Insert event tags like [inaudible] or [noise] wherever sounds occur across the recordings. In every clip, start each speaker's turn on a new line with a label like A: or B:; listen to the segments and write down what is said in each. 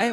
A: 哎，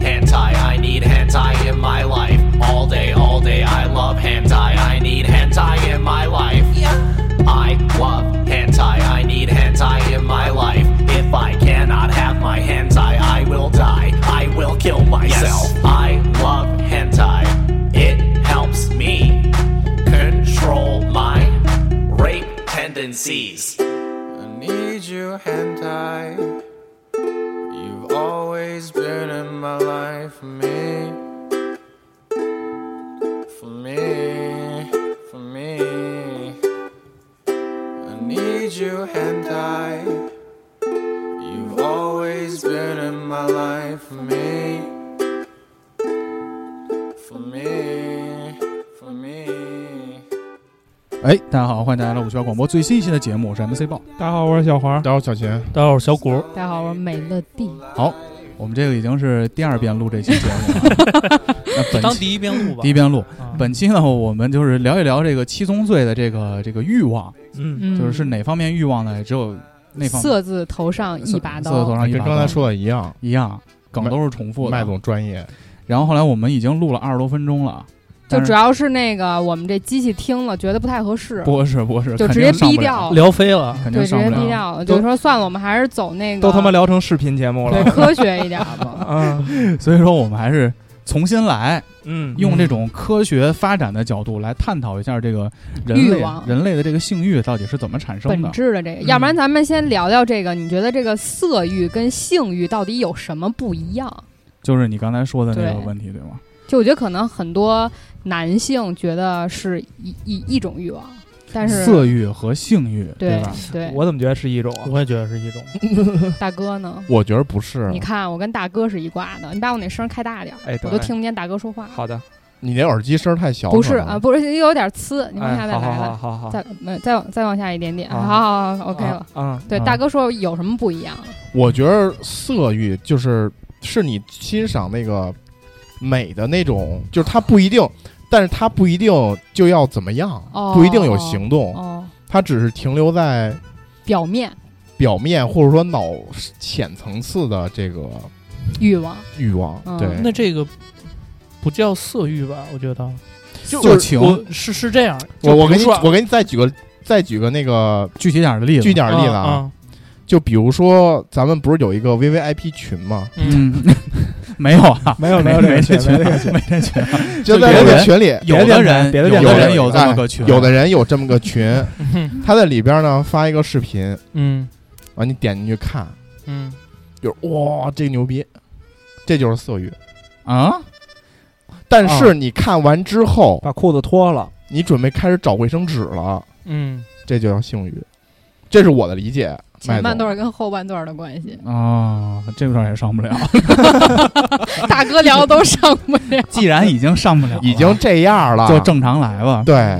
B: hentai. I need hentai in my life. All day, all day, I love hentai. I need hentai in my life. I love hentai. I need hentai in my life. If I cannot have my hentai, I will die. I will kill myself. I love hentai. It helps me control my rape tendencies.
C: I need you, hentai. You've always been in my life for me. For me, for me. I need you, hentai. You've always been in my life for me. For me, for me.
D: 哎，大家好，欢迎大家来五七八广播最新一期的节目，我是 MC 豹。
E: 大家好，我是小黄。
F: 大家好，小秦。
E: 大家好，我是小谷。
G: 大家好，我是美乐蒂。
D: 好，我们这个已经是第二遍录这期节目了。那本
E: 当
D: 期
E: 第一遍录吧。
D: 第一遍录，
G: 嗯
E: 啊
D: 本期呢，我们就是聊一聊这个七宗罪的这个这个欲望，
E: 嗯，
G: 嗯，
D: 就是是哪方面欲望呢？只有那方面
G: 色字头上一把
D: 色色头
G: 刀，
D: 上一
F: 啊跟
D: 把刀
F: 刚才说的一样，
D: 一样，梗都是重复
F: 麦
D: 的。
F: 总专业。
D: 然后后来我们已经录了二十多分钟了，
G: 就
D: 但是
G: 主要是那个我们这机器听了觉得不太合适，
D: 不是不是，
G: 就直
D: 肯
G: 接
D: 定上
G: 逼
D: 不了，
G: 掉，
E: 聊飞了。
D: 肯定
G: 对，直
D: 上
G: 接
D: 不
G: 逼
D: 了。
G: 掉，就是说算了，我们还是走那个
E: 都他妈聊成视频节目
G: 对
E: 了。
G: 科学一点
D: [laughs] 嗯
G: 吧。
H: 嗯
E: 啊，
D: 所以说我们还是重新来，
E: 嗯，
D: 用这种科学发展的角度来探讨一下这个人
G: 欲
D: 类
G: 望
D: 人类的这个性欲到底是怎么产生
G: 本
D: 的。
G: 质的这个，要不然咱们先聊聊这个，你觉得这个色欲跟性欲到底有什么不一样？
D: 就是你刚才说的那个
G: 对
D: 问题，对吗？
G: 就我觉得可能很多男性觉得是一一一种欲望，但是
D: 色欲和性欲，
G: 对
D: 吧？
G: 对，
E: 我怎么觉得是一种啊？
H: 我也觉得是一种。
G: 大哥呢？
F: 我觉得不是
G: 你，看我跟大哥是一挂的，你把我那声开大点儿，
E: 哎，
G: 我
E: 对
G: 都。听不见大哥说话。
E: 好的，
F: 你那耳机声太小。
G: 不是
F: 可能
G: 啊，，不是，又有点呲，你往
E: 哎，
G: 下再
E: 好好
G: 来
E: 好
G: 了，
E: 好好。
G: 再没再往再往下一点点，
E: 啊
G: 好好好，OK 了。
E: 啊，
G: 对，
D: 啊
G: 大哥说有什么不一样？啊
F: 我觉得色欲就是是你欣赏那个美的那种，就是它不一定，但是它不一定就要怎么样，
G: 哦
F: 不一定有行动，
G: 哦，
F: 它只是停留在
G: 表面
F: 表面或者说脑浅层次的这个
G: 欲望，
F: 欲望
G: 嗯。
F: 对，
H: 那这个不叫色欲吧？我觉得
D: 色情，
H: 我是是这样。
F: 我我给
G: 啊
F: 你
H: 就比如说啊
F: 我给你再举个再举个那
G: 嗯
F: 个
D: 具体点儿的例子，
F: 具体点儿的例子
H: 啊啊，
F: 就比如说，咱们不是有一个 VVIP 群吗？
D: 嗯，没有啊，
E: [laughs] 没有
D: 没
E: 没有
D: 没
E: 这
D: 这群，
E: 个群没这个群
D: 没这群啊，
F: 就
D: 别
F: 在
D: 的
F: 这个
D: 人
F: 群里，
D: [laughs] 有
E: 别的
D: 的
E: 人
D: 人
E: 别的
D: 有
E: 人
D: 的
F: 哎
D: 人有这么个群，
F: [laughs] 有的人有这么个
D: [laughs]
F: 群，他在里边呢发一个视频，
E: 嗯
F: 完你点进去看，
E: 嗯，
F: 就是哇，这牛逼，这就是色欲。
D: 啊，，
F: 但是你看完之后，
E: 把裤子脱了。
F: 你准备开始找卫生纸了，
E: 嗯，
F: 这就叫性欲。这是我的理解，
G: 前
F: 麦
G: 半
F: 总
G: 段跟后半段的关系
D: 啊，这段也上不了。
G: 大哥聊的都上不了。
D: 既然已经上不了了，啊
F: 已经这样了，
D: 就正常来吧。
F: 对。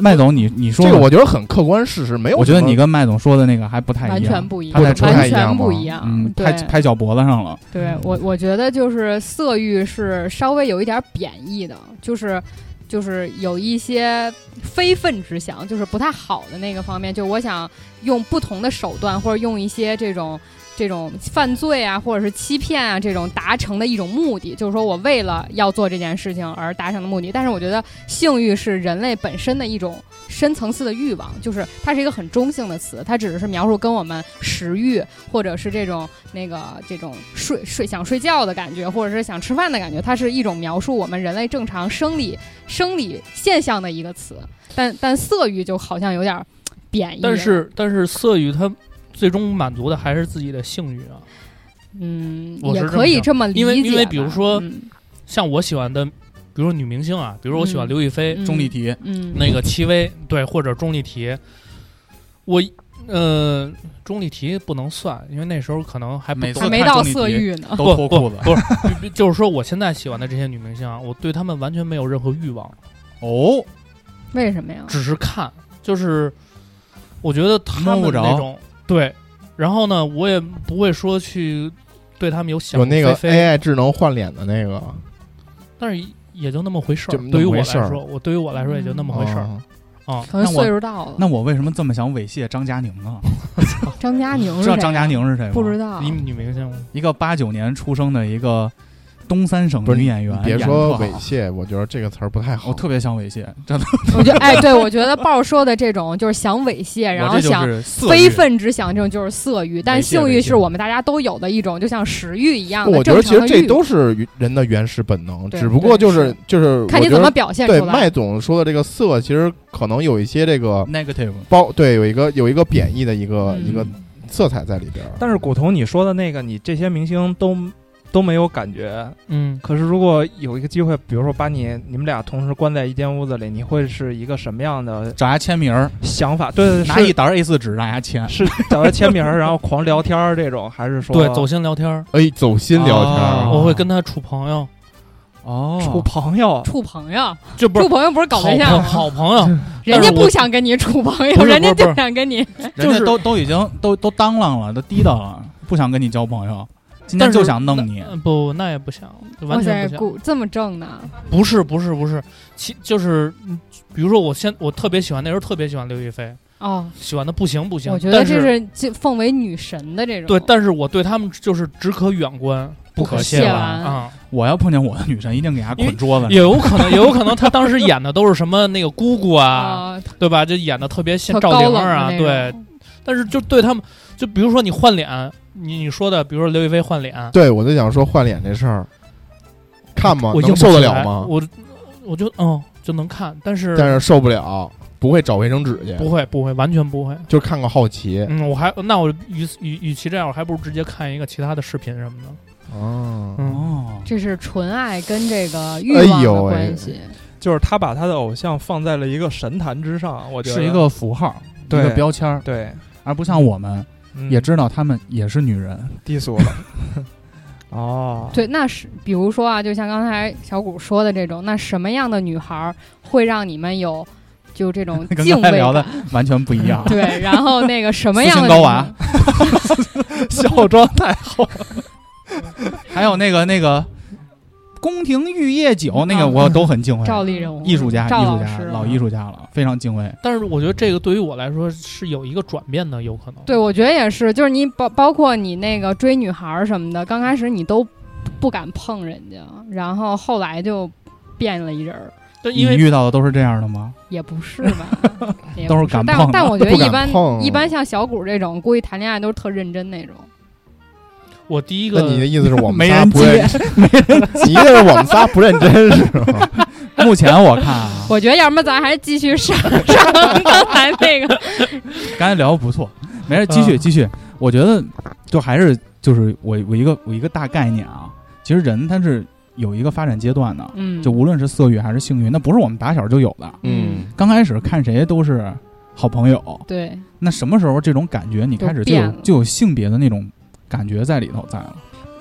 D: 麦总，你你说
F: 这
D: 吧，
F: 个我觉得很客观事实，没有什么。
D: 我觉得你跟麦总说的那个还不太一样，
G: 完全不一
D: 他在
G: 样，
D: 车
F: 上
G: 完
F: 一样
G: 全
F: 吗
G: 不一样。
D: 嗯，
G: 对
D: 拍拍脚脖子上了，
G: 对我，我觉得就是色欲是稍微有一点贬义的，就是就是有一些非分之想，就是不太好的那个方面。就我想用不同的手段，或者用一些这种这种犯罪啊，或者是欺骗啊这种达成的一种目的，就是说我为了要做这件事情而达成的目的。但是我觉得性欲是人类本身的一种深层次的欲望，就是它是一个很中性的词，它只是描述跟我们食欲或者是这种那个这种睡睡想睡觉的感觉，或者是想吃饭的感觉，它是一种描述我们人类正常生理生理现象的一个词。但但色欲就好像有点儿贬义，
H: 但是但是色欲它最终满足的还是自己的性欲啊。
G: 嗯，
H: 我
G: 也
H: 是这么
G: 可以
H: 想
G: 这么理解
H: 因
G: 吧，
H: 为因为比如说
G: 嗯
H: 像我喜欢的，比如说女明星啊，比如说我喜欢
G: 嗯
H: 刘亦菲，
D: 钟丽
G: [laughs]
D: 缇，
G: 嗯，
H: 那个戚薇，对，或者钟丽缇，我呃，钟丽缇不能算，因为那时候可能还不
D: 每次
G: 还
H: 多
D: 看
G: 没到
D: 钟丽缇
G: 色欲呢，
D: 都脱裤子 [laughs]
H: 不不不是，就是说我现在喜欢的这些女明星啊，我对她们完全没有任何欲望，
D: 哦，
G: [laughs] 为什么呀？
H: 只是看，就是我觉得她
D: 摸不
H: 们
D: 着
H: 那种对，然后呢，我也不会说去对他们有想
F: 有
H: 入
F: 那个哎
H: 非非
F: AI 智能换脸的那个，
H: 但是也就那么回事
F: 就
H: 儿
F: 那。么
H: 对于我
F: 回
H: 来
F: 事儿
H: 说，我对于我来说也就那么回事儿。
F: 哦
G: 可能
D: 那我
G: 岁数到了。
D: 那我为什么这么想猥亵张佳宁呢？
G: 张佳宁是
D: 知道
G: 谁
D: 张
G: 啊
D: 佳宁是谁吗？
G: 不知道
H: 你女明星吗？
D: 一个八九年出生的一个东三省
F: 不是
D: 女演员，
F: 你别
D: 演得
F: 说
D: 特
F: 猥
D: 好，
F: 亵，我觉得这个词儿不太好。
D: 我特别想猥亵，真的，
G: 我
H: [laughs]
G: 觉得哎，对我觉得豹说的这种就是想猥亵，然后
D: 我这就
G: 哎想
D: 是色
G: 非
D: 欲。
G: 分之想，这种就是色欲。但
D: 猥亵
G: 性欲
D: 猥亵
G: 是我们大家都有的一种，就像食欲一样的
F: 我觉
G: 啊正
F: 得其
G: 常
F: 实
G: 的
F: 这
G: 欲。
F: 都是人的原始本能，
G: 对
F: 只不过
G: 对
F: 就是就是
G: 看你
F: 我觉
G: 怎
F: 得
G: 么表现
F: 对
G: 出来
F: 麦。总说的这个色，其实可能有一些这个
D: negative，
F: 包对有一个有一个贬义的一个一个
D: 嗯
F: 色彩在里边儿。
E: [laughs] 但是骨头你说的那个，你这些明星都都没有感觉。
H: 嗯，
E: 可是如果有一个机会，比如说把你你们俩同时关在一间屋子里，你会是一个什么样的
D: 找人签名儿，
E: 想法？对对，对
D: 拿一沓 A 4纸让人家签。
E: 是是找人签名儿，然后狂聊天儿这种，还是说
H: 对，走心聊天儿，
F: 哎，走心聊天
D: 哦
F: 儿，
H: 我会跟他处朋友，
E: 处
D: 哦，
E: 朋友？
G: 处朋友，
H: 这不
G: 处
H: 是
G: 朋友不是搞
H: 好
G: 对象
H: 朋
G: 吗，
H: 好朋友，
G: [laughs] 人家
H: 但是我
G: 不想跟你处朋
H: 不
G: 友，
H: 是
G: 人家
H: 不是
G: 就想跟你。
D: 人
H: 就
D: 家
H: 是
D: 都都已经都都当啷了，都低到了，不想跟你交朋友，今
H: 但
D: 天
H: 是
D: 就想弄你。
H: 呃不，那也不想，
G: 哇
H: 完全
G: 塞
H: 不，想。
G: 骨这么正呢？
H: 不是不是不是，其就是嗯比如说我现我特别喜欢那时候特别喜欢刘亦菲，
G: 哦，
H: 喜欢的不行不行。
G: 我觉得
H: 但
G: 这
H: 是
G: 是这奉为女神的这种。
H: 对，但是我对他们就是只可远观
D: 不
H: 可
D: 可
H: 亵
D: 亵
G: 玩
D: 玩。嗯
H: 啊，
D: 我要碰见我的女神，一定给她捆桌子
H: 也。有可能也有可能他当时演的都是什么那个姑姑
G: [laughs]
H: 啊，
G: 啊，
H: 对吧？就演的特别像
G: 特
H: 赵
G: 高
H: 灵
G: 冷
H: 儿啊，
G: 的那
H: 对。
G: 种。
H: 但是就对他们，就比如说你换脸，你你说的，比如说刘亦菲换脸，
F: 对我就想说换脸这事儿，看吗？
H: 我硬
F: 能
H: 不
F: 受得
H: 起
F: 了
H: 来
F: 吗？
H: 我我就嗯就能看，但是
F: 但是受不了，不会找卫生纸去，
H: 不会不会完全不会。
F: 就看个好奇。
H: 嗯，我还那我与与与其这样，我还不如直接看一个其他的视频什么的。
F: 哦，
H: 嗯，
D: 哦，
G: 这是纯爱跟这个欲
F: 哎
G: 望
F: 呦
G: 的
F: 喂
G: 关系。
E: 就是他把他的偶像放在了一个神坛之上，我觉得
D: 是一个符号，一
E: 对
D: 个标签儿，
E: 对，
D: 而不像我们
E: 嗯
D: 也知道她们也是女人。
E: 低
D: [laughs]
E: 俗了。哦，
G: 对，那是比如说啊，就像刚才小谷说的这种，那什么样的女孩儿会让你们有就这种
D: 跟
G: 敬
D: [laughs] 刚才
G: 畏
D: 聊的
G: 感？
D: 完全不一样。
E: [laughs]
G: 对，然后那个什么样
D: 斯琴
G: 的
D: 高
G: 女
D: 娃
G: 孩
D: 孝庄太后， [laughs] 还有那个那个宫廷玉液酒，那
G: 啊
D: 个我都很敬畏。
G: 赵丽人
D: [laughs] 艺术家，艺
G: 赵
D: 术
G: 老
D: 家，
G: 师啊
D: 老艺术家了，非常敬畏。
H: 但是我觉得这个对于我来说是有一个转变的，有可能。
G: 对，我觉得也是，就是你包包括你那个追女孩儿什么的，刚开始你都不敢碰人家，然后后来就变了一人儿，
H: 对，
D: 你
H: 因为
D: 遇到的都是这样的吗？
G: 也不是
D: [laughs]
G: 吧，也
D: 都是
G: 不
D: 敢
G: 但
D: 碰
G: 但
D: 的
G: 我觉得
F: 不
G: 一
F: 敢
G: 般
F: 碰
G: 一般像小谷这种，估计谈恋爱都是特认真那种。
H: 我第一
F: 那
H: 个
F: 你的意思是
G: [laughs]
F: 我们
D: 没
F: 仨
D: 人
F: 不认
D: 接，
F: 你意思是我们仨不认
G: [laughs]
F: 真是吗？
D: 目前我看啊，
G: 我觉得要么咱还是继续上上刚才那
D: [laughs]
G: 个，
D: 刚才聊的不错，没事，继续
H: 嗯
D: 继续。我觉得就还是就是我我一个我一个大概念啊，其实人他是有一个发展阶段的，
G: 嗯，
D: 就无论是色欲还是性欲，那不是我们打小就有的。
F: 嗯，
D: 刚开始看谁都是好朋友，
G: 对，
D: 那什么时候这种感觉你开始就
G: 就变
D: 有
G: 了
D: 就有性别的那种感觉在里头在了？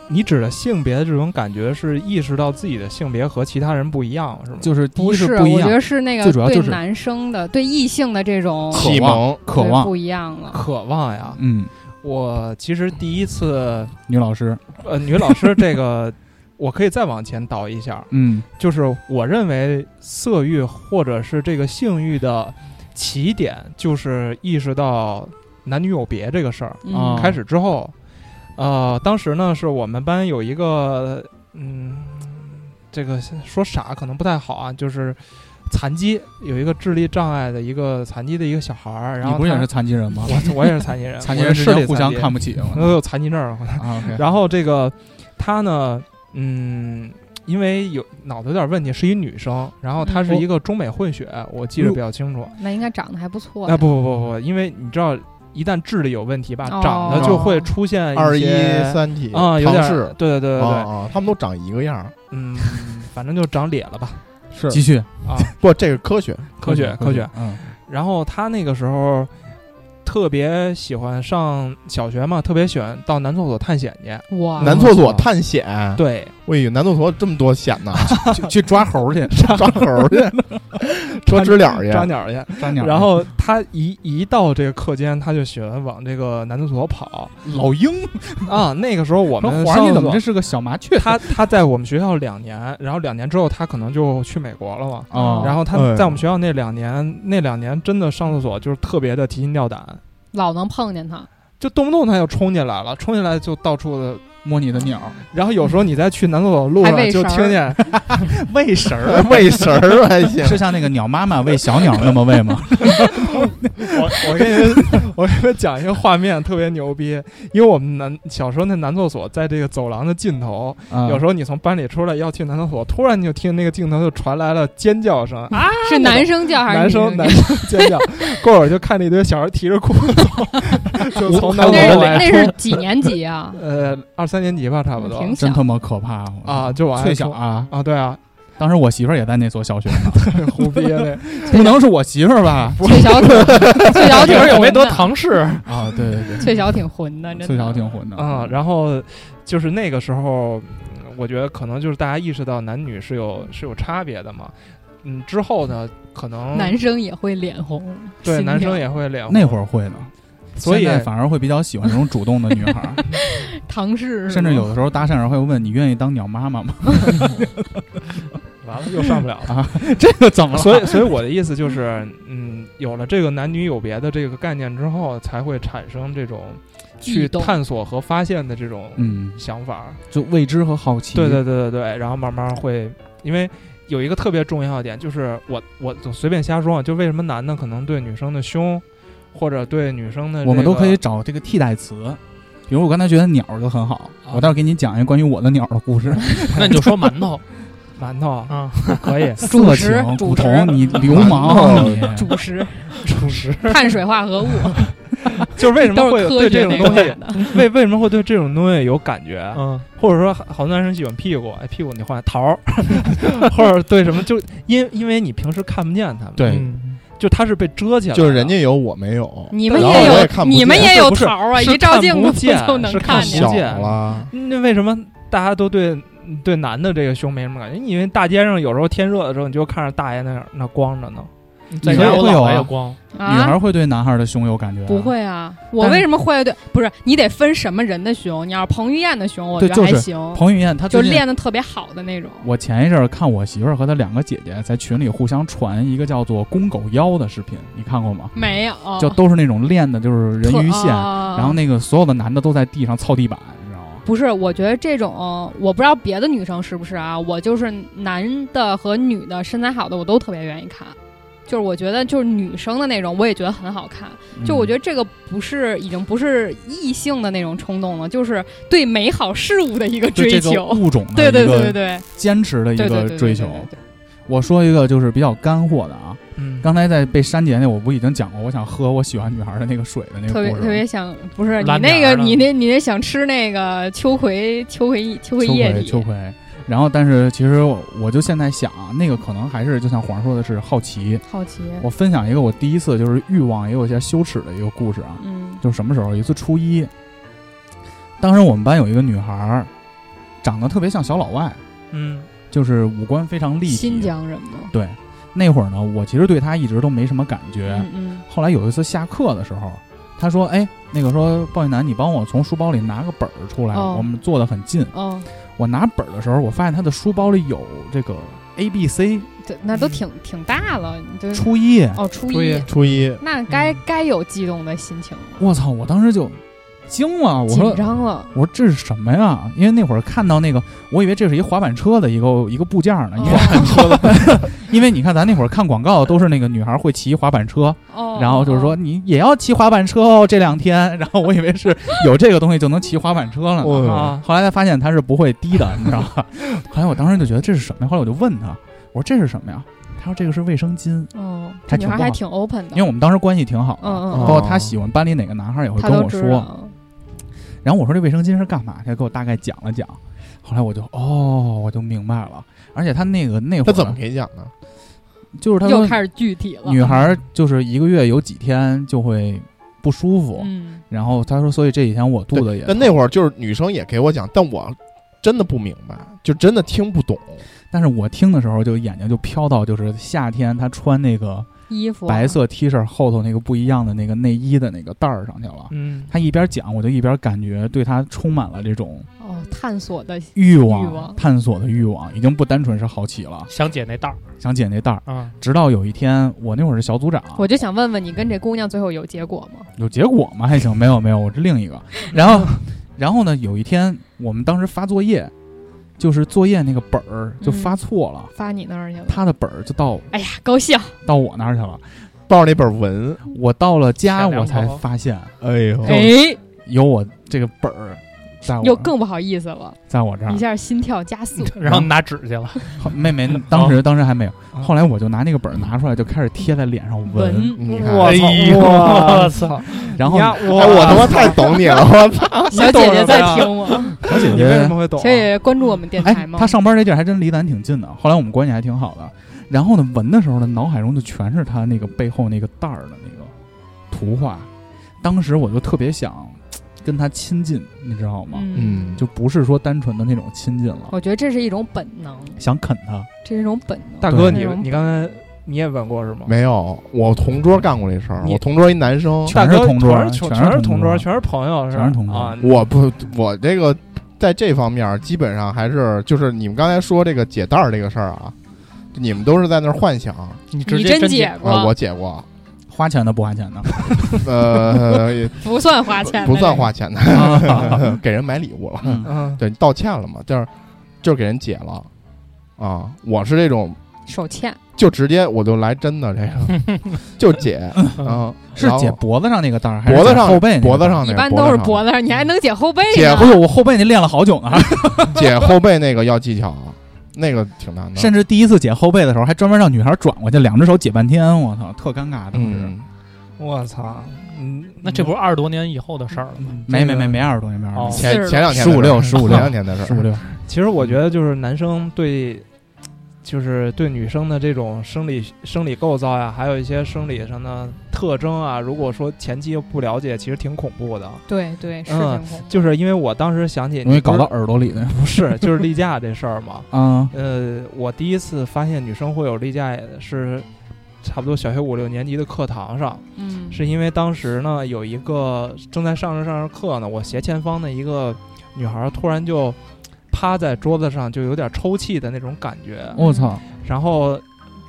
E: 你指的性别的这种感觉是意识到自己的性别和其他人不一样，是吗？
D: 就是第一
G: 是，
D: 不一
G: 我觉
D: 样，
G: 得是那个
D: 最主要
G: 对
D: 就是
G: 男生的、对异性的这种
D: 渴
F: 启蒙
D: 渴
G: 对
D: 望，
G: 不一样了。
E: 渴望呀。
D: 嗯，
E: 我其实第一次，
D: 女老师，
E: 呃，女老师这个，我可以再往前倒一下，
D: 嗯，
E: 就是我认为色欲或者是这个性欲的起点，就是意识到男女有别这个事儿。
D: 啊
G: 嗯，
E: 开始之后，呃，当时呢是我们班有一个，嗯，这个说傻可能不太好啊，就是残疾，有一个智力障碍的一个残疾的一个小孩儿，然
D: 你
E: 后
D: 不是也
E: 他
D: 是残疾人吗？
E: 我我也是残疾人，
D: [laughs] 残疾
E: 我
D: 人
E: 是
D: 之
E: 视力
D: 间互
E: 残
D: 相
E: 疾
D: 看不起
E: 我 [laughs] 都有残疾证儿。我
D: 啊，OK，
E: 然后这个他呢，嗯。因为有脑子有点问题，是一女
D: 啊
E: 生，然后她
G: 嗯
E: 是一个中美混血，我记得比较清楚。
G: 那应该长得还不错呀。
E: 哎，不不不不，因为你知道，一旦智力有问题吧，
G: 哦
E: 长得就会出
G: 哎
E: 现
F: 二一
E: 些
F: 三体
E: 啊，有
F: 唐
E: 点
F: 氏
E: 儿，对对对对对，
F: 啊啊，他们都长一个样儿，
E: 嗯，反正就长咧了吧，
F: 是
D: 继续
E: 啊，
F: 不？这是科学，
E: 科学科学。，
D: 嗯，
E: 然后他那个时候特别喜欢上小学嘛，特别喜欢到男厕所探险去，
G: 哇，
F: 男厕所探险，
E: 啊对，
F: 喂，南渡头这么多险
E: [laughs]
F: 呢，
D: [laughs] 去去抓猴去，
F: 抓猴去，抓知了去，
E: 抓鸟去。
D: 抓鸟。
E: 然后他一一到这个课间，他就喜欢往这个男厕
D: [laughs]
E: 所跑
D: 老鹰
E: 啊。那个时候我
D: 说
E: 们：“
D: 皇上，
E: 上
D: 你怎么
E: 厕
D: 这
E: 所
D: 是个小麻雀？”
E: 他他在我们学校两年，然后两年之后他可能就去美国了嘛。
D: 哦
E: 然后他
F: 哎
E: 在我们学校那两年，那两年真的上厕所就是特别的提心吊胆，
G: 老能碰见他，
E: 就动不动他就冲进来了，冲进来就到处的。
D: 摸你的鸟，
E: 然后有时候你在去男厕所的路
G: 还
E: 上
G: 喂
E: 就
G: 食儿啊
E: 听见， [laughs]
D: 喂食儿
F: 喂食儿还行。
D: 是像那个鸟妈妈喂小鸟那么喂
E: [laughs]
D: 吗？
E: 我我给你们我给你们讲一个画面特别牛逼，因为我们男小时候那男厕所在这个走廊的尽头，
D: 啊嗯
E: 有时候你从班里出来要去男厕所，突然你就听那个镜头就传来了尖叫声啊，
D: [laughs]
G: 是男生叫还是
E: 男
G: 女
E: 生
G: 叫
E: 男生尖叫，过会儿就看着一堆小孩提着裤子 [laughs] 就从男
G: 那
E: 厕
G: 是
E: 所来，
G: 那是几年级啊？
E: [laughs] 呃，二三年级吧，差不多
G: 挺小
D: 真，他妈可怕
E: 啊，！就往
D: 我
E: 外
D: 最小
E: 冲
D: 啊，
E: 啊，对啊，
D: 当时我媳妇儿也在那所小学呢，
E: [laughs] 胡逼那，
D: [laughs] 不能是我媳妇儿
E: [laughs]
D: 吧？
G: 翠小挺翠小
H: 里
G: 挺
H: 边有没得
G: 混的
H: 唐氏，
D: 啊，对对
E: [laughs]
G: 翠小挺混的，真
D: 对，
G: 的
D: 最小挺混的
E: 啊，然后就是那个时候，嗯我觉得可能就是大家意识到男女是有是有差别的嘛。嗯，之后呢，可能
G: 男生也会脸红，
E: 哦对
G: 心
E: 男生
G: 跳
E: 也会脸红，
D: 那会儿会呢，
E: 所以
D: 现在反而会比较喜欢这种主动的女孩
E: [laughs]
D: 儿，
G: 唐氏是
D: 甚至
G: 吗
D: 有的时候搭讪人会问你愿意当鸟妈妈吗？ [laughs]
E: 完了又上不了了。 [laughs]
D: 这个怎么了？
E: 所以，所以我的意思就是，嗯，有了这个男女有别的这个概念之后，才会产生这种去
G: 悸动
E: 探索和发现的这种
D: 嗯，
E: 想法儿。
D: 就未知和好奇。
E: 对对对对对，然后慢慢会，因为有一个特别重要的点，就是我我总随便瞎说啊，就为什么男的可能对女生的胸，或者对女生的、
D: 我们都可以。找这个替代词。比如我刚才觉得鸟就很好，
E: 啊
D: 我待会儿给你讲一个关于我的鸟的故事。
H: 那你就说馒
F: [laughs]
H: 头
E: 馒头啊
H: 啊，
E: 可
D: [laughs]
E: 以
D: 色
G: 食
D: 情、
G: 主
D: 古
G: 食
D: 铜，你流氓，你
G: 主食、
E: 主食，
G: [laughs] 碳水化合物
E: [laughs] 就是为什么
G: 都
E: 会
G: 是
E: 有
G: 科
E: 对
G: 学
E: 这
G: 那
E: 种
G: 块
E: 东
G: 的。
E: 西， [laughs] 为为什么会对这种东西有感
F: 啊
E: 觉？
H: 嗯，
E: 或者说好多男生喜欢屁股，哎，屁股你换桃儿， [laughs] 或者对什么，就因因为你平时看不见他们，，
F: 对，
H: 嗯
E: 就他是被遮起来的，
F: 就是人家有我没有，
G: 你们
F: 然后
G: 也
F: 我也
G: 有，
F: 看不
G: 你
F: 见
G: 们也
E: 不
G: 有
E: 是
G: 桃儿啊！
E: 是
G: 一照
E: 看
G: 镜
E: 不
G: 子
E: 见
G: 就能
E: 是
G: 看
E: 看
G: 见
E: 不
F: 小
E: 见。
F: 了，
E: 那为什么大家都对对男的这个胸没什么感觉？因为大街上有时候天热的时候，你就看着大爷那儿那光着呢。
H: 在
D: 女孩
H: 家我
D: 会有
H: 老
D: 啊
H: 来有光，
D: 女
G: 啊！
D: 孩会对男孩的胸有感觉、
G: 不，会啊，我
D: 但
G: 为什么会对？不是你得分什么人的胸，你要是彭于晏的胸，我
D: 对
G: 觉得还
D: 就是
G: 行，
D: 彭于晏他
G: 就
D: 最近
G: 练的特别好的那种。
D: 我前一阵儿看我媳妇儿和她两个姐姐在群里互相传一个叫做“公狗腰”的视频，你看过吗？
G: 没有，
D: 就都是那种练的，就是人鱼线，
G: 哦
D: 然
G: 然
D: 后那个所有的男的都在地上操地板，你知道吗？
G: 啊不是，我觉得这种我不知道别的女生是不是啊，我就是男的和女的身材好的我都特别愿意看，就是我觉得就是女生的那种我也觉得很好看，
D: 嗯
G: 就我觉得这个不是已经不是异性的那种冲动了，就是对美好事物的一个
D: 就
G: 追
D: 这个
G: 求。
D: 物种的
G: 对对对对
D: 一个
G: 对
D: 坚持的一
G: 对对对
D: 个
G: 对
D: 追
G: 对
D: 求。
G: 对对
D: 我说一个就是比较干货的啊，
E: 嗯，
D: 刚才在被删节那我不已经讲过，我想喝我喜欢女孩的那个水的那个
G: 特别
D: 故事
G: 特别想不是你
H: 蓝
G: 那
H: 鸟
G: 个
D: 啊
H: 呢
G: 你那你那想吃那个秋葵秋葵秋葵
D: 秋
G: 液
D: 葵秋
G: 体，
D: 葵。然后，但是其实我我就现在想，那个可能还是就像皇上说的是好奇，
G: 好奇，
D: 我分享一个我第一次就是欲望也有一些羞耻的一个故事啊，
G: 嗯
D: 就是什么时候？有一次初一，当时我们班有一个女孩儿，长得特别像小老外，
E: 嗯，
D: 就是五官非常立体。
G: 新疆人吗？
D: 对，那会儿呢，我其实对她一直都没什么感觉。
G: 嗯嗯
D: 后来有一次下课的时候，她说：“哎，那个说鲍玉楠，你帮我从书包里拿个本儿出来，
G: 哦
D: 我们坐得很近。
G: 哦，
D: 我拿本儿的时候，我发现她的书包里有这个 A、B、C。
G: 对，那都挺挺大了，你这
D: 初一，
G: 哦初
E: 初
G: 一
E: 一，
F: 初一
G: 那该
E: 嗯
G: 该有激动的心情了，
D: 我操！我当时就惊了，我说
G: 紧张了，
D: 我说这是什么呀？因为那会儿看到那个，我以为这是一滑板车的一个一个部件呢。因为、
G: 哦
D: [laughs] 因为你看咱那会儿看广告都是那个女孩会骑滑板车，
G: 哦，
D: 然后就是说
G: 哦，
D: 你也要骑滑板车哦这两天。然后我以为是有这个东西就能骑滑板车了呢。
F: 哦
E: 啊，
D: 后来才发现它是不会滴
F: [laughs]
D: 的，你知道吧？后来我当时就觉得这是什么呀？后来我就问他，我说这是什么呀？他说这个是卫生巾，
G: 哦，
D: 还
G: 女
D: 挺
G: 孩
D: 棒
G: 还挺 open 的，
D: 因为我们当时关系挺好的，
G: 嗯嗯
D: 包
G: 嗯
D: 括他喜欢班里哪个男孩也会
G: 他
D: 跟
G: 都
D: 我
G: 知
D: 说。
G: 道，
D: 然后我说这卫生巾是干嘛？他给我大概讲了讲，后来我就哦，我就明白了。而且他那个那会儿
F: 他怎么给你讲呢？
D: 就是他
G: 又
D: 说
G: 开始具体了，
D: 女孩儿就是一个月有几天就会不舒服，
G: 嗯，
D: 然后他说所以这几天我肚子也
F: 但那会儿就是女生也给我讲，但我真的不明白，就真的听不懂。
D: 但是我听的时候就眼睛就飘到，就是夏天他穿那个
G: 衣服啊
D: 白色 T 恤后头那个不一样的那个内衣的那个带儿上去了。
E: 嗯，
D: 他一边讲，我就一边感觉对他充满了这种
G: 哦，探索的
D: 欲望、
G: 欲望
D: 探索的欲望，已经不单纯是好奇了，
H: 想解那道儿
D: 想解那带儿。
H: 啊，
D: 直到有一天，我那会儿是小组长，
G: 我就想问问你，跟这姑娘最后有结果吗？
D: 有结果吗？还行，没有没有，我是另一
G: [laughs]
D: 个。然后，然后呢？有一天我们当时发作业，就是作业那个本儿
G: 嗯
D: 就发错了，
G: 发你那儿去了，
D: 他的本儿就到
G: 哎呀，高兴，
D: 到我那儿去了。
F: 抱着那本文，
D: 我到了家，
H: 善良
D: 我才
H: 宝宝
D: 发现
F: 哎呦，
G: 哎，
D: 有我这个本儿在我啊
G: 又更不好意思了，
D: 在我这儿
G: 一。下心跳加速，
H: 然后拿纸去了，
D: 后妹妹当时当时还没有，
E: 哦
D: 后来我就拿那个本儿拿出来，就开始贴在脸上纹。
G: 闻
F: 你看，
E: 我
F: 哎
E: 操
H: 呦
E: 我操！
D: 然后
E: 呀
F: 我他妈太懂你了，我操！
G: 小姐姐在听我，
D: 小姐
E: 你为什
D: 姐
E: 么会懂
G: 小？姐姐关注我们电台
D: 哎
G: 吗？，
D: 她上班这地儿还真离咱挺近的。后来我们关系还挺好的。然后呢，闻的时候呢，脑海中就全是她那个背后那个袋儿的那个图画。当时我就特别想跟她亲近，你知道吗？
G: 嗯，哦
D: 就不是说单纯的那种亲近了，
G: 我觉得这是一种本能，
D: 想啃她。
G: 这是一种本能。
E: 大哥，
G: 对
E: 你你刚才你也问过是吗？
F: 没有，我同桌干过这事儿。
E: 你
F: 我同桌一男生，
E: 哦大哥
D: 全是同桌
E: 全是
D: 全是
E: 全
D: 同
E: 是同
D: 桌
E: 桌，全是朋友，吧
D: 全是同桌
E: 啊！
F: 我不，我这个在这方面儿基本上还是就是你们刚才说这个解带儿这个事儿啊，你们都是在那儿幻想啊、
H: 你直
G: 你
H: 接
G: 真
H: 解，
G: 解过，
F: 我解过，
D: 花钱的不花钱的，
F: 呃，也
G: 不算花钱，
F: 不算花钱的， [laughs] 给人买礼物了，
D: 嗯
E: 嗯，
F: 对，道歉了嘛，就是就是给人解了啊。我是这种
G: 那个手欠，
F: 就直接我就来真的这个，就解啊，
D: 是
F: 然后
D: 解脖子上那个袋儿，还是
F: 脖子
D: 解
F: 上
D: 后背那个
F: 脖子
D: 带儿
F: 上那
G: 一
F: 个
G: 般都是
F: 脖
G: 脖
F: 子
G: 子上，你还能解后背
F: 解
G: 呢
D: 哎不？是我后背那练了好久呢，
F: [laughs] 上解后背那个要技巧，那个挺难的，
D: 甚至第一次解后背的时候，还专门让女孩转过去，两只手解半天，我操，特尴尬。当时、
F: 嗯。
E: 我操，嗯，
H: 那这不是二十多年以后的事儿了吗？
D: 没没没没二十多年，没二十多
H: 哦
D: 年，
F: 前前两天的
D: 15
F: 事儿
D: 六15
F: 前两天的事儿，
D: 十五六，
E: 其实我觉得就是男生对，就是对女生的这种生理生理构造呀，还有一些生理上的特征啊，如果说前期又不了解，其实挺恐怖的。
G: 对对，是
E: 嗯
G: 挺恐怖。
E: 就是因为我当时想起，
D: 容易搞到
E: 你
D: 耳朵里的
E: 不是不是就是例假这事儿嘛。
D: 啊。
E: 呃，我第一次发现女生会有例假是差不多小学五六年级的课堂上，
G: 嗯，
E: 是因为当时呢有一个正在上着上着课呢，我斜前方的一个女孩儿突然就趴在桌子上，就有点抽泣的那种感觉。
D: 我操！
E: 然后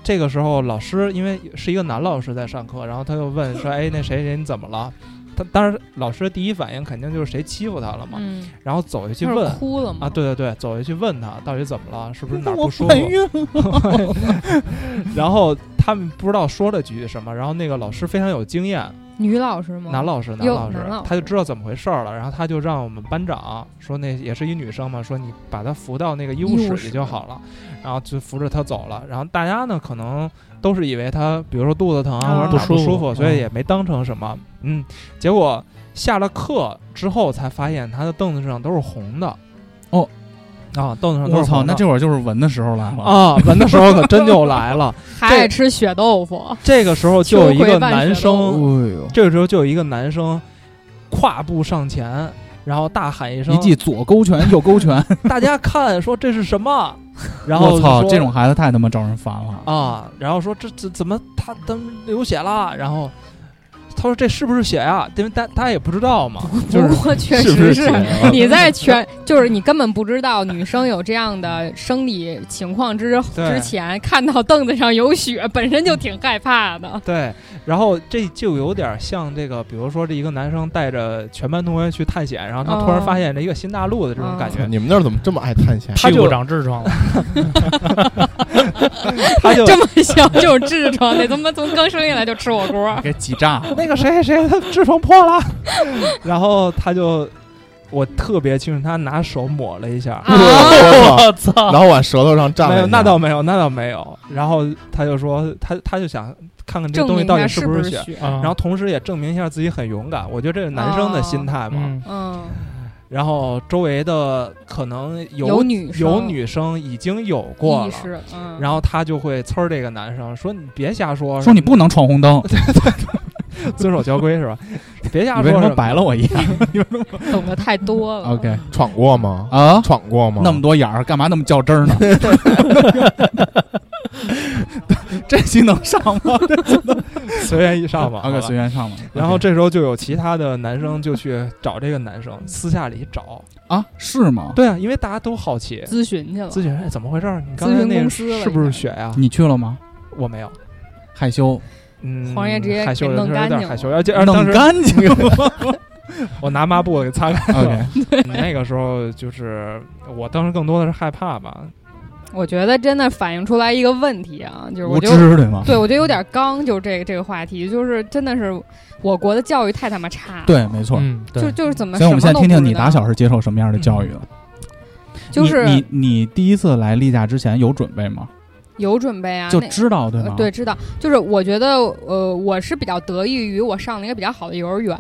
E: 这个时候老师因为是一个男老师在上课，然后他就问说：“哎，那谁谁你怎么了？”他当然老师第一反应肯定就是谁欺负他了嘛，
G: 嗯，
E: 然后走下去
G: 就是
E: 问。
G: 哭了嘛
E: 啊，，对对对，走下去问他到底怎么了，是不是哪儿
D: 我
E: 不舒服
D: 怀？孕了，
G: [laughs]
E: 然后他们不知道说了句什么，然后那个老师非常有经验，
G: 女老师吗？
E: 男老师，男
G: 哟
E: 老师
G: 男老，
E: 他就
G: 师
E: 知道怎么回事儿了，然后他就让我们班长说那也是一女生嘛，说你把她扶到那个医务
G: 医务
E: 室
G: 室
E: 里就好了，然后就扶着她走了。然后大家呢可能都是以为她比如说肚子疼
G: 啊
E: 或者哪儿
H: 不舒
E: 舒
H: 服
E: 服，所
H: 嗯
E: 以也没当成什么。嗯，结果下了课之后才发现她的凳子上都是红的。
D: 哦，
E: 啊，凳子上都
D: 我
E: 是
D: 操！
E: 红
D: 那
E: 的。
D: 这会儿就是闻的时候来了。
E: 啊，闻的时候可真就来了。
G: 还爱吃血豆腐，
E: 这个时候就有一
G: 秋
E: 个
G: 葵伴 [laughs]
E: 男
G: 雪
E: 生
D: 哎，呦！
E: 这个时候就有一个男生跨步上前，然后大喊一声
D: 一记左勾拳，右勾拳，：“
E: 大家看，说这是什么？”然后
D: 我操！
E: 说
D: 这种孩子太他妈招人烦了。
E: 啊，然后说这这怎么他他们流血了？然后他说这是不是血呀、因为大大家也不知道嘛，
G: 不过确
F: 是不是
G: 实 [laughs]
F: 解
D: 啊
F: 了
G: 你在全就是你根本不知道女生有这样的生理情况之
E: 对
G: 之前，看到凳子上有血，本身就挺害怕的。
E: 对，然后这就有点像这个，比如说这一个男生带着全班同学去探险，然后他突然
G: 哦
E: 发现了一个新大陆的这种感觉，
F: 你们那儿怎么这么爱探险？
E: 他
H: 屁
E: 就
H: 股长痔 [laughs] 疮
E: 啊
H: 了，
D: [laughs]
E: 他就
G: [laughs] 这么小就有痔疮，得他妈从刚生下来就吃火锅。
D: 给挤炸了！
E: 那个谁谁谁他痔疮破了，然后他就我特别清楚，他拿手抹了一
G: 啊
E: 下，
F: 我
H: 我操！
F: 然后往舌头上蘸了一下，
E: 没有，那倒没有，那倒没有。然后他就说，他他就想看看这
G: 证
E: 东西
G: 明
E: 到底
G: 他
E: 是
G: 不
E: 是
G: 是
E: 血，
G: 血？
H: 然
E: 然后同时也证明一下自己很勇敢。我觉得这是男生的心态嘛。
H: 嗯，
G: 嗯，
E: 然后周围的可能有
G: 有女生
E: 有女生已经有过
G: 意
E: 了，
G: 识，嗯，
E: 然后他就会呲儿这个男生说：“你别瞎说，
D: 说你不能闯红灯，
E: 遵守交规是吧？ [laughs] 别瞎
D: 你为
E: 说
D: 什
E: 什
D: 么白了我一
F: [laughs]
D: 眼
G: 懂得太多了。
D: ？OK
F: 闯过
D: [laughs]
F: 吗？
D: 啊，
F: 闯过
H: 嗯
F: 吗？
D: 那么多眼儿，干嘛那么较真
H: [laughs]
D: 儿呢？这期能上
H: [laughs]
D: 吗
E: 随便
D: [laughs]
E: 一上吧。好
D: ？OK，
E: 吧
D: 随便上吧。
E: 然后
D: OK
E: 这时候就有其他的男生就去找这个男生，私下里找。
D: 啊，是吗？
E: 嗯对啊，因为大家都好奇，
G: 咨询去了，
E: 咨询哎怎么回事儿？你刚
G: 咨
E: 才
G: 询
E: 那
G: 公
E: 个
G: 司了
E: 是不
G: 应该
E: 是血呀？
D: 你去了吗？
E: 我没有，
D: 害羞，
E: 嗯，
G: 黄爷直接
E: 害羞
G: 给
E: 了，
G: 弄
E: 确实有
G: 干
E: 点
G: 净
E: 害羞，
G: 了
E: 而且而当
D: 弄
E: 时
D: 干
H: [laughs]
D: 净了。
E: 我拿抹布给擦干净
D: [laughs] OK，
E: 了。 [laughs] 那个时候就是我当时更多的是害怕吧，
G: 我觉得真的反映出来一个问题啊，就是我
D: 无
G: 就
D: 知对吗？
G: 对我觉得有点刚，就是这个这个话题，就是真的是我国的教育太他妈差了。
D: 对，没错。
H: 嗯，
G: 就
H: 对，
G: 就是怎么
D: 所以我们
G: 什么
D: 现
G: 都
D: 在听听
G: 不知
D: 你
G: 道嗯
D: 打小是接受什么样的教育了？
G: 就是
D: 你你你第一次来例假之前有准备吗？
G: 有准备啊，
D: 就
G: 那
D: 知道对
G: 呃
D: 吗？
G: 对，知道，就是我觉得，呃，我是比较得益于我上了一个比较好的幼儿园，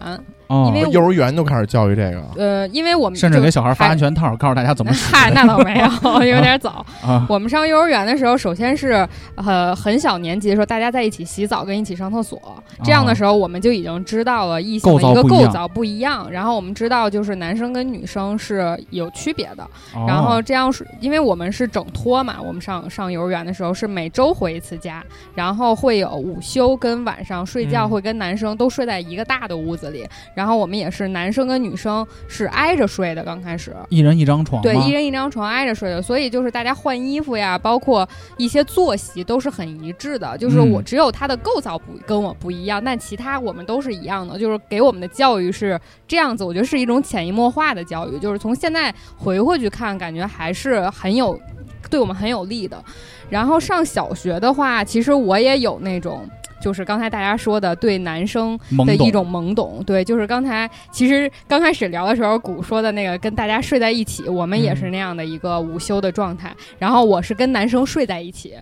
D: 哦
G: 因为，
F: 幼儿园都开始教育这个，
G: 呃，因为我们
D: 甚至
G: 就
D: 给小孩发
G: 还
D: 安全套，告诉大家怎么使
G: [laughs] 嗨，那倒没有，
D: [laughs]
G: 有点早。
D: 啊。
G: 我们上幼儿园的时候，首先是呃很小年级的时候，大家在一起洗澡跟一起上厕所，这样的时候我们就已经知道了异性的
D: 啊构造
G: 一个
D: 不一
G: 构
D: 样
G: 造不一样，然后我们知道就是男生跟女生是有区别的，
D: 哦
G: 然后这样是，因为我们是整托嘛，我们上上幼儿园的时候是每周回一次家，然后会有午休跟晚上睡觉
E: 嗯
G: 会跟男生都睡在一个大的屋子里，然后我们也是男生跟女生是挨着睡的，刚开始。
D: 一人一张床
G: 对，
D: 吗
G: 一人一张床挨着睡的，所以就是大家换衣服呀，包括一些作息都是很一致的。就是
D: 嗯
G: 我只有它的构造不跟我不一样，但其他我们都是一样的。就是给我们的教育是这样子，我觉得是一种潜移默化的教育。就是从现在回过去看，感觉还是很有对我们很有利的。然后上小学的话，其实我也有那种。就是刚才大家说的，对男生的
D: 懵懂
G: 一种懵懂。对，就是刚才其实刚开始聊的时候，谷说的那个跟大家睡在一起，我们也
D: 嗯
G: 是那样的一个午休的状态。然后我是跟男生睡在一起，
D: 啊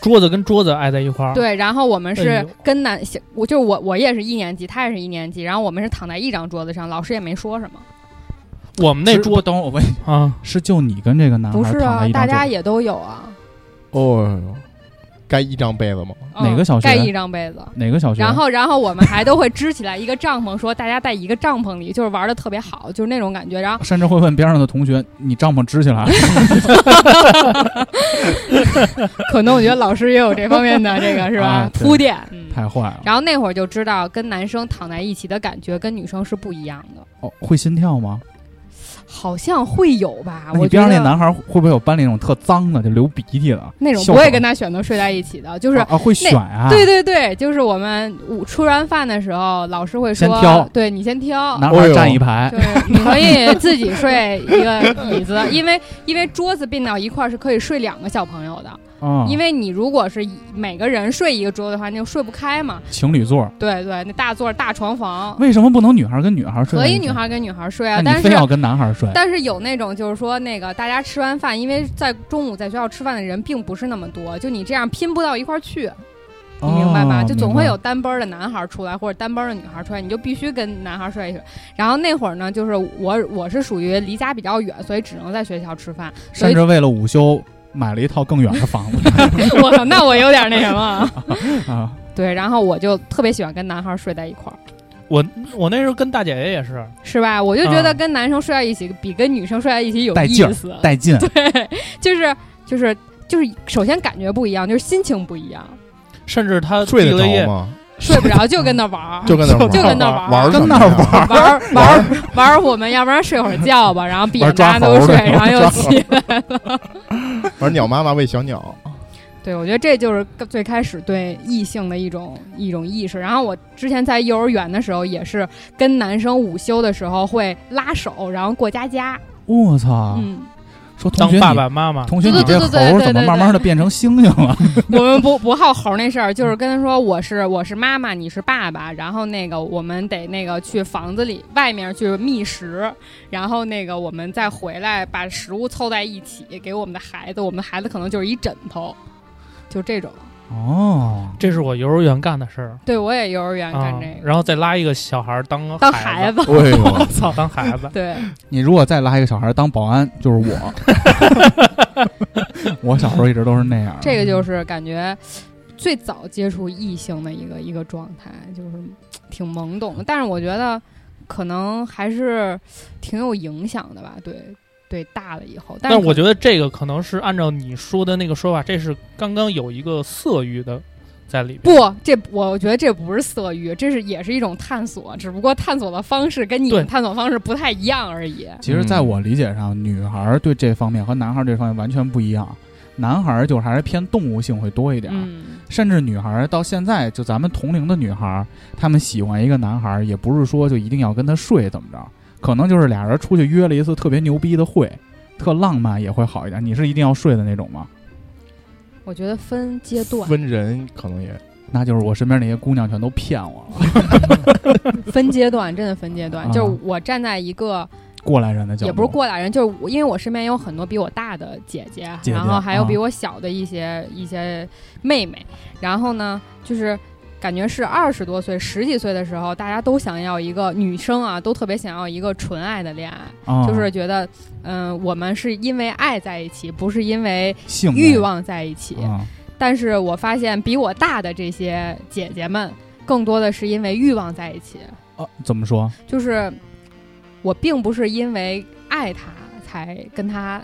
H: 桌子跟桌子挨在一块儿，，
G: 对，然后我们
H: 哎
G: 是
H: 呦
G: 跟男，小我就是我我也是一年级，他也是一年级，然后我们是躺在一张桌子上，老师也没说什么。
H: 我们那
D: 是
H: 桌
D: 等会儿我问，
H: 啊，
D: 是就你跟这个男
G: 不
D: 孩
G: 是
D: 躺
G: 啊
D: 在，一
G: 大
D: 张
G: 家
D: 床？
G: 也都有啊。
F: 哦，该一张被子吗？
G: 嗯
D: 哪个小学
G: 盖一张被子？
D: 哪个小学？
G: 然后，然后我们还都会支起来一个帐篷，说大家在一个帐篷里，就是玩的特别好，就是那种感觉。然后
D: 甚至会问边上的同学：“你帐篷支起
G: [laughs]
D: 来了
G: 可能我觉得老师也有这方面的这个是吧、
D: 啊对
G: 铺垫。嗯
D: 太坏了。
G: 然后那会儿就知道跟男生躺在一起的感觉跟女生是不一样的，
D: 哦”会心跳吗？
G: 好像会有吧？
D: 那
G: 啊我
D: 你
G: 觉
D: 边
G: 得
D: 上那男孩会不会有班里那种特脏的，就流鼻涕的？
G: 那种
D: 校
G: 不会
D: 长
G: 跟他选择睡在一起的，就是、
D: 啊，啊会选啊？
G: 对对对，就是我们午吃完饭的时候，老师会说，
D: 先挑
G: 对你先挑，
D: 男
F: 哎
D: 孩
F: 呦
D: 站一排
G: 对，你可以自己睡一个椅
D: [laughs]
G: 子，因为因为桌子并到一块儿是可以睡两个小朋友的，
D: 啊，
G: 哦因为你如果是每个人睡一个桌子的话，那就睡不开嘛。
D: 情侣座。
G: 对对，那大座大床房，
D: 为什么不能女孩跟女孩睡在
G: 可
D: 一起？
G: 以女孩跟女孩睡啊
D: 那，
G: 但
D: 你
G: 是
D: 非要跟男孩睡？
G: 但是有那种就是说那个大家吃完饭，因为在中午在学校吃饭的人并不是那么多，就你这样拼不到一块儿去，你明白吗？
D: 哦
G: 就总会有
D: 明
G: 单班儿的男孩儿出来或者单班儿的女孩儿出来，你就必须跟男孩儿睡一睡。然后那会儿呢，就是我我是属于离家比较远，所以只能在学校吃饭。
D: 白，
G: 所
D: 甚
G: 以
D: 至为了午休买了一套更远的
G: [laughs]
D: 房
G: 嗯
D: 子
G: 我
D: [laughs]
G: 操，那我有点那什么啊。
D: 啊。
G: 对，然后我就特别喜欢跟男孩儿睡在一块儿，
H: 我我那时候跟大姐姐也是，
G: 是吧？我就觉得
H: 嗯
G: 跟男生睡在一起比跟女生睡在一起有
D: 啊带劲儿
G: 意思。
D: 带劲，
G: 对， [laughs] 就是就是就是，首先感觉不一样，就是心情不一样，
H: 甚至她
F: 睡
H: 毕
F: 得
H: 了
F: 着
H: 业，
F: 吗？
G: 睡不着就跟那玩儿，
F: 就跟那儿玩儿
G: 就跟那玩儿
F: 玩儿什
D: 跟
F: 么
D: 那
F: 呀
D: 儿玩儿，
G: 玩儿玩儿玩儿，我们要不然睡会儿觉吧，然后闭眼
F: 玩儿
G: 大
F: 抓
G: 家都
F: 猴
G: 睡，
F: 的
G: 然后又
F: 抓
G: 起来。
F: 玩鸟妈妈喂小鸟。
G: 对，我觉得这就是最开始对异性的一种一种意识。然后我之前在幼儿园的时候，也是跟男生午休的时候会拉手，然后过家家。
D: 我
F: 啊
D: 操！
G: 嗯，
D: 说同
H: 当
D: 学
H: 爸
D: 你
H: 爸妈妈，
D: 同学你
G: 对
D: 这猴
G: 对对对对
D: 儿
G: 对
D: 怎么
G: 对
D: 慢慢的变成猩猩了？
G: 我们不不好猴那事儿，就是跟他说我是我是妈妈，你是爸爸，然后那个我们得那个去房子里外面去觅食，然后那个我们再回来把食物凑在一起给我们的孩子，我们的孩子可能就是一枕头，就这种。
D: 哦，
H: 这是我幼儿园干的事儿。
G: 对我也幼儿园干
H: 啊
G: 这个，
H: 然后再拉一个小孩儿当
G: 当
H: 孩
G: 孩
H: 子，
G: 子，，
F: 哎呦，
H: 操， [laughs] 当孩子
G: 对，
D: 你如果再拉一个小孩当保安，就是我。 [laughs] 我小时候一直都是那样的。
G: 这个就是感觉最早接触异性的一个一个状态，就是挺懵懂的，但是我觉得可能还是挺有影响的吧，对对，大了以后，
H: 但
G: 但是
H: 是我
G: 得
H: 觉得这个可能是按照你说的那个说法，这是刚刚有一个色欲的在里边。
G: 不，这我觉得这不是色欲，这是也是一种探索，只不过探索的方式跟你
H: 对
G: 们探索方式不太一样而已。
D: 其实，在我理解上，女孩儿对这方面和男孩儿这方面完全不一样。男孩儿就是还是偏动物性会多一点儿，
G: 嗯，
D: 甚至女孩儿到现在，就咱们同龄的女孩儿，她们喜欢一个男孩儿，也不是说就一定要跟他睡怎么着，可能就是俩人出去约了一次特别牛逼的会，特浪漫也会好一点。你是一定要睡的那种吗？
G: 我觉得分阶段，
F: 分人可能也
D: 那就是我身边那些姑娘全都骗我了，
G: 分阶段，真的分阶段。
D: 啊
G: 就是我站在一个
D: 过来人的角度，
G: 也不是过来人，就是我，因为我身边有很多比我大的姐姐，
D: 姐姐
G: 然后还有
D: 啊
G: 比我小的一些、一些妹妹。然后呢，就是感觉是二十多岁、十几岁的时候，大家都想要一个女生啊，都特别想要一个纯爱的恋爱，
D: 啊，
G: 就是觉得，嗯、我们是因为爱在一起，不是因为
D: 性
G: 欲望在一起。
D: 啊，
G: 但是我发现比我大的这些姐姐们，更多的是因为欲望在一起。
D: 啊怎么说？
G: 就是我并不是因为爱他才跟他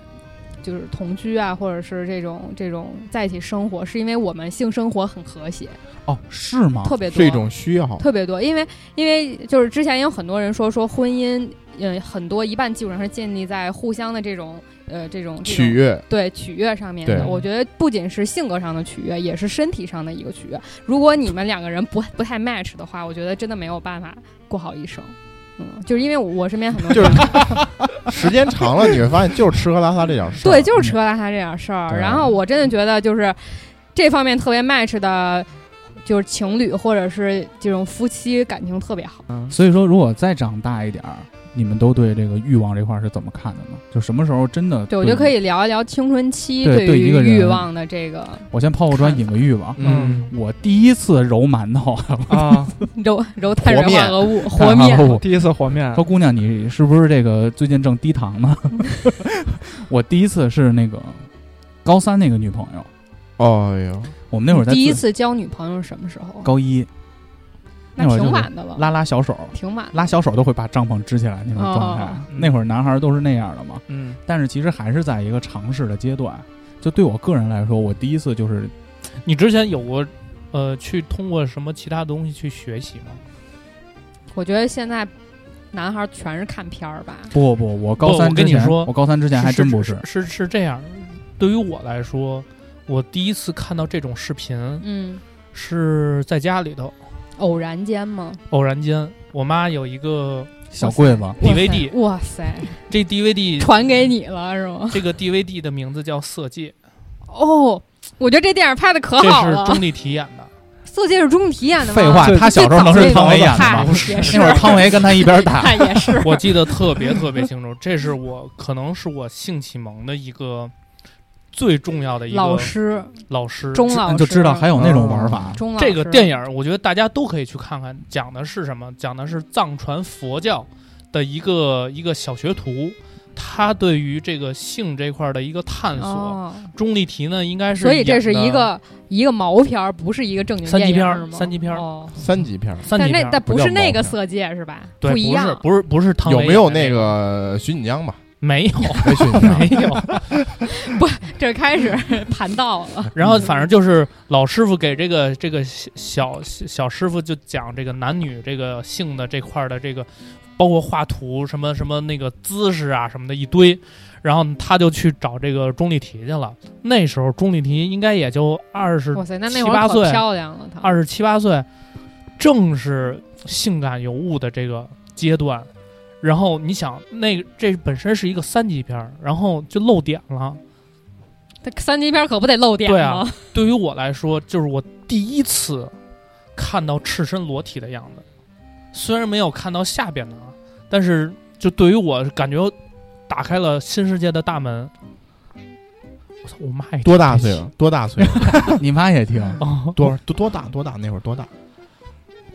G: 就是同居啊，或者是这种这种在一起生活，是因为我们性生活很和谐，
D: 哦，是吗？
G: 特别多，
F: 是一种需要。
G: 特别多。因为因为就是之前有很多人说说婚姻，呃，很多一半基本上是建立在互相的这种呃这种这种
F: 取悦，
G: 对取悦上面的，
F: 对
G: 我觉得不仅是性格上的取悦，也是身体上的一个取悦。如果你们两个人不不太 match 的话，我觉得真的没有办法过好一生。嗯，就是因为我我身边很多
F: 就
G: 人
F: 是时间长了，你会发现就是吃喝拉撒这点事儿。
G: 对，
D: 嗯
G: 就是扯拉他这点事儿。
D: 啊
F: 对
G: 然后我真的觉得就是这方面特别 match 的，就是情侣或者是这种夫妻感情特别好。
E: 啊
H: 嗯
D: 所以说，如果再长大一点儿，你们都对这个欲望这块儿是怎么看的呢？就什么时候真的？
G: 对，我觉得可。以聊一聊青春期
D: 嗯对对
G: 于
D: 一个人
G: 欲望的这个
D: 我先抛个砖引个欲望。
E: 嗯
D: 我第一次揉馒头，
E: 啊，
G: 柔柔碳
F: 和
G: 水
F: 面
G: 化合
D: [laughs] 啊
G: 物 [laughs] 和面。
H: 啊
E: 第一次和面
D: 说姑娘，你是不是这个最近正低糖
G: [laughs]
D: 呢？我第一次是那个高三那个女朋友，
F: 哎呦，
D: 我们那会儿在
G: 第一
D: 自
G: 次交女朋友是什么时候？
D: 高一，
G: 那
D: 那会儿
G: 挺
D: 就是
G: 晚的了，
D: 拉拉小手，
G: 挺晚的。
D: 拉小手都会把帐篷支起来那种状态。
G: 哦哦哦
E: 嗯
D: 那会儿男孩儿都是那样的嘛，
E: 嗯
D: 但是其实还是在一个尝试的阶段。就对我个人来说，我第一次就是
H: 你之前有过呃去通过什么其他东西去学习吗？
G: 我觉得现在男孩儿全是看片儿吧，
D: 不不不，我高三
H: 我
D: 之
H: 跟你
D: 前，
H: 说
D: 我高三之前还真不是
H: 是是是是这样。对于我来说，我第
E: [laughs]
H: 一次看到这种视频
G: 嗯，
H: 是在家里头，
G: 偶然间吗
H: 偶然间，我妈有一个
D: 小柜子，
H: DVD
G: 哇塞，
H: 这 DVD
G: [laughs] 传给你了是吗？
H: 这个 DVD 的名字叫《色
G: [laughs]
H: 戒
G: 哦，我觉得这电影拍的可》，
H: 这
G: 好
H: 是
G: 了，
H: 钟丽缇演的，
G: 色戒是钟体演的吗？
D: 废话，
E: 最
D: 他小时候能是汤唯演的吗
G: 嗨？也
D: 那
G: 是啊
D: 会儿 [laughs] 汤唯跟他一边
G: [laughs]
D: 大，
G: 看也
D: [laughs]
G: 是，
H: 我记得特别特别清楚。这是我可能是我性启蒙的一个最重要的一个
G: 老师
H: 老师
G: 钟老师
D: 就知道还有那
H: 嗯
D: 种玩法。 [laughs]
G: 钟老师
H: 这个电影儿，我觉得大家都可以去看看，讲的是什么？讲的是藏传佛教的一个一个小学徒，他对于这个性这块儿的一个探索。
G: 哦，
H: 钟丽缇呢，应该是
G: 所以这
H: 演
G: 是
H: 的
G: 一个一个毛片儿，不是一个正经
H: 三级
G: 电影
H: 片儿
G: 是吗
H: 三级片儿
G: 哦，
F: 三级片儿
H: 三级
G: 但
H: 片
G: 那
H: 儿，
G: 但不是那
F: 不叫毛片
G: 个
F: 儿
G: 色戒是吧？
H: 对，
G: 一样，
H: 不是不是不是汤唯
F: 有没有
H: 演的
F: 那
H: 那？
F: 个徐锦江吧？
H: 没
G: [laughs]
H: 有
F: 没徐锦江，
H: 没有。
G: 这开始 [laughs] 盘道了，
H: 然后反正就是老师傅给这个这个小小小师傅就讲这个男女这个性的这块儿的这个，包括画图什么什么那个姿势啊什么的一堆，然后他就去找这个钟丽缇去了。那时候钟丽缇应该也就二十
G: 哇塞，那那
H: 七
G: 会
H: 八
G: 儿可
H: 岁
G: 漂亮了，她
H: 二十七八岁，正是性感尤物的这个阶段。然后你想，那个这本身是一个三级片儿，然后就露点了。
G: 这三级片儿可不得露点
H: 对
G: 吗
H: 啊？对于我来说，就是我第一次看到赤身裸体的样子。虽然没有看到下边的啊，但是就对于我感觉打开了新世界的大门。我操，我妈也
F: 多啊大岁数？多大岁数？
D: 你妈也听，
H: 啊！ [laughs]
F: 多多多大？多大？那会儿多大？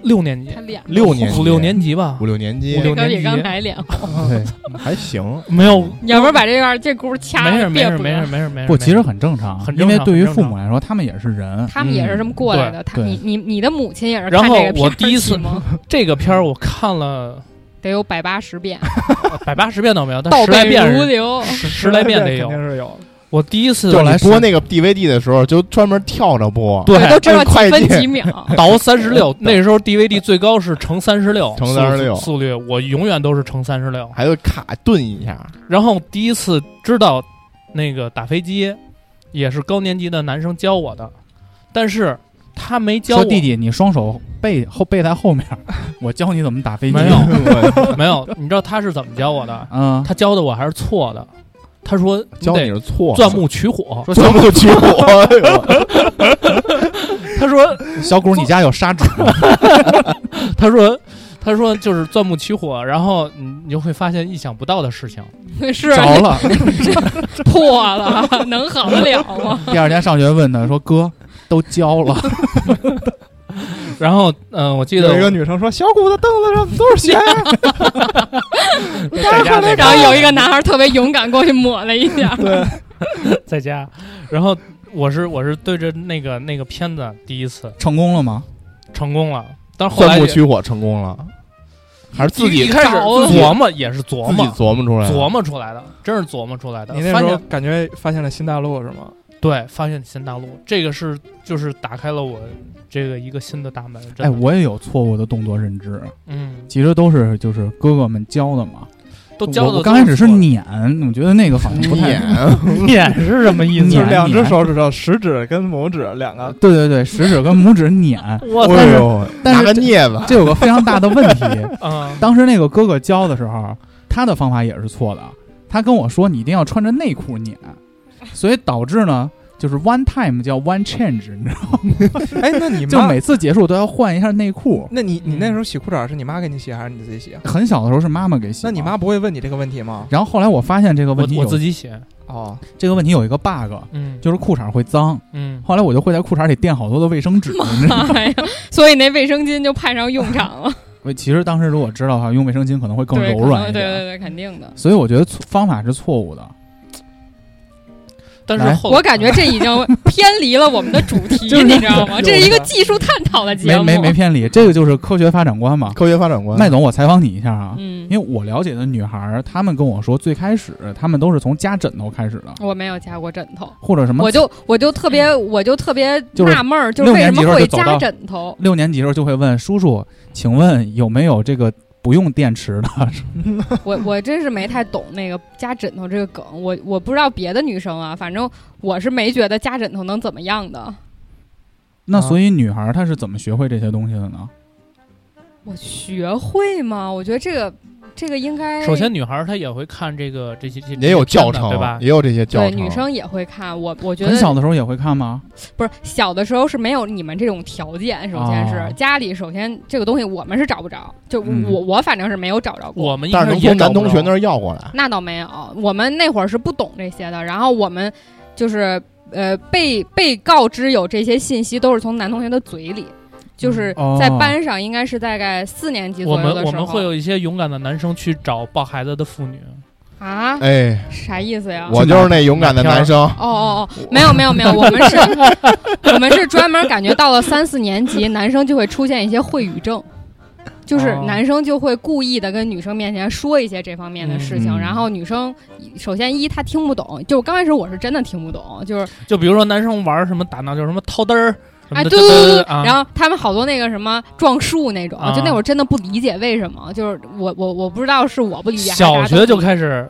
H: 六年级
G: 他，脸
F: 六年级
H: 五六年级吧
F: 五，六年级，
H: 五六
G: 哥
H: 年
G: 也
H: 级
G: 刚才脸红，
F: 对，还行。
H: 没有，
G: 要不然把这段这轱辘掐
H: 没事
G: 了，
H: 没
G: 别
H: 事
G: 播
H: 没事没事没事，
D: 不，其实很正常，
H: 很正
D: 因
H: 常
D: 为对于
H: 很正
D: 父
H: 常
D: 母来说，他们也是人，
G: 他们也是这么过来的。他
D: 对
G: 你你你的母亲也是
H: 嗯然
G: 看
H: 后
G: 这个片
H: 我
G: 儿
H: 第一次
G: 启蒙
H: 这个片儿我看了
G: 得有百八
H: [laughs]
G: 十遍，
H: 百八十遍倒没有，但
G: 倒
H: 十来
G: 背
H: 遍
G: 如
H: 是 [laughs]
G: 流。
H: 十十来遍得
E: 肯 [laughs]
H: 有。
E: 定是有。
H: 我第一次
F: 就是
H: 来
F: 你播那个 DVD 的时候，就专门跳着播，
H: 对
G: 我都知道
F: 按快
G: 几分
F: 进
H: [laughs]
G: 几秒。
H: 倒三十六， [laughs] 那时候 DVD 最高是乘三十六，
F: 乘36
H: 速率，我永远都是乘三十六。
F: 还有卡顿
H: [laughs]
F: 一下，
H: 然后第一次知道那个打飞机，也是高年级的男生教我的，但是他没教
D: 说
H: 我
D: 弟弟，你双手背后背在后面
H: [laughs]
D: 儿，我教你怎么打飞机。
H: 没有没有， [laughs] 你知道他是怎么教我的？
D: 嗯，
H: 他教的我还是错的。他说
F: 教你
H: 得
F: 是错，
H: 钻木取火，
F: 说钻木取火，哎呦
H: 他说
D: 小谷，你家有砂
H: [laughs]
D: 纸吗？
H: 他说他说就是钻木取火，然后你你就会发现意想不到的事情。
G: 是啊
D: 着了。
G: 破了，能好得了
H: [laughs]
G: 吗？
D: 第二天上学问他说：“哥，都教了，
H: 然后嗯、呃我记得
E: 有一个女生说：“小谷的凳子上都
H: [laughs]
E: 是血。，
H: 在家那
G: 然后有一个男孩特别勇敢过去抹了一下
E: 对，
H: [laughs] 在家，然后我是我是对着那个那个片子第一次
D: 成功了吗
H: 成功了，但是后
F: 钻
H: 来
F: 木
H: 也
F: 取火成功了，还是自
H: 一
F: 己
H: 开始
F: 自己
H: 琢磨也是琢
F: 自己
H: 磨
F: 琢磨出来的，
H: 琢磨出来的，真是琢磨出来的。
E: 你那
H: 发
E: 时候
H: 现
E: 感觉发现了新大陆是
G: [laughs]
E: 吗？
H: 对，发现新大陆，这个是就是打开了我这个一个新的大门。？” [laughs] 真的
D: 哎，我也有错误的动作认知，
H: 嗯，
D: 其实都是就是哥哥们教的嘛。
H: 都教的
D: 我
H: 都
D: 我刚开始是
H: 错的
D: 撵，我觉得那个好像不太
F: 眼。
H: [laughs] 撵是什么意
E: 就是
D: 撵
E: 两只
D: 撵
E: 手指头，食指跟拇指两个。
D: 对对对，食指跟拇指撵。
H: 我
F: 哎
D: 但是
F: 呦，
D: 但
F: 拿
D: 是
F: 个镊子，
D: 这有个非常大的问题，
H: 嗯，
D: 当时那个哥哥教的时候，他的方法也是错的。他跟我说你一定要穿着内裤撵，所以导致呢，就是 one time 叫 one change，你知道吗？
E: 哎，那你
D: 就
E: 妈，
D: 每次结束都要换一下内裤。
E: 那你你那
G: 嗯
E: 时候洗裤衩是你妈给你洗还是你自己洗啊？
D: 很小的时候是妈妈给洗，
E: 那你妈。不会问你这个问题吗？
D: 然后后来我发现这个
H: 我
D: 问题
H: 我
D: 有
H: 自己写，
E: 哦，
D: 这个问题有一个 bug，
H: 嗯，
D: 就是裤衩会脏。
H: 嗯，
D: 后来我就会在裤衩里垫好多的卫生纸。你知道吗
G: 哎呀，所以那卫生巾就派上用场了。
D: 我其实当时如果知道的话，用卫生巾可能会更
G: 对，
D: 柔
G: 可
D: 软
G: 能
D: 一
G: 对对
D: 点。
G: 对，肯定的。
D: 所以我觉得错方法是错误的。
H: 但是
D: 来
H: 后
G: 我感觉这已经 [laughs] 偏离了我们的主题，
E: 就是
G: 你知道吗？
E: 有
G: 这是一个
E: 的
G: 技术探讨的节
D: 没
G: 目。
D: 没没偏离，这个就是科学发展观嘛。
F: 科学发展观。
D: 麦总，我采访你一下啊，
G: 嗯，
D: 因为我了解的女孩儿，她们跟我说，最开始她们都是从夹枕头开始的，
G: 我没有夹过枕头，
D: 或者什么嗯
G: 哦我就我就特别我就特别
D: 就是
G: 纳闷儿，就
D: 六
G: 为什
D: 年级
G: 么
D: 时候
G: 会
D: 就走
G: 夹
D: 到
G: 枕头？
D: 六年级时候就会问叔叔，请问有没有这个不用电池的？ [laughs]
G: 我我真是没太懂那个夹枕头这个梗，我我不知道别的女生啊，反正我是没觉得夹枕头能怎么样的。
D: 那所以女孩儿她是怎么学会这些东西的呢？
G: 我学会吗？我觉得这个这个应该
H: 首先女孩儿她也会看这个这些这些
F: 也有
H: 片
F: 教
H: 子
F: 程，
H: 对吧？
F: 也有这些教
G: 对
F: 程。
G: 女生也会看。我我觉得
D: 很小的时候也会看吗？
G: 不是小的时候是没有你们这种条件，首先是、
D: 哦
G: 家里首先这个东西我们是找不着，就我、
D: 嗯
G: 我反正是没有找着过。
H: 我们一
F: 但
H: 开
F: 是
H: 始
F: 能
H: 也
F: 从
H: 找
F: 男
H: 不着
F: 同学那儿要过来，
G: 那倒没有，我们那会儿是不懂这些的。然后我们就是呃被被告知有这些信息，都是从男同学的嘴里，就是
D: 嗯哦
G: 在班上应该是大概四年级
H: 我
G: 左
H: 们
G: 右的
H: 我
G: 时候
H: 们会有一些勇敢的男生去找抱孩子的妇女，
G: 啊，
F: 哎，
G: 啥意思呀？
F: 我就是那勇敢的男生，
G: 哦哦哦，没有没有没有，我们是，我们是专门感觉到了三四年级，男生就会出现一些秽语症，就是
E: 哦
G: 男生就会故意的跟女生面前说一些这方面的事情，
D: 嗯
G: 然后女生首先一她听不懂，就刚开始我是真的听不懂，就是
H: 就比如说男生玩什么打闹，就是什么掏嘚儿什么
G: 哎
H: 的，
G: 对
H: 嘚
G: 对
H: 嘚
G: 对对，
H: 嘚啊，
G: 然后他们好多那个什么撞树那种，
H: 啊
G: 就那会儿真的不理解为什么，就是我我我不知道是我不理解，
H: 小学就。开始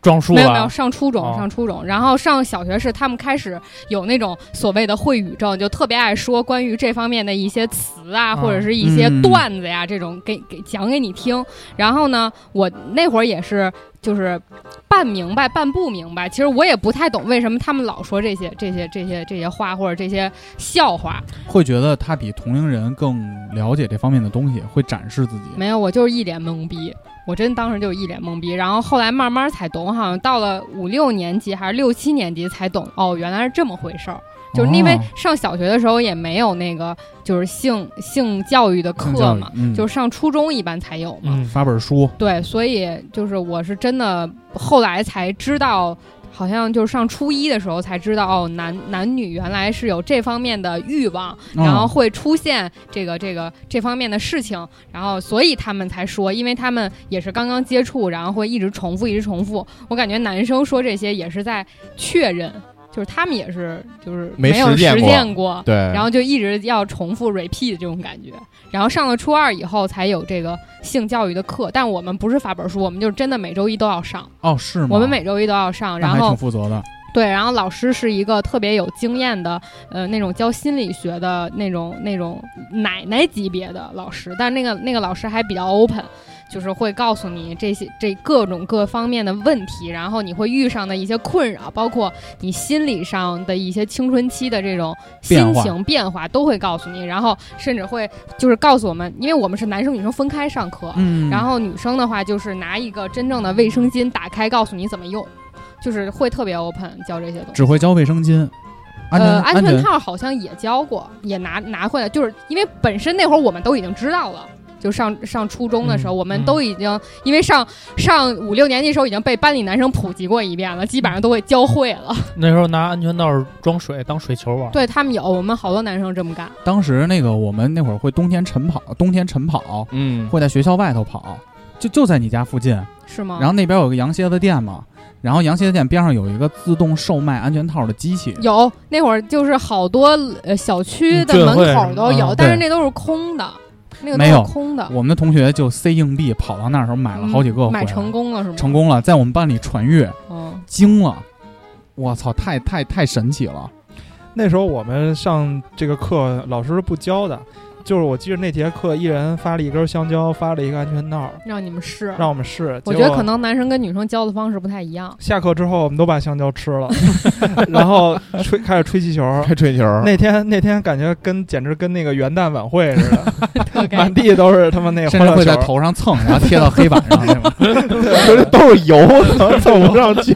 H: 装树
G: 没有没有，
H: 了，
G: 上初中、
H: 哦
G: 上初中，然后上小学是他们开始有那种所谓的会语症，就特别爱说关于这方面的一些词啊，
H: 啊
G: 或者是一些
D: 嗯
G: 段子呀、这种给给讲给你听。然后呢，我那会儿也是就是半明白半不明白，其实我也不太懂为什么他们老说这些这些这些这些话或者这些笑话。
D: 会觉得她比同龄人更了解这方面的东西，会展示自己。
G: 没有，我就是一脸懵逼，我真当时就是一脸懵逼。然后后来慢慢才懂，好像到了五六年级还是六七年级才懂，哦，原来是这么回事儿。就是因为
D: 哦
G: 上小学的时候也没有那个就是性性教育的
D: 性教
G: 课
D: 育
G: 嘛，
D: 嗯
G: 就是上初中一般才有嘛。
E: 嗯，
D: 发本书，
G: 对，所以就是我是真的后来才知道，好像就是上初一的时候才知道，哦，男男女原来是有这方面的欲望，然后
D: 嗯
G: 会出现这个这个这方面的事情，然后所以他们才说，因为他们也是刚刚接触，然后会一直重复，一直重复。我感觉男生说这些也是在确认，就是他们也是就是
F: 没
G: 没有
F: 实
G: 实
F: 践过
G: 过
F: 对，
G: 然后就一直要重复 repeat 这种感觉。然后上了初二以后才有这个性教育的课，但我们不是法本书，我们就是真的每周一都要上，
D: 哦是吗？
G: 我们每周一都要上。
D: 那
G: 然
D: 还挺
G: 后
D: 负责的，
G: 对，然后老师是一个特别有经验的，呃，那种教心理学的那种那种奶奶级别的老师，但那个那个老师还比较 open。就是会告诉你这些这各种各方面的问题，然后你会遇上的一些困扰，包括你心理上的一些青春期的这种心
D: 变化
G: 情变化都会告诉你，然后甚至会就是告诉我们，因为我们是男生女生分开上课，
D: 嗯
G: 然后女生的话就是拿一个真正的卫生巾打开，告诉你怎么用，就是会特别 open 教这些东西。
D: 只会交卫生巾，安全
G: 呃，安全
D: 全
G: 套好像也教过，也拿拿回来，就是因为本身那会儿我们都已经知道了。就上上初中的时候，
E: 嗯
G: 我们都已经因为上上五六年级的时候已经被班里男生普及过一遍了，基本上都会教会了。 [laughs]
H: 那时候拿安全套装水当水球玩，
G: 对他们有，我们好多男生这么干。
D: 当时那个我们那会儿会冬天晨跑，冬天晨跑
F: 嗯，
D: 会在学校外头跑，就就在你家附近，
G: 是吗？
D: 然后那边有个羊蝎子店嘛，然后羊蝎子店边上有一个自动售卖安全套的机器，
G: 有那会儿就是好多呃小区
D: 嗯
H: 居委
G: 的门
H: 会什
G: 口
H: 么
G: 都
H: 的
G: 有，
D: 啊
G: 但是
D: 对
G: 那都是空的，那个都
D: 没有
G: 是空的。
D: 我们的同学就塞硬币跑到那儿的时候买了好几个
G: 嗯
D: 回来，
G: 买成功了是吗？
D: 成功了，在我们班里传阅，
G: 嗯，
D: 惊了，我操，太太太神奇了，
E: 那时候我们上这个课，老师是不教的，就是我记得那节课，一人发了一根香蕉，发了一个安全套，
G: 让你们试。
E: 让我们试。
G: 我
E: 结
G: 觉得
E: 果
G: 可能男生跟女生教的方式不太一样。
E: 下课之后，我们都把香蕉
G: [laughs]
E: 吃了，然后吹开始吹气球。
F: 开吹球，
E: 那天那天感觉跟简直跟那个元旦晚会似的，
G: [laughs] 特尴
E: 满地都是他妈那个
D: 甚
E: 欢
D: 至
E: 乐
D: 会在
E: [laughs] 球。
D: 头上蹭，然后贴到黑板
E: [laughs]
D: 上，那种
F: 可是 [laughs] 都是油，蹭不上去。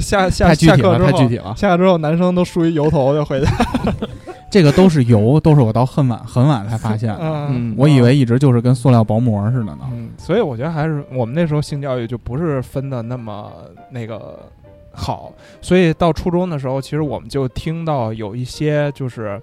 E: 下下
D: 太具
E: 下
D: 体
E: 课
D: 了，
E: 之
D: 太具
E: 后，
D: 体了。
E: 下课之后男生都梳一油头就回家。
D: 这个都是油，都是我到很晚很晚才发现的。
E: 嗯，
D: 我以为一直就是跟塑料薄膜似的呢。
E: 嗯，所以我觉得还是我们那时候性教育就不是分的那么那个好，所以到初中的时候，其实我们就听到有一些就是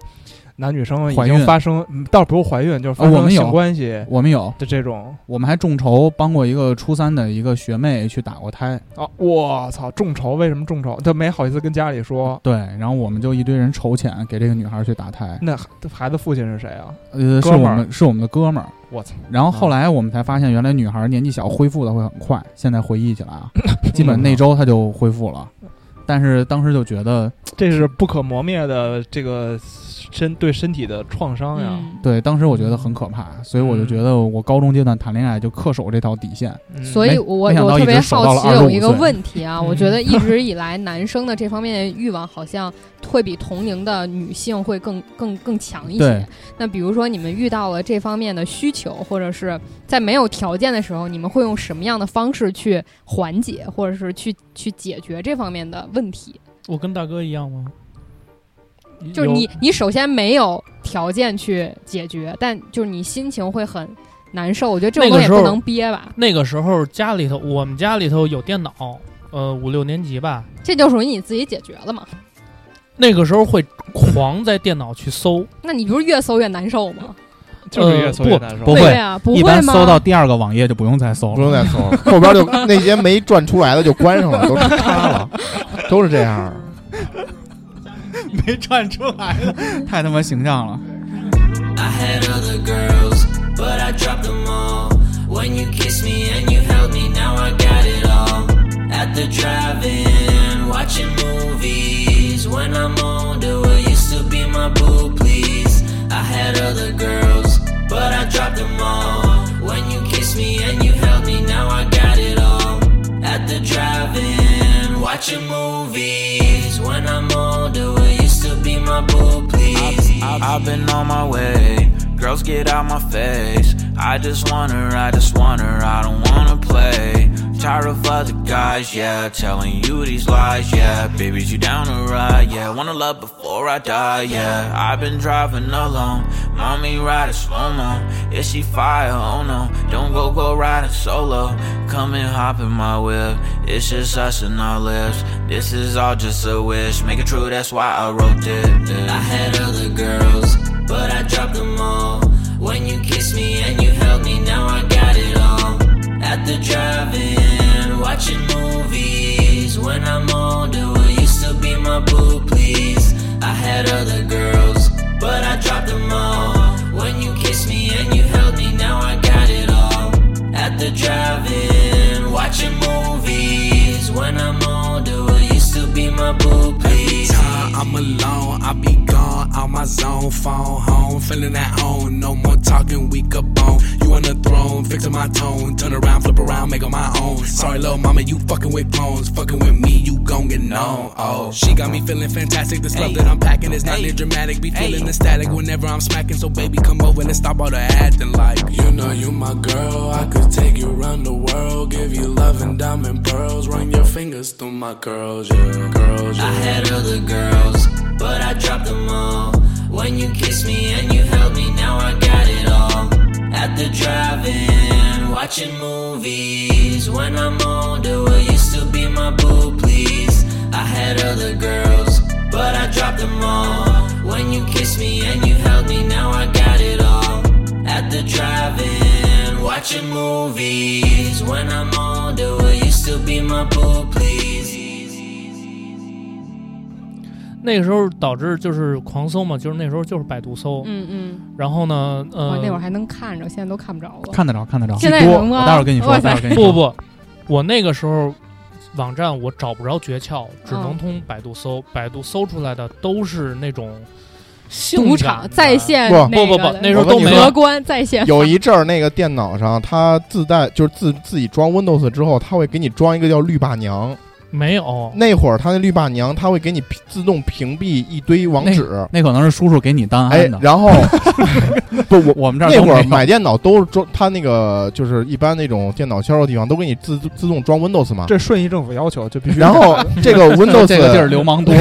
E: 男女生已
D: 怀
E: 经
D: 孕
E: 发生，嗯倒不是怀孕，就是发
D: 啊我
E: 生
D: 们有
E: 性关系
D: 我们有，
E: 的这种。
D: 我们还众筹帮过一个初三的一个学妹去打过胎，
E: 啊，我操，众筹为什么众筹？他没好意思跟家里说。
D: 对，然后我们就一堆人筹钱给这个女孩去打胎，
E: 那孩孩子父亲是谁啊？
D: 呃，是
E: 哥们儿
D: 我们是我们的哥们儿。
E: 我操！
D: 然后后来我们才发现，原来女孩年纪小恢复的会很快。现在回忆起来
E: [laughs]
D: 啊，基本那周她就恢复了，但是当时就觉得，
E: 嗯这是不可磨灭的这个身对身体的创伤呀。
G: 嗯
D: 对，当时我觉得很可怕，所以我就觉得我高中阶段谈恋爱就恪守这条底线。
E: 嗯
G: 所以
D: 没
G: 我，我
D: 没想到
G: 特
D: 一
G: 别
D: 直守到
G: 好
D: 了
G: 奇有
D: 25
G: 一个
D: 岁
G: 问题啊，我
E: 嗯
G: 觉得一直以来男生的这方面的欲望好像会比同龄的女性会更更更强一
D: 对
G: 些。那比如说，你们遇到了这方面的需求，或者是在没有条件的时候，你们会用什么样的方式去缓解，或者是去去解决这方面的问题？
H: 我跟大哥一样吗？
G: 就是
H: 有
G: 你，你首先没有条件去解决，但就是你心情会很难受。我觉得这
H: 那
G: 种东
H: 个
G: 西也
H: 时
G: 不
H: 候
G: 能憋吧，
H: 那个时候家里头，我们家里头有电脑，呃，五六年级吧，
G: 这就属于你自己解决了嘛。
H: 那个时候会狂在电脑去搜，
G: 那你不是越搜越难受吗？
E: 就是越搜越难受。
D: 呃不
G: 对
D: 会
G: 啊，不
D: 一般
G: 会吗？
D: 搜到第二个网页就不用再搜
F: 不
D: 了。
F: 用再搜了，后边就那些没转出来的就关上了，都塌了，都是这样。
D: 没转出来了， [laughs] 太他妈形象了。
B: I had other girls, but I dropped them all. When you kissed me and you held me, now I got it all. At the drive-in, watching movies. When I'm older, will you still be my boo, please? I had other girls, but I dropped them all. When you kissed me and you held me, now I got it all. At the drive-in, watching movies. When I'm older, will you still be my boo, please?
I: I've been on my way. Girls, get out my face. I just want her, I just want her, I don't wanna play. tired of other guys, yeah. Telling you these lies, yeah. Baby, you down to ride, yeah. Wanna love before I die, yeah. I've been driving alone. Mommy ride a slow mo. Is she fire? Oh no. Don't go, go riding solo. Come and hop in my whip. It's just us and our lips. This is all just a wish. Make it true, that's why I wrote it. I had other girls, but I dropped them all. When you kissed me and you held me, now I got it all. At the drive-in, watching movies. When I'm older, will you still be my boo, please? I had other girls, but I dropped them all. When you kissed me and you held me, now I got it all. At the drive-in, watching movies. When I'm older, will you still be my boo, please?
J: time I'm alone, I be gone, out my zone, phone home, feeling at home, no more talking, we could bone. You on the throne, fixing my tone, turn around, flip around, make 'em my own. Sorry, little mama, you fucking with clones, fucking with me, you gon' get known. Oh, she got me feeling fantastic. This love that I'm packing is not near dramatic, be feeling ecstatic whenever I'm smacking. So baby, come over and stop all the acting like you know you my girl. I could take you around the world, give you love and diamond pearls, run your fingers through my curls, yeah, girls, yeah.
I: I had other girls, but I dropped them all. When you kissed me and you held me, now I got it all. At the drive-in, watching movies. When I'm older, will you still be my boo, please? I had other girls, but I dropped them all. When you kissed me and you held me, now I got it all. At the drive-in, watching movies. When I'm older, will you still be my boo, please?
H: 那个时候导致就是狂搜嘛，就是那时候就是百度搜，
G: 嗯嗯，
H: 然后呢，
G: 我
H: 呃，
G: 那会儿还能看着，现在都看不着了。
D: 看得着，看得着。
G: 现在
D: 多，
G: 能吗
D: 我待会儿跟你说，
G: 哇塞
D: 待会儿跟你
H: 不
D: 说。
H: 不不，我那个时候网站我找不着诀窍，只能
G: 嗯
H: 通百度搜，百度搜出来的都是那种性
G: 赌
H: 感
G: 场
H: 的
G: 在线
F: 不
G: 那
H: 不
G: 个
H: 不不
G: 的
H: 那时候
F: 我跟
H: 都
F: 你
H: 没
F: 说
G: 荷
H: 有。
G: 官在线
F: 有一阵儿那个电脑上，它自带就是自自己装 Windows 之后，它会给你装一个叫绿霸娘。
H: 没有，
F: 那会儿它那绿霸娘，它会给你屏自动屏蔽一堆网址。
D: 那可能是叔叔给你档
F: 哎
D: 案的，。
F: 然后不我。
D: 我们 [laughs] 这儿
F: 那
D: 都
F: 会
D: 没
F: 儿
D: 有
F: 买电脑都是装，它那个就是一般那种电脑销售地方都给你自自动装 Windows 嘛。
E: 这顺义政府要求就必须。
D: [laughs]
F: 然后这个 Windows
D: 这个地儿流氓多，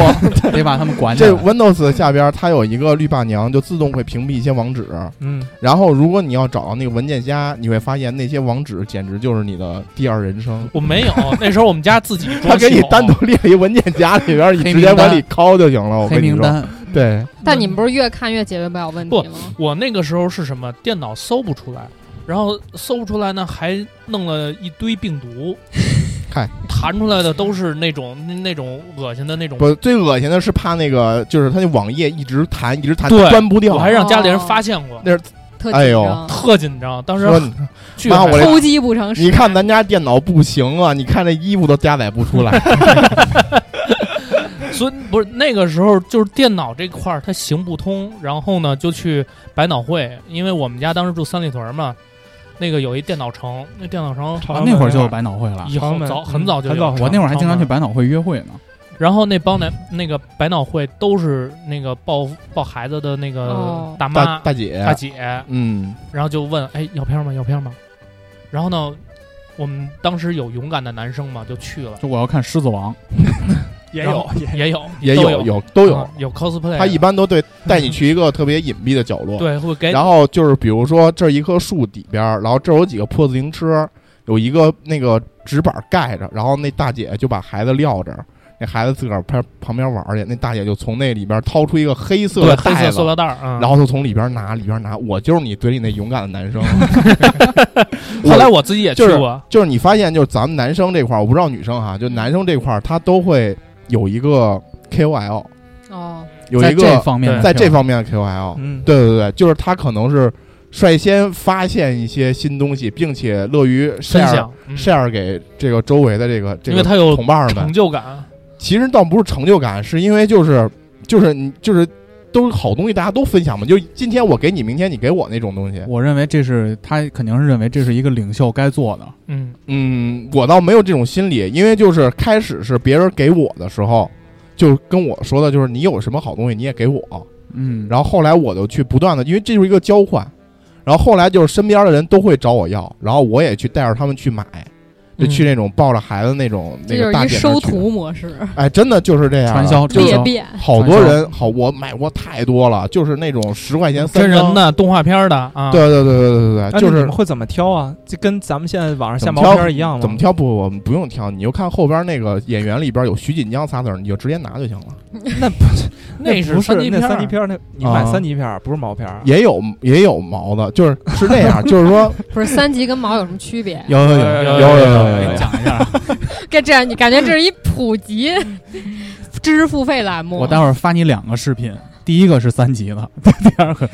D: 得把他们管起
F: 这
D: 来。
F: Windows 下边它有一个绿霸娘，就自动会屏蔽一些网址。
E: 嗯，
F: 然后如果你要找到那个文件夹，你会发现那些网址简直就是你的第二人生。
H: 我没有，那时候我们家自己装
F: 他给
H: 系
F: 你
H: 统
F: 单独列一文件夹里边，你
D: 黑
F: 直接
D: 名单
F: 往里拷就行了。我
D: 黑
F: 跟你
D: 名
F: 说，
D: 单，
F: 对，，
G: 但你们不是越看越解决不了问题吗？
H: 我那个时候是什么？电脑搜不出来，然后搜不出来呢，还弄了一堆病毒
F: [laughs] 嗨，
H: 弹出来的都是那种那那种恶心的那种。
F: 不，最恶心的是怕那个，就是他那网页一直弹，一直弹，
H: 对
F: 关不
H: 我
F: 掉。
H: 还让家里人
G: 哦
H: 发现过，
G: 特
F: 哎
G: 紧
F: 呦
G: 张，
H: 特紧张。当时 [laughs]
F: 说你
H: 巨
F: 妈
H: 害
F: 我
H: 怕
F: 这
G: 偷鸡不成蚀
F: 你看咱家电脑不行啊，你看这衣服都加载不出来。
H: 所以不是那个时候，就是电脑这块儿它行不通，然后呢就去百脑汇，因为我们家当时住三里屯嘛，那那个有一电脑城，那电脑城
E: 朝
D: 啊
E: 阳
D: 那会儿
E: 门
D: 就有
E: 儿
D: 百脑汇了。
H: 以后
E: 门
H: 早
E: 嗯
H: 很早就
E: 很
H: 有
E: 早
H: 了，
D: 我那会儿还经常去
H: 朝阳门
D: 百脑汇约会呢。
H: 然后那帮男那个百脑汇都是那个抱抱孩子的那个
G: 哦
H: 大 [laughs] 妈、
F: 大大姐，
H: 大姐，
F: 嗯，
H: 然后就问：“哎，要片儿吗？要片儿吗？”然后呢，我们当时有勇敢的男生嘛，就去了，
D: 就我要看《狮子王》，
E: 也
H: 然
E: 有
H: 后
E: 也有
H: 也有
F: 也
H: 都
F: 有
H: 有
F: 有都有
H: 啊。有 cosplay，
F: 他一般都对带你去一个特别隐蔽的角落，
H: 对哎会给
F: 然后就是比如说这儿一棵树底边儿，然后这儿有几个破自行车，有一个那个纸板盖着，然后那大姐就把孩子撂这儿，那孩子自个儿旁旁边玩儿去，那大姐就从那里边掏出一个黑色
H: 对
F: 的
H: 黑
F: 袋
H: 色
F: 子
H: 塑，料袋儿啊。
F: 然后就从里边拿，里边拿，我就是你嘴里那勇敢的
H: [laughs]
F: 男生。
H: 后来我自己也去
F: 就是
H: 过，
F: 就是你发现，就是咱们男生这块儿，我不知道女生哈，就男生这块儿，他都会有一个 KOL，
G: 哦，
F: 有
D: 在
F: 一
D: 这
F: 个
D: 方面，
F: 在这方面的 KOL，
E: 嗯，
F: 对对对，就是他可能是率先发现一些新东西，并且乐于
H: 分
F: share
H: 享，嗯
F: share 给这个周围的这个这
H: 因为
F: 个
H: 他有
F: 同伴儿
H: 成
F: 们。
H: 就感。
F: 其实倒不是成就感，是因为就是就是你就是都是好东西，大家都分享嘛。就今天我给你，明天你给我那种东西。
D: 我认为这是他肯定是认为这是一个领袖该做的。
H: 嗯，
F: 嗯，我倒没有这种心理，因为就是开始是别人给我的时候，就跟我说的就是你有什么好东西你也给我，
D: 嗯，
F: 然后后来我就去不断的，因为这就是一个交换，然后后来就是身边的人都会找我要，然后我也去带着他们去买，就去那种抱着孩子那种那
G: 这
F: 个
G: 就是
F: 大
G: 一
F: 姐那儿
G: 收
F: 去
G: 徒模式，
F: 哎，真的就是这样啊
D: 传销
F: 就是
G: 裂
D: 说
G: 变。 [laughs]
F: 好多人好，我买过太多了，就是那种十块钱三
H: 真人
F: 张，
H: 的动画片儿的啊，
F: 对对对对对对
E: 哎
F: 对，就
E: 那你
F: 是
E: 们会怎么挑啊？就跟咱们现在网上下
F: 怎么
E: 毛
F: 挑
E: 片儿一样吗？
F: 怎么挑不，我们不用挑，你就看后边那个演员里边有徐锦江仨字儿，你就直接拿就行了。
E: 那
H: 是
E: 不
H: 三级
E: 那
H: 片儿
E: 三级片儿，那你
F: 啊
E: 买三级片儿不是毛片儿？啊
F: 也有也有毛的，就是是那样，就是说
G: 不是三级跟毛有什么区别？
F: 有有有有有有有
H: 给你讲一下啊，
G: 跟这样你感觉这是一普及知识付费栏目。
D: 我待会儿发你两个视频，第一个是三级的， [laughs] 第二个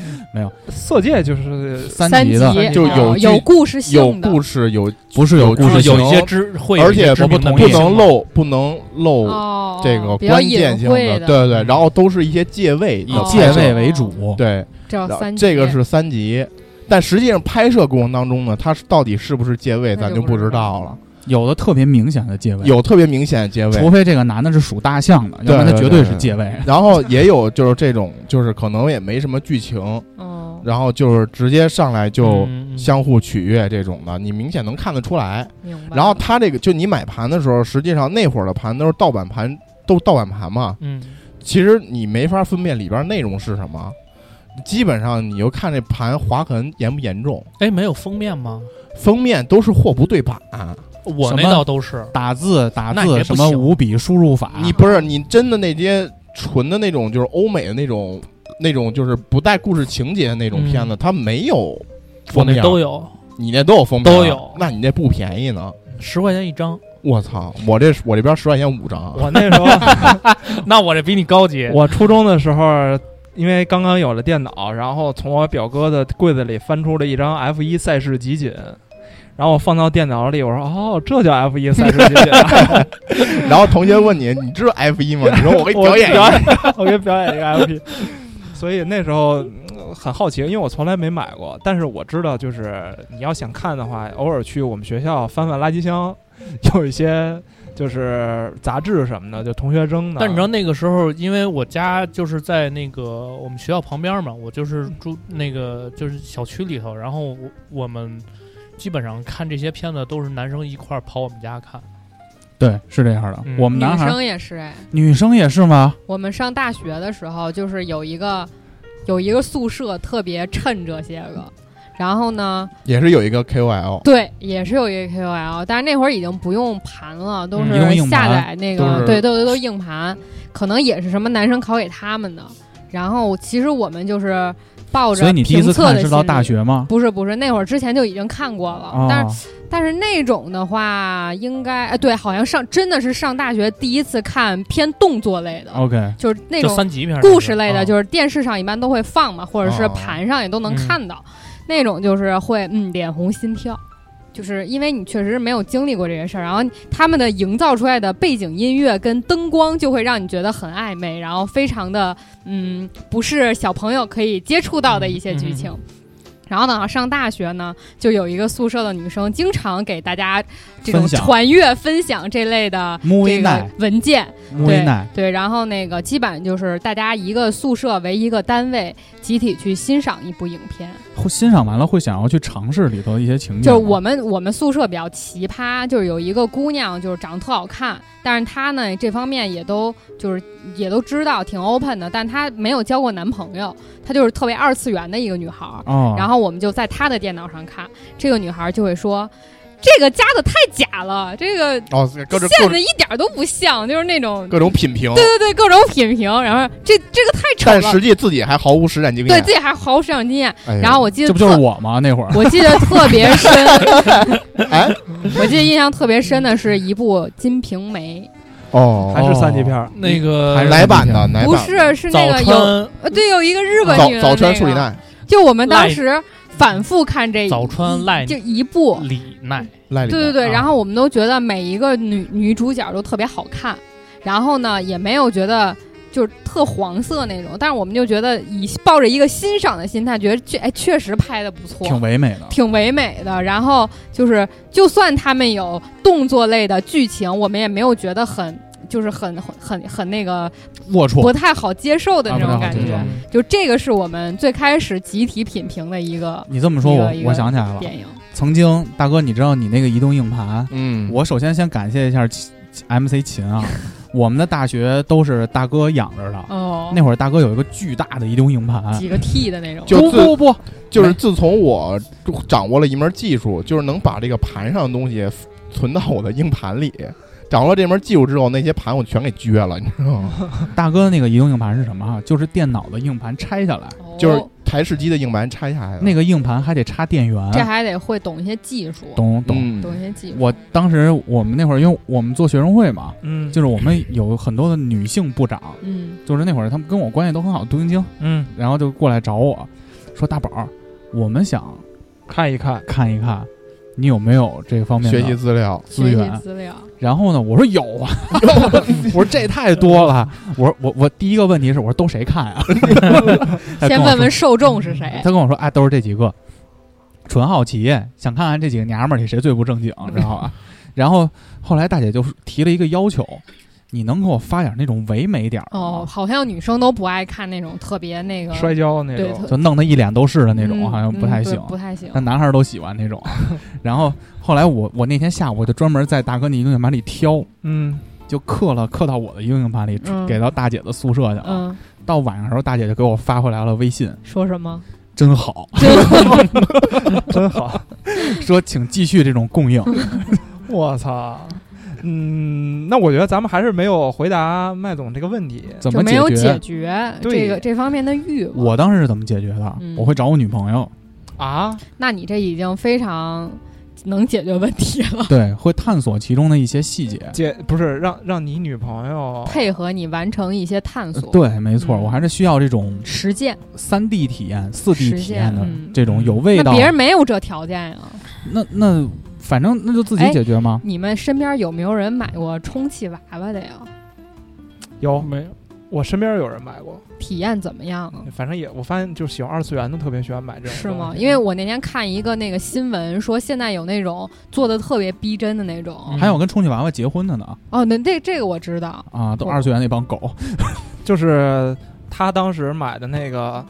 E: 色戒
F: [laughs]
E: 就是
D: 三
G: 啊三
D: 级的，
F: 就有
G: 有
F: 剧
G: 故事
F: 有
G: 性的，
F: 故事，有
D: 不是有
F: 有
D: 故
F: 故
D: 事
F: 事
D: 性
H: 有一些知会有
F: 而
H: 一些
F: 且
H: 知
F: 不
H: 名的
F: 能
H: 明
F: 不
H: 星
F: 能漏不能漏
G: 哦，
F: 这个
G: 比较
F: 关
G: 隐
F: 键性
G: 晦
F: 对对对，然后都是一些借位
D: 以
F: 的
G: 哦
D: 借
F: 拍摄
D: 位为主，
F: 对，
G: 叫
F: 然后
G: 三级
F: 这个是三级。但实际上拍摄过程当中呢，它是到底是不是借位，
G: 那
F: 咱
G: 就
F: 就
G: 不
F: 不
G: 知
F: 知
G: 道
F: 道了。
D: 有的特别明显的借位，
F: 有特别明显的借位，
D: 除非这个男的是属大象的，要
F: 对
D: 不然他绝对
F: 对对
D: 是借位。
F: 然后也有就是这种，就是可能也没什么剧情，
G: 哦，
F: 然后就是直接上来就
H: 嗯嗯
F: 相互取悦这种的，你明显能看得出来。
G: 明白。
F: 然后他这个就你买盘的时候，实际上那会儿的盘都是盗版盘，都是盗版盘嘛，
H: 嗯，
F: 其实你没法分辨里边内容是什么，基本上你就看这盘划痕严不严重，
H: 哎，没有封面吗？
F: 封面都是货不对版。
H: 我那
D: 什么
H: 倒都是，
D: 打字打
H: 那你
D: 字
H: 这
D: 什
H: 不
D: 么
H: 行
D: 五笔输入法，
F: 你不是你真的那些纯的那种，就是欧美的那种那种，就是不带故事情节的那种片子，
H: 嗯
F: 它没有
H: 我
F: 封
H: 那
F: 面，
H: 都，有，
F: 你那都有封面啊，
H: 都有
F: 那你那不便宜呢？
H: 十块钱一张。
F: 我操，我这我这边十块钱五张，啊
E: 我那时候
H: 那我这比你高级，
E: 我初中的时候，因为刚刚有了电脑，然后从我表哥的柜子里翻出了一张 F 一赛事集锦。然后我放到电脑里，我说哦，这叫 F 一赛事集锦
F: [laughs]
E: 啊，
F: 然后同学问你，你知道 F 一吗？你说
H: [laughs]
F: 我给你表演一个，
E: 我表演， [laughs] 我给你表演一个 F 一。所以那时候嗯很好奇，因为我从来没买过，但是我知道，就是你要想看的话，偶尔去我们学校翻翻垃圾箱， [laughs] 有一些就是杂志什么的，就同学扔的。
H: 但你知道那个时候，因为我家就是在那个我们学校旁边嘛，我就是住那个就是小区里头，然后我我们基本上看这些片子都是男生一块儿跑我们家看，
D: 对，是这样的。
H: 嗯
D: 我们男
G: 女
D: 孩
G: 生也是哎，
D: 女生也是吗？
G: 我们上大学的时候，就是有一个有一个宿舍特别趁这些个，然后呢，
F: 也是有一个 KOL，
G: 对，也是有一个 KOL，但是那会儿已经不用盘了，都
D: 嗯
G: 是
D: 用硬
G: 下
D: 盘
G: 载那
F: 都
G: 个，
F: 是
G: 对，都都都硬盘，可能也是什么男生拷给他们的。然后其实我们就是抱着
D: 所以你第一次
G: 评测
D: 看
G: 的
D: 是到
G: 心
D: 大
G: 理，
D: 学吗？
G: 不是不是，那会儿之前就已经看过了，
D: 啊，
G: 但是但是那种的话，应该哎对，好像上真的是上大学第一次看偏动作类的，
D: 哦 OK，
G: 就是那
H: 就
G: 种
H: 三级片儿
G: 故事类的，
H: 啊
G: 就是电视上一般都会放嘛，或者是
F: 哦
G: 盘上也都能
H: 嗯
G: 看到。那种就是会嗯脸红心跳，就是因为你确实没有经历过这些事儿，然后他们的营造出来的背景音乐跟灯光就会让你觉得很暧昧，然后非常的嗯不是小朋友可以接触到的一些剧情。然后呢，上大学呢，就有一个宿舍的女生经常给大家这种
D: 分享
G: 传阅、分享这类的
D: Movie
G: 这个
D: night
G: 文件，
D: 木一
G: 对
D: 奈
G: 对，然后那个基本就是大家一个宿舍为一个单位，集体去欣赏一部影片。
D: 会欣赏完了会想要去尝试里头的一些情节吗。
G: 就是我们我们宿舍比较奇葩，就是有一个姑娘就是长得特好看，但是她呢这方面也都就是也都知道挺 open 的，但她没有交过男朋友，她就是特别二次元的一个女孩儿。
F: 啊
D: 哦，
G: 然后我们就在她的电脑上看，这个女孩儿就会说。这个加的太假了，这个
F: 哦，各种各
G: 现
F: 种
G: 的一点儿都不像，就是那种
F: 各种品评，
G: 对对对各种品评，然后这这个太丑
F: 但
G: 了，
F: 实际自己还毫无实战经
G: 对
F: 验。
G: 自己还毫无市场经验。
F: 哎呀
G: 然后我记得
D: 这不就是
G: 特
D: 我吗？那会儿
G: 我记得特别深，
F: 哎
G: 我记得印象特别深的是一部《金瓶梅
F: 哦
E: 还是三级片儿，
H: 那个
D: 还是
F: 奶版的》，奶
G: 不
F: 版
G: 是是
H: 早
G: 那个有
H: 川
G: 呃对有一个日本
F: 早
G: 女啊的
F: 早
G: 那
F: 川
G: 个
F: 处理，奈
G: 就我们当时反复看
E: 哎
G: 这一
H: 早川赖
G: 就一部，
H: 李奈，
F: 赖里
G: 对对
F: 边
G: 对，
H: 啊
G: 然后我们都觉得每一个女女主角都特别好看，然后呢也没有觉得。就是特黄色那种，但是我们就觉得以抱着一个欣赏的心态，觉得确哎确实拍的不错，
D: 挺唯美的。
G: 挺唯美的。然后就是，就算他们有动作类的剧情，我们也没有觉得很。就是很很很很那个
D: 龌龊
G: 不太好接受的
D: 啊
G: 那
D: 不太
G: 种
D: 好
G: 感
E: 嗯
D: 接
G: 觉
D: 受，
G: 就这个是我们最开始集体品评的一个
D: 你这么说，我
G: 一个一个
D: 我想起来了，
G: 电影。
D: 曾经大哥，你知道你那个移动硬盘，
F: 嗯，
D: 我首先先感谢一下秦 MC 秦
G: [laughs]
D: 啊，我们的大学都是大哥养着的。
G: 哦，
D: 那会儿大哥有一个巨大的移动硬盘，
G: 几个 T 的那种，
F: 就
D: 不
F: 自
D: 不不，
F: 就是自从我掌握了一门技术，就是能把这个盘上的东西存到我的硬盘里。掌握了这门技术之后，那些盘我全给撅了，你知道
G: 哦
F: 吗？
D: 大哥的那个移动硬盘是什么啊？就是电脑的硬盘拆下来，
G: 哦
F: 就是台式机的硬盘拆下来的
D: 那个硬盘还得插电源，
G: 这还得会懂一些技术，
D: 啊懂懂。
F: 嗯
G: 懂一些技术。
D: 我当时我们那会儿，因为我们做学生会嘛，
E: 嗯，
D: 就是我们有很多的女性部长，
G: 嗯，
D: 就是那会儿他们跟我关系都很好，读英经，
E: 嗯，
D: 然后就过来找我说：“大宝儿，我们想
E: 看一看，
D: 看一看你有没有这方面的
F: 学习资料，
D: 资
G: 学
D: 源
G: 习。资料，”
D: 然后呢，我说有
F: [laughs]
D: 啊， [laughs] 我说这也太多了。我说我我第一个问题是，我说都谁看啊？ [laughs] 他哎跟
G: 先
D: 我
G: 问
D: 说
G: 问受众是谁
D: 他。跟我说，哎，都是这几个，纯好奇，想看看这几个娘们儿里谁最不正经，知道吧？ [laughs] 然后后来大姐就提了一个要求，你能给我发点那种唯美点儿的吗
G: 哦，，好像女生都不爱看那种特别那个
E: 摔跤那
G: 对
E: 种，
D: 就弄得一脸都是的那种，
G: 嗯
D: 好像不太
G: 嗯
D: 行
G: 对。不太行
D: 那。男孩儿都喜欢那
G: [laughs]
D: 种。然后后来我我那天下午我就专门在大哥的移动硬盘里挑，
E: 嗯，
D: 就刻了刻到我的移动硬盘里，
G: 嗯
D: 给到大姐的宿舍去了。
G: 嗯，
D: 到晚上的时候，大姐就给我发回来了微信，
G: 说什么？
D: 真好， [laughs]
E: 真好，
D: 说请继续这种供应。
E: 我操。嗯，那我觉得咱们还是没有回答麦总这个问题。
D: 怎
G: [laughs] 就
D: 么
G: 没
D: 解
G: 有
D: 决
G: 解？决
E: 对
G: 这个这方面的欲望。
D: 我当时是怎么解决的？
G: 嗯
D: 我会找我女朋友，
E: 啊，
G: 那你这已经非常能解决问题了，
D: 对，会探索其中的一些细节。
E: 姐不是让让你女朋友
G: 配合你完成一些探索、
D: 呃对，没错，
E: 嗯
D: 我还是需要这种
G: 实践。
D: 三 D 体验、四 D
G: 实
D: 体
G: 现
D: 验的
G: 嗯
D: 这种有味
G: 那
D: 道。
G: 别人没有这条件呀、
D: 那那反正那就自己
G: 哎
D: 解决嘛。
G: 你们身边有没有人买过充气娃娃的呀？
E: 有，
H: 没有，
E: 我身边有人买过，
G: 体验怎么样啊？
E: 反正也我发现就是喜欢二次元的特别喜欢买这种东西。
G: 是吗？因为我那天看一个那个新闻，说现在有那种做的特别逼真的那种。
E: 嗯
D: 还有跟充气娃娃结婚的呢
G: 哦，那这这个我知道，
D: 啊，都
E: 哦
D: 二次元那帮狗。
E: 就是他当时买的那个，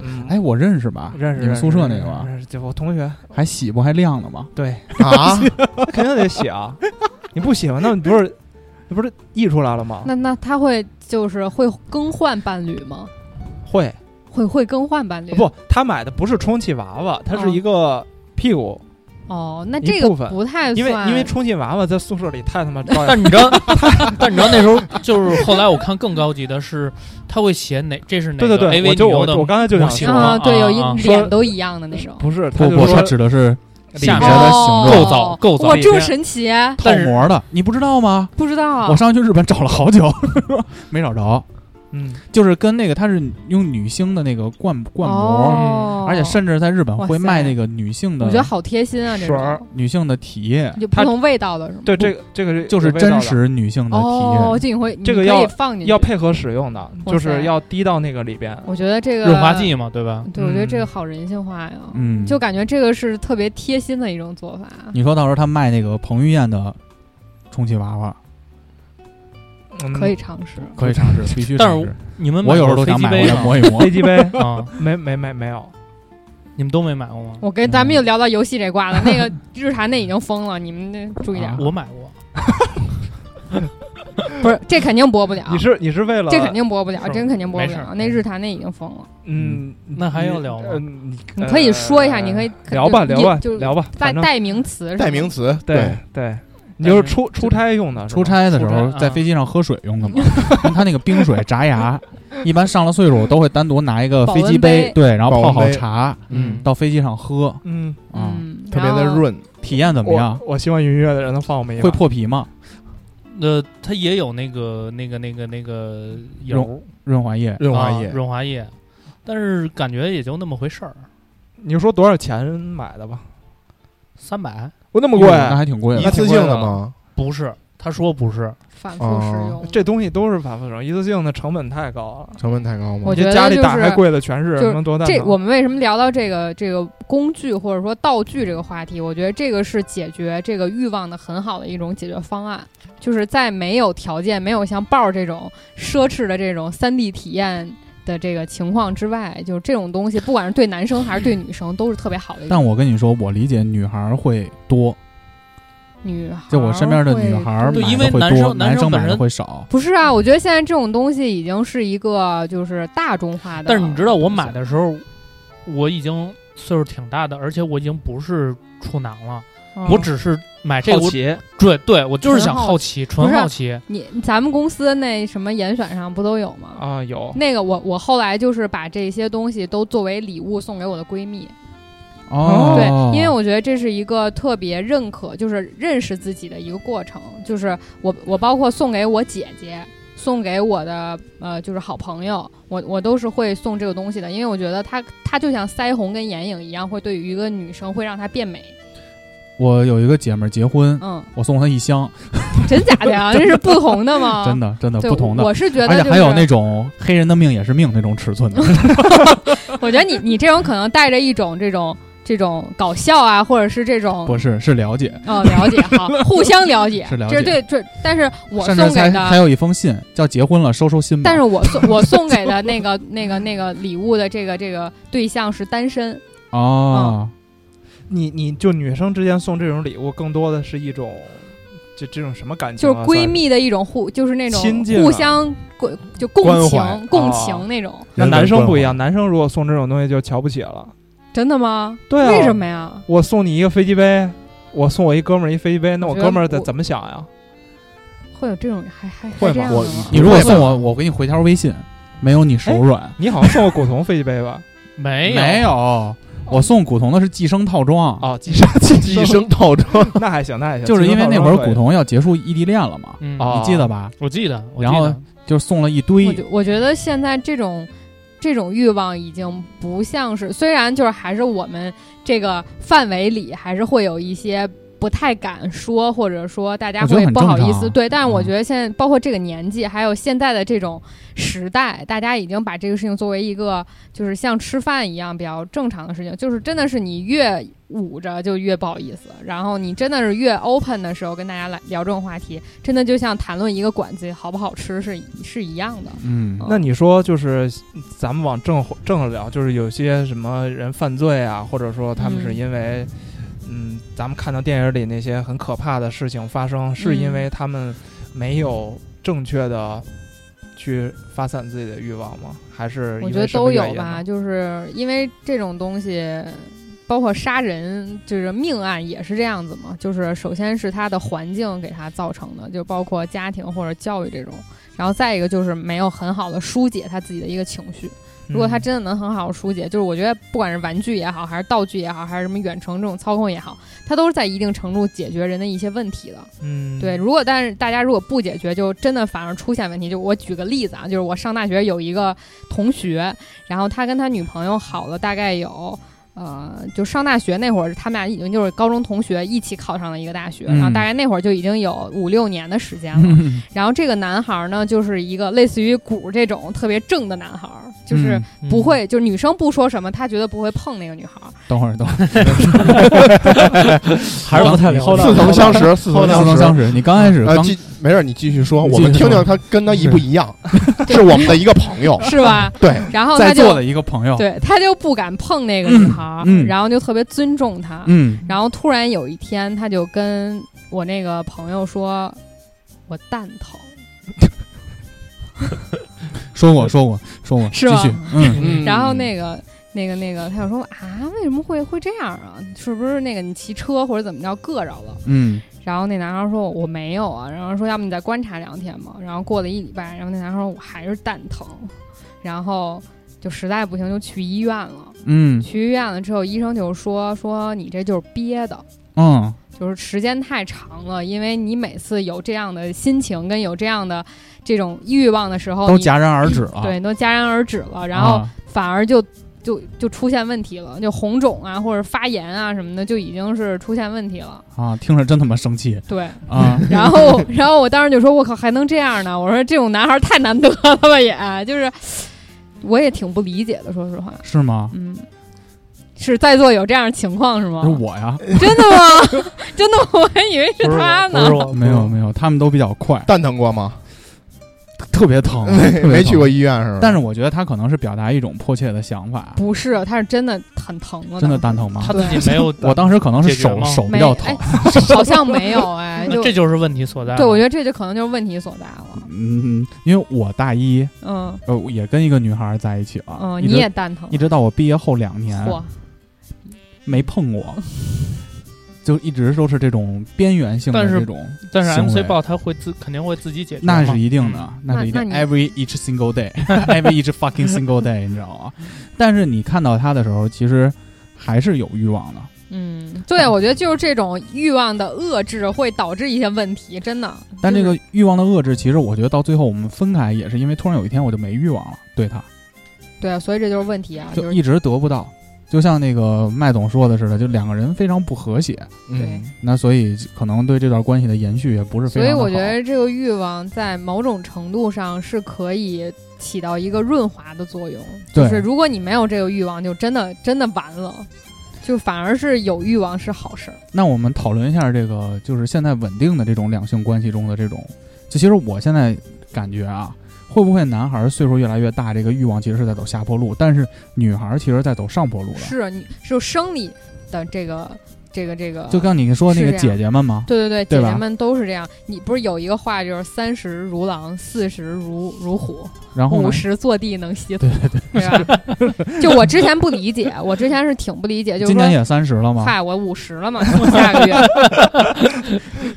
E: 嗯，
D: 哎，我认识吧？
E: 认识
D: 你们宿舍那个啊吧？？
E: 认识就我同学，
D: 还洗不还亮呢吗？
E: 对，
F: 啊，
E: 肯定得写啊！ [laughs] 你不喜欢，那你不是那不是溢出来了吗？
G: 那那他会就是会更换伴侣吗？
E: 会呃
G: 会会更换伴侣？
E: 不？他买的不是充气娃娃，它
G: 嗯
E: 是一个屁股，
G: 哦，那
E: 一
G: 这个
E: 部分
G: 不太算，
E: 因为因为充气娃娃在宿舍里太他妈
H: [laughs]
E: 招
H: 但
E: 人。
H: 你知道， [laughs] 但你知道那时候就是后来我看更高级的是，他会写哪这是哪
E: 对
H: 个
E: 对
H: AV
E: 对，
H: 女
E: 我就
H: 优
E: 我
H: 的
E: 我刚才就想
H: 模型
E: 说，
G: 啊，
H: 啊
G: 对，有一
H: 啊
G: 脸都一样的那种。
E: 不是，他
D: 不
E: 就
D: 不，
E: 说
D: 它指的是
H: 下
D: 里
H: 面
D: 面的
G: 哦
D: 形状
H: 构造构造
G: 哇，
H: 里
G: 这么
H: 边
G: 神奇，
D: 套
H: 但是
D: 膜的，你不知道吗？
G: 不知道啊
D: 我上去日本找了好久， [laughs] 没找着。
E: 嗯，
D: 就是跟那个，它是用女星的那个灌灌膜，
G: 哦
D: 而且甚至在日本会
G: 哇塞
D: 卖那个女性
G: 我觉得
D: 的
G: 好贴心啊，这
E: 水儿
G: 种
D: 女性的体液，
G: 就不同味道的是吗？
E: 对，这个这个是
D: 就是
E: 有味道
D: 真
E: 的，
D: 实女性的体
G: 哦，
D: 液。
G: 就你会你
E: 这个
G: 可以
E: 要
G: 放进去，
E: 要配合使用的，
G: 塞
E: 就是要滴到那个里边。
G: 我觉得这个
H: 润滑，剂嘛，对吧？
G: 对我觉得这个
E: 嗯
G: 好人性化呀，
D: 嗯，
G: 就感觉这个是特别贴心的一种做法。
E: 嗯
D: 你说到时候他卖那个彭于晏的充气娃娃，
E: 嗯
G: 可以尝试，
D: 可以尝试，必须
H: 但
D: 尝
H: 是
D: 试。
H: 你们
D: 我有时候都
H: 飞
D: 想
H: 机
D: 买
H: 杯
D: 回来
H: 吗？
D: 磨一磨
E: 飞。机杯
H: [laughs] 啊，
E: 没没没没有，
H: 你们都没买过吗？
G: 我跟咱
E: 嗯
G: 们又聊到游戏这挂了，那
E: [laughs]
G: 个日坛那已经疯了，你们那注意点
D: 啊
G: 儿。
H: 我买过，
G: 不是，这肯定播不了，
E: 你是你是为了
G: 啊这肯定播不了
E: 是，吗
G: 真肯定播不
H: 没事
G: 了。那日坛那已经疯了，
E: 嗯，
H: 那还要聊吗
E: 嗯，
G: 你可以说一下，你可以
E: 呃聊吧聊吧
G: 就是
E: 聊吧，
G: 代
E: 反正
G: 代名词是吧，
F: 代名
D: [laughs]
F: 词，
E: 对对，你就是出出差用的，是吧
D: 出差的时候
H: 出差
D: 在飞机上喝水用的嘛，他那个冰水炸牙，一般上了岁数都会单独拿一个飞机
G: 保温杯
D: 对，然后
F: 保
D: 泡
F: 温
D: 好
F: 杯
D: 茶，
E: 嗯
D: 到飞机上喝
E: 嗯，
D: 啊，
G: 嗯，
F: 特别的
G: 然后
F: 润，
D: 体验怎么样
E: 我？我希望云乐的人能放我们一
D: 会
E: 把，
D: 破皮吗？
H: 呃，它也有那个那个那个那个油
D: 润滑液
F: 润滑
H: 啊
F: 液。
H: 润滑液，但是感觉也就那么回事儿，
E: 你就说多少钱买的吧？
H: 三百
E: 我那么贵，
D: 嗯哦那还挺贵的
F: 一。次性的吗？
H: 不是。他说不是，
G: 反复使用。
E: 啊这东西都是反复使用，一次性的成本太高了。
F: 成本太高吗
G: 我？觉得
E: 家里
G: 就
E: 打开
G: 是
E: 柜子全是
G: 就
E: 什
G: 是
E: 么多蛋
G: 这
E: 挞
G: 我们为什么聊到这个这个工具或者说道具这个话题？我觉得这个是解决这个欲望的很好的一种解决方案，就是在没有条件、没有像豹儿这种奢侈的这种三 D 体验的这个情况之外，就是这种东西，不管是对男生还是对女生，都是特别好的一种。
D: 但我跟你说，我理解女孩儿会多，
G: 女孩
D: 就我身边的女孩儿
G: 啊会
H: 对
D: 买
H: 因
D: 的
H: 为
D: 会
H: 男
D: 多，
H: 生男
D: 男
H: 生本
D: 买的
H: 身
D: 会少。
G: 不是啊，我觉得现在这种东西已经是一个就是大众化的。
H: 但是你知道我买的时候，我已经岁数挺大的，而且我已经不是处男了，
G: 嗯，
H: 我只是买这个
E: 好
H: 我
E: 奇，
H: 对对，我就是想
G: 纯好
H: 好奇，
G: 不
H: 纯
G: 是
H: 好奇。
G: 你咱们公司那什么严选上不都有吗？
E: 啊，有
G: 那个我我后来就是把这些东西都作为礼物送给我的闺蜜，
D: 哦，
G: 对，因为我觉得这是一个特别认可，就是认识自己的一个过程。就是我我包括送给我姐姐，送给我的呃就是好朋友，我我都是会送这个东西的，因为我觉得它它就像腮红跟眼影一样，会对于一个女生会让她变美。
D: 我有一个姐们儿结婚， [laughs]
G: 嗯，
D: 我送她一箱，
G: 真假
D: [laughs]
G: 的呀？这是不同的吗？
D: 真的真的
G: 啊对
D: 不同的，
G: 我是觉得、
D: 而
G: 就是，
D: 且还有那种黑人的命也是命那种尺寸
G: [laughs]
D: 的，
G: 我觉得你你这种可能带着一种这种这种搞笑啊，或者是这种
D: 不是是了解。
G: 哦，了解
D: [laughs]
G: 哈，互相了解，
D: 是了解
G: 这对这，但是我
D: 甚
G: 送
D: 至
G: 给
D: 还还
G: 的，
D: 有一封信叫结婚了收收
E: 嗯
D: 心吧。
G: 但是我送我送给的那个 [laughs] 那个那个礼物的这个这个对象是单
E: 啊
G: 身，
D: 哦，
E: 你你就女生之间送这种礼物，更多的是一种这这种什么感情
G: 就
E: 啊？
G: 是闺蜜的一种互，就是那种
E: 亲近啊
G: 互相共就共
F: 关怀
G: 情共
E: 哦
G: 情那种，
E: 算是。那男生不一样，
F: 人
E: 男生如果送这种东西就瞧不起了。
G: 真的吗？
E: 对啊，
G: 为什么呀？
E: 我送你一个飞机杯，我送我一哥们儿一飞机杯，那
G: 我
E: 我
G: 觉得
E: 哥们儿得
G: 我
E: 怎么想呀？
G: 会有这种还还还
E: 会
G: 这样
E: 吗
G: 的
F: 我
G: 吗？
D: 你如果送我，我给你回条微信，没有你
G: 哎
D: 手软。
E: 你好像送过古潼飞机杯吧？
H: 没
D: 没有，我送古潼的是寄生套装，
E: 哦，寄生
F: 关怀一生套装，
E: 那还行，那还行，
D: 就是因为那会儿古
E: 潼
D: 潼要结束异地恋了嘛，
H: 嗯，
E: 哦
D: 你记得吧？
H: 我记得，我
D: 然
H: 记
D: 后
H: 得
D: 就送了一
G: 我
D: 堆
G: 觉我觉得现在这种这种欲望已经不像是，虽然就是还是我们这个范围里还是会有一些不太敢说，或者说大家
D: 我觉得
G: 会
D: 很
G: 不好
D: 正
G: 意
D: 常
G: 思对，但是我
D: 嗯
G: 觉得现在包括这个年纪，还有现在的这种时代，大家已经把这个事情作为一个就是像吃饭一样比较正常的事情，就是真的是你越。捂着就越不好意思，然后你真的是越 open 的时候跟大家来聊这种话题，真的就像谈论一个馆子好不好吃是是一样的。
D: 嗯，
E: 那你说就是咱们往正正了聊，就是有些什么人犯罪啊，或者说他们是
G: 嗯
E: 因为，嗯咱们看到电影里那些很可怕的事情发生，是因
G: 嗯
E: 为他们没有正确的去发散自己的欲望吗？还是
G: 我
E: 因
G: 觉得
E: 为什么
G: 都
E: 原
G: 有
E: 因呢
G: 吧，？就是因为这种东西，包括杀人，就是命案也是这样子嘛。就是首先是他的环境给他造成的，就包括家庭或者教育这种，然后再一个就是没有很好的疏解他自己的一个情绪。如果他
E: 嗯
G: 真的能很好的疏解，就是我觉得不管是玩具也好，还是道具也好，还是什么远程这种操控也好，它都是在一定程度解决人的一些问题的。
E: 嗯
G: 对，如果但是大家如果不解决，就真的反而出现问题。就我举个例子啊，就是我上大学有一个同学，然后他跟他女朋友好了大概有。呃，就上大学那会儿，他们俩已经就是高中同学，一起考上了一个大学，然后
D: 嗯
G: 大概那会儿就已经有五六年的时间了。然后这个男孩儿呢，就是一个类似于谷这种特别正的男孩儿，就是
D: 嗯
H: 嗯
G: 不会，就是女生不说什么，他绝对不会碰那个女孩儿。
D: [laughs] 等会儿等会儿，
H: 还是不太了解。
F: 似曾相识，
D: 似
F: 似
D: 曾相识。你刚开始
F: 呃，
D: 刚
F: 继没事儿，你继续说，
D: 你继
F: 我
D: 续
F: 们听
D: 说
F: 听他跟他一不
D: [laughs]
F: 一样，是我们的一个朋友，
G: 是吧？
F: 对，
G: 然后
D: 在
G: 他
D: 座
G: 就
D: 的一个朋友，
G: 对他就不敢碰那个女孩
D: 哦
G: 儿，
D: 嗯嗯
G: 然后就特别尊重她。
D: 嗯，
G: 然后突然有一天，他就跟我那个朋友说：“我蛋疼。
D: 说过说过说过，
G: 是
D: 继
G: 吗
D: 续，嗯，
F: 嗯
G: 然后那个、那个、那个，他就说：“啊，为什么会会这样啊？是不是那个你骑车或者怎么着硌着了
D: 嗯，？”
G: 然后那男孩说：“我没有啊。”然后说：“要不你再观察两天吧。”然后过了一礼拜，然后那男孩说：“我还是蛋疼。”然后就实在不行就去医院了。
D: 嗯
G: 去医院了之后，医生就说：“说你这就是憋的。”
D: 嗯
G: 就是时间太长了，因为你每次有这样的心情跟有这样的这种欲望的时候，
D: 都
G: 你
D: 戛然而止了。
G: 对，都戛然而止了，然后
D: 啊
G: 反而就、就就出现问题了，就红肿啊或者发炎啊什么的，就已经是出现问题了。
D: 啊，听着真他妈生气 [laughs]
G: 对，
D: 啊！
G: 然后然后我当时就说，我靠，还能这样呢？我说这种男孩太难得了吧也，就是我也挺不理解的，说实话，
D: 是吗？
G: 嗯。是在座有这样的情况是吗
D: 是？我呀，
G: 真的吗？ [laughs] 真的吗，我还以为是他呢。
D: 没有没有，他们都比较快，
F: 蛋疼过吗？
D: 特别疼，特
F: 哦没
D: 别
F: 没
D: 疼
F: 去过。医院是吧？
D: 但是我觉得他可能是表达一种迫切的想法，
G: 不是，他是真的很疼啊，
D: 真的蛋疼吗。
H: 他？自己没有
D: 我当时可能是
H: 解决
D: 手
H: 吗
D: 手比
G: 没
D: 较疼
G: 哎， [laughs] 好像没
D: [laughs]
G: 有哎，
H: 那
G: 就
H: 这就是问题所在了。
G: 对我觉得这就可能就是问题所在了。
D: 嗯，因为我大一
G: 嗯
D: 呃也跟一个女孩在一起了，
G: 嗯，
D: 一
G: 你
D: 直
G: 也蛋疼
D: 一，直到我毕业后两年
G: 嚯，
D: 没碰过，就一直都是这种边缘性的
H: 但是
D: 这种，
H: 但是
D: 行为
H: MC 豹他会自肯定会自己解决嘛，嗯
D: 那是一定的，那是一定
G: 嗯那你
D: ，every each single [laughs] day，every each fucking single day，你知道吗？但是你看到他的时候，其实还是有欲望的。
G: 嗯，对，我觉得就是这种欲望的遏制会导致一些问题，真的。
D: 但这
G: 就是
D: 个欲望的遏制，其实我觉得到最后我们分开也是因为突然有一天我就没欲望了，对他
G: 对啊，所以这就是问题啊，就
D: 就是一直得不到。就像那个麦总说的似的，就两个人非常不和谐，
F: 嗯，
D: 那所以可能对这段关系的延续也不是非
G: 所
D: 常
G: 以
D: 的好。
G: 我觉得这个欲望在某种程度上是可以起到一个润滑的作用。
D: 对
G: 就是如果你没有这个欲望，就真的真的完了，就反而是有欲望是好事儿。
D: 那我们讨论一下这个，就是现在稳定的这种两性关系中的这种，就其实我现在感觉啊，会不会男孩岁数越来越大，这个欲望其实是在走下坡路，但是女孩其实在走上坡路了。
G: 是你就生理的这个这个这个，
D: 就像你说那个
G: 是这
D: 姐
G: 样
D: 姐们嘛，
G: 对对对，
D: 对
G: 姐
D: 吧
G: 姐们都是这样。你不是有一个话就是三十如狼，四十如如虎，
D: 然后呢
G: 五，十坐地能吸土，对吧？
D: [laughs]
G: 就我之前不理解，我之前是挺不理解，就是
D: 今年
G: 说。
D: 也三十了嘛，
G: 嗨，我五十了嘛，下
D: [laughs]
G: 个月，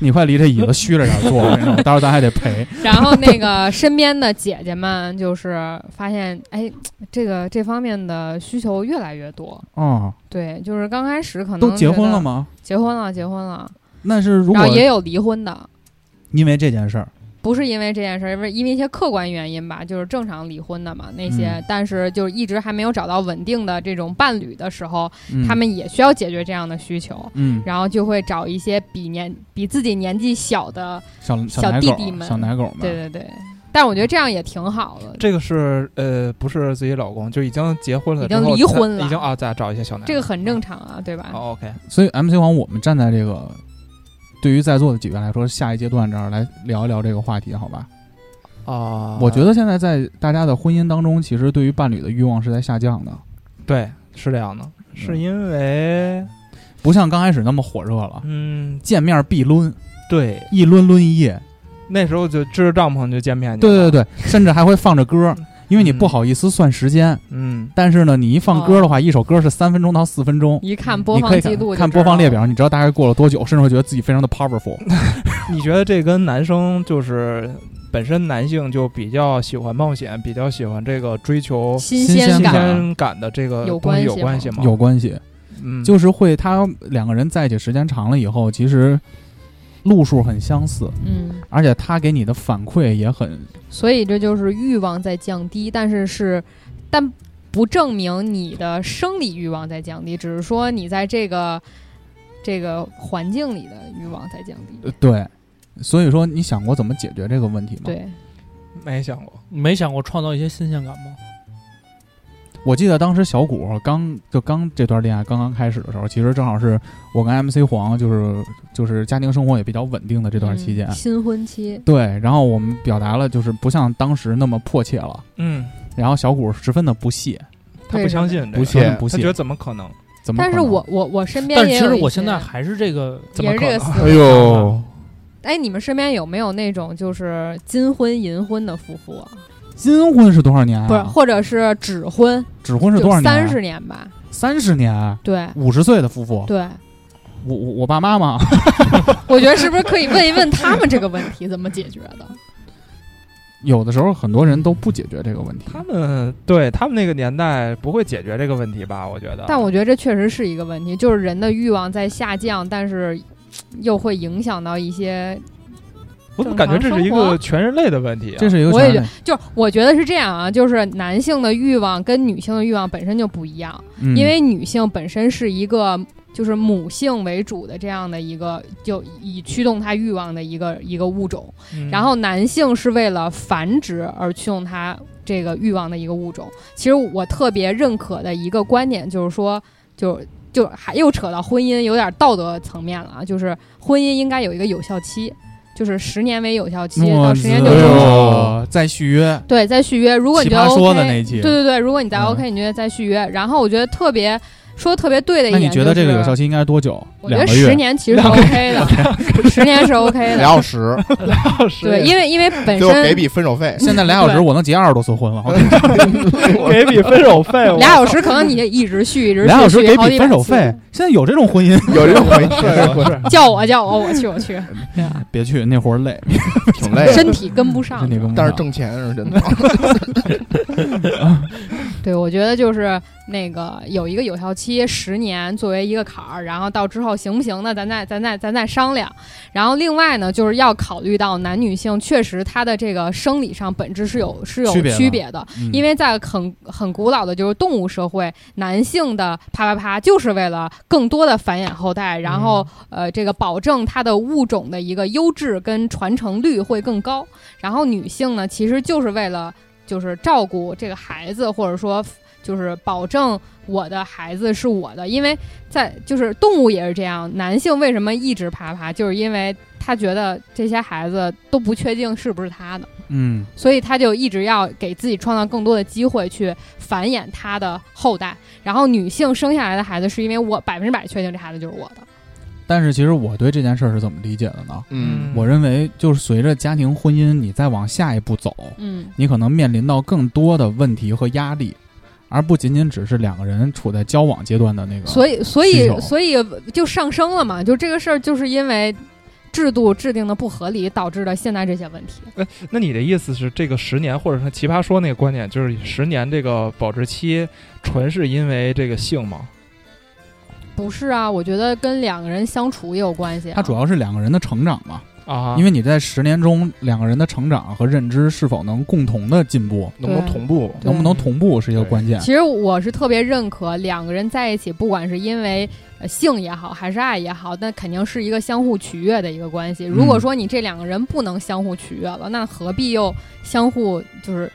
D: 你快离这椅子虚着点坐，我跟你说，待会儿咱还得
G: [laughs]
D: 赔。
G: 然后那个身边的姐姐们就是发现，哎，这个这方面的需求越来越多。
D: 哦，
G: 对，就是刚开始嗯可能
D: 都结婚了
G: 觉得？
D: 吗？
G: 结婚了，结婚了。
D: 那是如
G: 然
D: 果
G: 后也有离婚的，
D: 因为这件事儿，
G: 不是因为这件事儿，不是因为一些客观原因吧，就是正常离婚的嘛那些。
D: 嗯
G: 但是就是一直还没有找到稳定的这种伴侣的时候，
D: 嗯
G: 他们也需要解决这样的需求。
D: 嗯，
G: 然后就会找一些比年比自己年纪小的，
D: 小
G: 小
D: 奶
G: 弟
D: 狗
G: 弟们
D: 小奶狗们，
G: 对对对。但我觉得这样也挺好的，
E: 这个是呃，不是自己老公，就已经结婚了
G: 已
E: 之
G: 经
E: 后，
G: 离婚
E: 他已经
G: 了
E: 啊，再找一些小男，
G: 这个很正常啊，对吧？
E: 哦，OK，
D: 所以 MC 王，我们站在这个对于在座的几位来说，下一阶段这儿来聊一聊这个话题，好吧？
E: 啊，
D: 我觉得现在在大家的婚姻当中，其实对于伴侣的欲望是在下降的，
E: 对，是这样的，
D: 嗯
E: 是因为
D: 不像刚开始那么火热了。
E: 嗯，
D: 见面必抡，
E: 对，
D: 一抡抡一夜。
E: 那时候就支着帐篷就见面去，
D: 对对，对，甚至还会放着歌，
G: 嗯
D: 因为你不好意思算时间。
E: 嗯，
D: 但是呢，你一放歌的话，一首歌是三分钟到四分钟，
G: 一看哦播
D: 嗯你可
G: 放
D: 以
G: 记
D: 看
G: 录，
D: 看播放列。表，你知道大概过了多久，甚至会觉得自己非常的 powerful。
E: 你觉得这跟男生就是本身男性就比较喜欢冒险，比较喜欢这个追求
G: 新
D: 新
G: 鲜
D: 鲜
E: 新
D: 感
G: 感，
E: 鲜感的这个
G: 啊有
E: 东西有
G: 关
E: 关
G: 系
E: 系
G: 吗
E: 吗？
D: 有，关系，
E: 嗯，
D: 就是会他两个人在一起时间长了以后，其实路数很相似，
G: 嗯，
D: 而且他给你的反馈也很
G: 所以这就是欲望在降低，但是是，但不证明你的生理欲望在降低，只是说你在这个这个环境里的欲望在降低。
D: 呃对。所以说，你想过怎么解决这个问题吗？，
G: 对，
E: 没想过，
H: 你没想过创造一些新鲜感吗？
D: 我记得当时小谷刚就刚这段恋爱刚刚开始的时候，其实正好是我跟 MC 黄就是就是家庭生活也比较稳定的这
G: 这
D: 段期间。啊
G: 嗯新婚期，
D: 对，然后我们表达了就是不像当时那么迫切了，
E: 嗯，
D: 然后小谷十分的不屑，
E: 他不相信
F: 不
E: 这个，
F: 屑
D: 十分地不
E: 他觉
D: 屑
E: 得，怎么可能？
D: 怎么可
G: 但
D: 能？
G: 是我我我身边
H: 但是
G: 也
H: 其
G: 有一些，
H: 实我现在还是这个，怎么
G: 也是
H: 可能？
G: 这个
H: 啊
G: 思
F: 哎
G: 路。
F: 呦，
G: 哎，你们身边有没有那种就是金婚银婚的夫妇啊？
D: 金婚是多少年、啊？
G: 不是，或者是指婚，
D: 指婚是
G: 就
D: 多少年、啊
G: 三十年吧？
D: 三十年，啊
G: 对
D: 五十岁的夫妇，
G: 对，
D: 我我我爸妈嘛， [laughs]
G: 我觉得是不是可以问一问他们这个问题怎么解决的？
D: 有的时候很多人都不解决这个问题。
E: 他们对他们那个年代不会解决这个问题吧？我觉得，
G: 但我觉得这确实是一个问题，就是人的欲望在下降，但是又会影响到一些，
E: 我怎么感觉这是一
G: 正常生活
E: 个全人类的问题啊？
D: [laughs] 这是一个
G: 我也
D: 全
G: 觉
D: 人
G: 得，就是我觉得是这样啊，就是男性的欲望跟女性的欲望本身就不一样，
D: 嗯
G: 因为女性本身是一个就是母性为主的这样的一个，就以驱动她欲望的一个一个物种，
E: 嗯
G: 然后男性是为了繁殖而驱动它这个欲望的一个物种。其实我特别认可的一个观点就是说，就就还又扯到婚姻有点道德层面了啊，就是婚姻应该有一个有效期。就是十年为有效期
D: 我
G: 到
D: 知
G: 十年就
D: 道
G: 终止。
D: 再续约，
G: 对，再续约。如果你觉得
D: 奇葩
G: OK，
D: 说的那一期
G: 对对对，如果你再
D: 嗯
G: OK，、你觉得再续约。然后我觉得特别说得特别对的一
D: 那
G: 点、
D: 你
G: 就是，
D: 觉得这个有效期应该多久？
G: 我觉
D: 两
G: 得
D: 个
G: 十
D: 月。
G: 年其实是 OK 的，十年是 OK
F: 俩
G: 的。
F: 小时，
G: 对，因为因为本
F: 最后给
G: 身
F: 笔分手费。
D: 现在俩小时我能结二十多次婚了，
F: [laughs]
E: 给笔分手费，我
G: 俩小时可能你一直续一直续，
D: 俩小时给
G: 续好
D: 笔
G: 几
D: 分手
G: 百次
D: 费，现在有这种婚
G: [laughs]
D: 姻
F: 有这种回事，
G: 叫我叫我我去我
D: [laughs]
G: 去，
D: 别去，那活儿累，
F: [laughs] 挺累的，
G: 身体跟不上
D: 真。的跟不
F: 但是
D: 上
F: 挣钱是真的。
G: 对，我觉得就是那个有一个有效期十年作为一个坎儿，然后到之后行不行呢？咱再咱再咱再商量。然后另外呢，就是要考虑到男女性确实它的这个生理上本质是有是有
D: 区别的
G: 区别的，
D: 嗯
G: 因为在很很古老的就是动物社会，男性的啪啪啪就是为了更多的繁衍后代，然后、
D: 嗯
G: 呃这个保证它的物种的一个优质跟传承率会更高。然后女性呢，其实就是为了就是照顾这个孩子，或者说就是保证我的孩子是我的，因为在就是动物也是这样，男性为什么一直啪啪，就是因为他觉得这些孩子都不确定是不是他的。
D: 嗯，
G: 所以他就一直要给自己创造更多的机会去繁衍他的后代。然后女性生下来的孩子，是因为我百分之百确定这孩子就是我的。
D: 但是其实我对这件事儿是怎么理解的呢？
F: 嗯，
D: 我认为就是随着家庭婚姻，你再往下一步走，
G: 嗯
D: 你可能面临到更多的问题和压力，而不仅仅只是两个人处在交往阶段的那个。
G: 所以所
D: 需
G: 以
D: 求
G: 所以就上升了嘛，就这个事儿，就是因为制度制定的不合理，导致了现在这些问题。
E: 那你的意思是，这个十年，或者说奇葩说那个观点，就是十年这个保质期，纯是因为这个性吗？
G: 不是啊，我觉得跟两个人相处也有关系、啊。
D: 它主要是两个人的成长嘛，
E: 啊，
D: 因为
E: 为
D: 你在十年中，两个人的成长和认知是否能共同的进步，
G: 嗯
F: 能不能同步？
G: 对
D: 能不能同步是一个关键。
G: 其实我是特别认可两个人在一起，不管是因为呃性也好，还是爱也好，那肯定是一个相互取悦的一个关
D: 嗯
G: 系。如果说你这两个人不能相互取悦了，那何必又相互就是？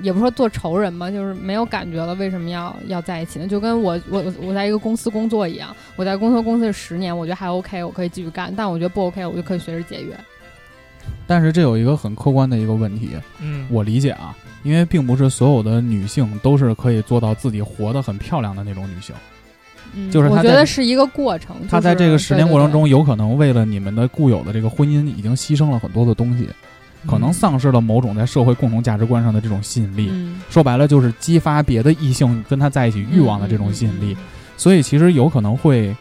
G: 也不说做仇人吧，就是没有感觉了，为什么要要在一起呢？就跟我我我我在一个公司工作一样，我在公司公司是十年，我觉得还 OK，我可以继续干，但我觉得不 OK，我就可以随时解约。
D: 但是这有一个很客观的一个问题，
E: 嗯，
D: 我理解啊，因为并不是所有的女性都是可以做到自己活得很漂亮的那种女性。
G: 嗯，
D: 就是
G: 我
D: 他
G: 觉
D: 在
G: 得是一个过程。
D: 她在
G: 就是
D: 这个十年
G: 对对
D: 过程
G: 对
D: 中，有可能为了你们的固有的这个婚姻，已经牺牲了很多的东西，可能丧失了某种在社会共同价值观上的这种吸引力。
G: 嗯，
D: 说白了，就是激发别的异性跟他在一起欲望的这
G: 嗯
D: 种吸引力。所以其实有可能会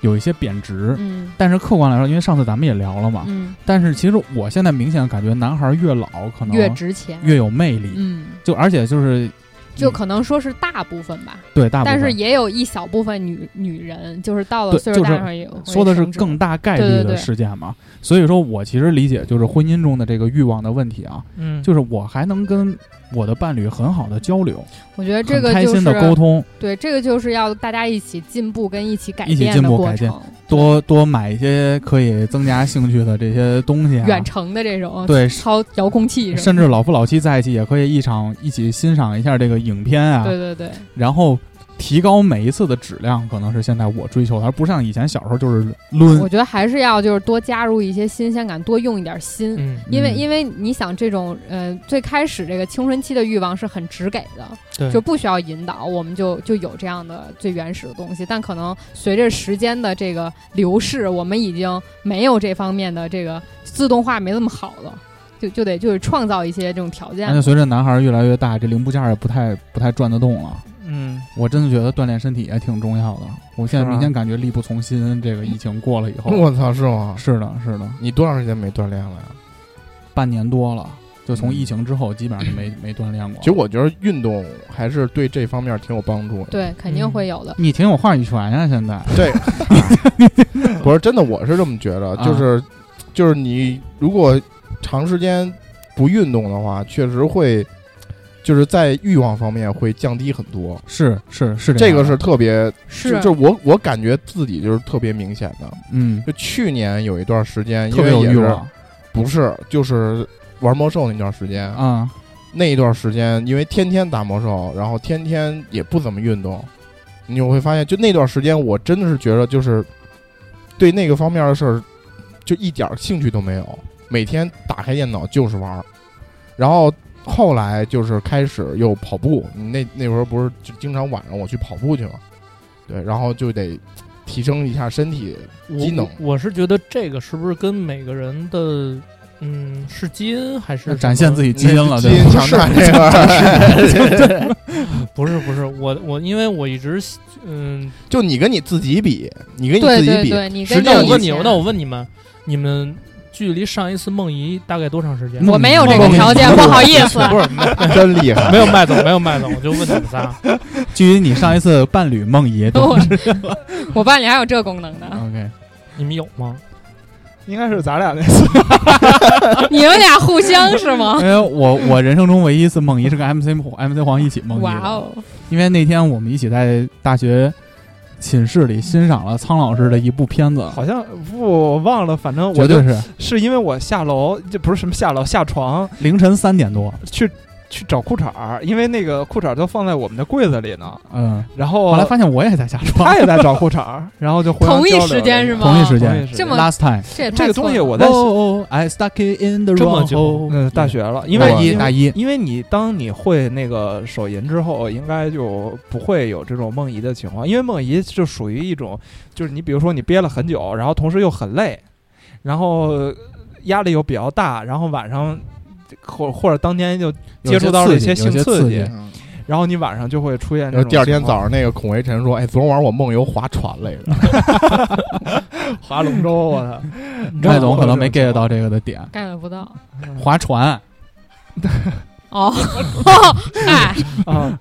D: 有一些贬值。
G: 嗯。
D: 但是啊客观来说，因为上次咱们也聊了嘛
G: 嗯，嗯，
D: 但是其实我现在明显感觉，男孩越老可能
G: 越值钱，
D: 越有魅力，
G: 嗯，
D: 就而且就是嗯
G: 就可能说是大部分吧，
D: 对大部
G: 但
D: 分
G: 是也有一小部分女女人，就是到了
D: 对
G: 岁数
D: 就
G: 大
D: 是
G: 上也会
D: 说的是
G: 升职
D: 更大概率
G: 对对
D: 的
G: 对
D: 事件嘛。所以说我其实理解就是婚姻中的这个欲望的问题啊，
E: 嗯，
D: 就是我还能跟我的伴侣很好的交流，
G: 我觉得这个
D: 很开
G: 就是
D: 心的沟通，
G: 对，这个就是要大家一起进步跟一起改
D: 一起
G: 变
D: 进
G: 的
D: 步
G: 过
D: 改
G: 程
D: 变，多多买一些可以增加兴趣的这些东西啊，
G: 远程的这种
D: 对
G: 操遥控器什
D: 甚
G: 么
D: 至老夫老妻在一起也可以一场一起欣赏一下这个影片啊
G: 的，，对对对，
D: 然后提高每一次的质量，可能是现在我追求的，而不像以前小时候就是抡
G: 我。觉得还是要就是多加入一些新鲜感，多用一点心。
E: 嗯，
G: 因为，
D: 嗯
G: 因为你想，这种呃，最开始这个青春期的欲望是很直给的，
E: 对，
G: 就不需要引导，我们就就有这样的最原始的东西。但可能随着时间的这个流逝，我们已经没有这方面的这个自动化没那么好了，就就得就是创造一些这种条件
D: 而。且随着男孩越来越大，这零部件也不太不太转得动了。
E: 嗯，
D: 我真的觉得锻炼身体也挺重要的。我现在
E: 是吧
D: 明显感觉力不从心。这个疫情过了以后，
F: 我操，是吗？
D: 是的，是的，
F: 你多长时间没锻炼了呀？
D: 半年多了，就从
F: 嗯
D: 疫情之后基本上就没没锻炼过。
F: 其实我觉得运动还是对这方面挺有帮助的。
G: 对，肯定会有的。
D: 你挺有话语权呀，现在。
F: 对， [laughs] 不是真的，我是这么觉得，
D: 啊
F: 就是就是你如果长时间不运动的话，确实会就是在欲望方面会降低很多。
D: 是是是
F: 这
D: 样
F: 个是特别，
G: 是
F: 就就我我感觉自己就是特别明显的。
D: 嗯，
F: 就去年有一段时间，
D: 特
F: 因
D: 别
F: 为
D: 有
F: 也
D: 欲
F: 是
D: 望
F: 不是就是玩魔兽那段时间，
D: 啊。
F: 那一段时间，因为天天打魔兽，然后天天也不怎么运动，你就会发现，就那段时间，我真的是觉得就是对那个方面的事儿，就一点儿兴趣都没有，每天打开电脑就是玩儿，然后后来就是开始又跑步，那那会儿不是就经常晚上我去跑步去嘛，对，然后就得提升一下身体，机能
H: 我我是觉得这个是不是跟每个人的嗯是基因还是
D: 那展现自
H: 己？
D: 己基因了，
F: 基
D: 对
F: 因
D: 吧？
F: 强大这
G: [laughs]
F: 个，
H: 不是不是，我我因为我一直嗯，
F: 就你跟你自己比，你跟你
G: 对
F: 自己
G: 对
F: 比，
G: 对，你
F: 实
G: 跟
F: 际
H: 那
F: 上
H: 我问你，
G: 我
H: 那我问你们，你们距离上一次梦遗大概多长时间？
D: 梦
G: 我没有这个条件，
D: 梦
G: 不
D: 遗
G: 好意
F: [laughs]
G: 思。
H: 不是没
F: 真厉
H: [laughs]
F: 害。
H: 没有麦总，没有麦总，我就问你们仨，
D: [laughs] 基于你上一次伴侣梦遗，对
G: [laughs]
D: 吧
G: 我 [laughs] 我伴侣还有这功能呢，
D: ？OK，
H: 你们有吗？
E: 应该是咱俩那次，
G: 你们俩互相
D: [laughs]
G: 是
E: [laughs]
G: 吗？
D: 因为我我人生中唯一一次梦遗是跟 MC 黄 MC 黄一起梦遗
G: 哇
D: 的，
G: 哦，
D: 因为那天我们一起在大学寝室里欣赏了苍老师的一部片子，
E: 好像不，我忘了，反正
D: 绝
E: 我就
D: 对是
E: 是因为我下楼，这不是什么下楼，下床
D: 凌晨三点多，
E: 去去找裤衩儿，因为那个裤衩儿都放在我们的柜子里呢。
D: 嗯，
E: 然后
D: 后来发现我也在下床
E: 哦他，
D: [laughs]
E: 也在找裤衩儿，然后就互相
G: 同一
E: 交流
G: 时间
E: 了一
G: 是
E: 下
G: 吗？
D: 同一时
E: 同一
D: 间
E: 时
G: 这
E: 间
G: 么
D: ，last time。
G: 这也太
E: 这个
G: 错
E: 东西
G: 了
E: 我在
D: 哦哦，I stuck it in the
H: 这么
D: wrong
H: 久
D: hole。
E: 嗯大学了，因
F: 大
E: 为
F: 一
E: 因为
D: 大一
E: 因为你当你会那个手淫之后，应该就不会有这种梦遗的情况，因为梦遗就属于一种，就是你比如说你憋了很久，然后同时又很累，然后压力又比较大，然后晚上或或者当天就接触到了一些性
D: 有些
E: 刺
D: 刺
E: 激
D: 激
F: 嗯
E: 然后你晚上就会出现这
F: 然后
E: 种情况。
F: 第二天早上，那个孔维晨说：“哎，昨天晚上我梦游划船来着。
E: 划龙舟，啊我操！
D: 麦总可能没 get 到这个的点，
G: get 不到
E: 嗯
D: 划船，
G: 哦， [laughs] 嗨，
E: 啊，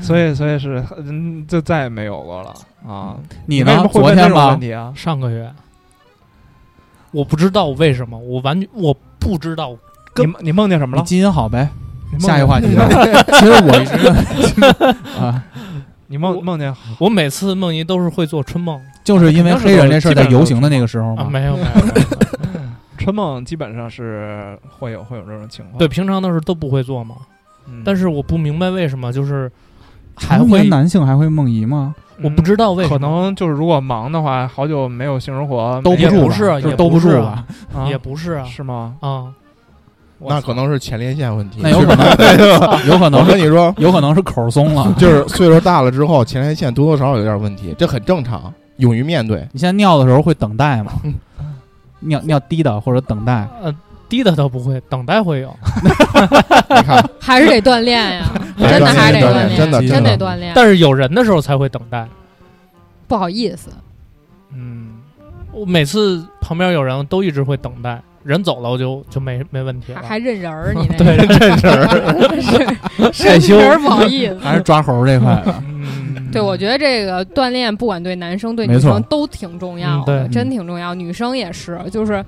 E: 所以所以是嗯，就再也没有过了啊。
D: 你
E: 为什
D: 呢
E: 么？会
D: 昨
E: 问这
D: 天
E: 种
D: 吧
E: 问，题啊？
H: 上个月，我不知道为什么，我完全我不知道，
E: 你
H: 根
E: 你梦见什么
D: 你
E: 了？
D: 基因好呗。
E: 你梦见
D: 下一话题， [laughs] 其实我一直 [laughs] 啊，
E: 你梦梦见
H: 我每次梦遗都是会做春梦
D: 就是因为黑人这事儿在游行的那个时候
H: 啊，
D: 嘛，
H: 没
E: [laughs]
H: 有没有，没有
E: 春梦，基本上是会有会有这种情况。
H: 对，，平常的时候都不会做嘛，
E: 嗯
H: 但
E: 是
H: 是我不明白为什么，就是还
D: 成
H: 会
D: 年，男性还会梦遗吗？
H: 我不知道为
E: 可
H: 什么，
E: 能就是如果忙的话，好久没有性生活，
D: 兜
E: 没
D: 不
E: 有
D: 住
H: 也不是
D: 吧，就
H: 也
D: 兜
H: 不
D: 住嗯
H: 是
D: 吧，
E: 啊
H: 也不是啊
E: 是吗？
H: 啊，”
E: 我
F: [laughs] 那
E: 操
F: 可能是前列腺问题。
D: 那有可 [laughs] 能，有可
F: 我
D: 能
F: 跟
D: 是
F: 你说，
D: 有可能是口儿松 [laughs] 了。
F: 就是岁数大了之后，前列腺多多少少有点问题，这很正常，勇于面对。
D: 你现在尿的时候会等待吗？尿尿滴答或者等待，
H: 呃，低的倒不会，等待会有，
G: 嗯
D: [laughs]
F: 你看，
G: 还是得锻炼呀，真的还是得
F: 锻
G: 锻
F: 炼，真的
G: 真
F: 的
G: 得锻炼。
H: 但是有人的时候才会等待。
G: 不好意思，
E: 嗯，
H: 我每次旁边有人都一直会等待，人走了我就就没没问题了
G: 还。还认人儿，你那
H: 对，
F: 真是。
G: 个 [laughs] 是
D: 害羞
G: 认人儿不好意思。
D: 还是抓猴儿这块
F: [laughs]
D: 的。
E: 嗯
G: 对，我觉得这个锻炼，不管对男生对
D: 没
G: 女
D: 错
G: 生都挺重要
H: 嗯
G: 的，
H: 对
G: 真挺重要。女生也是，就是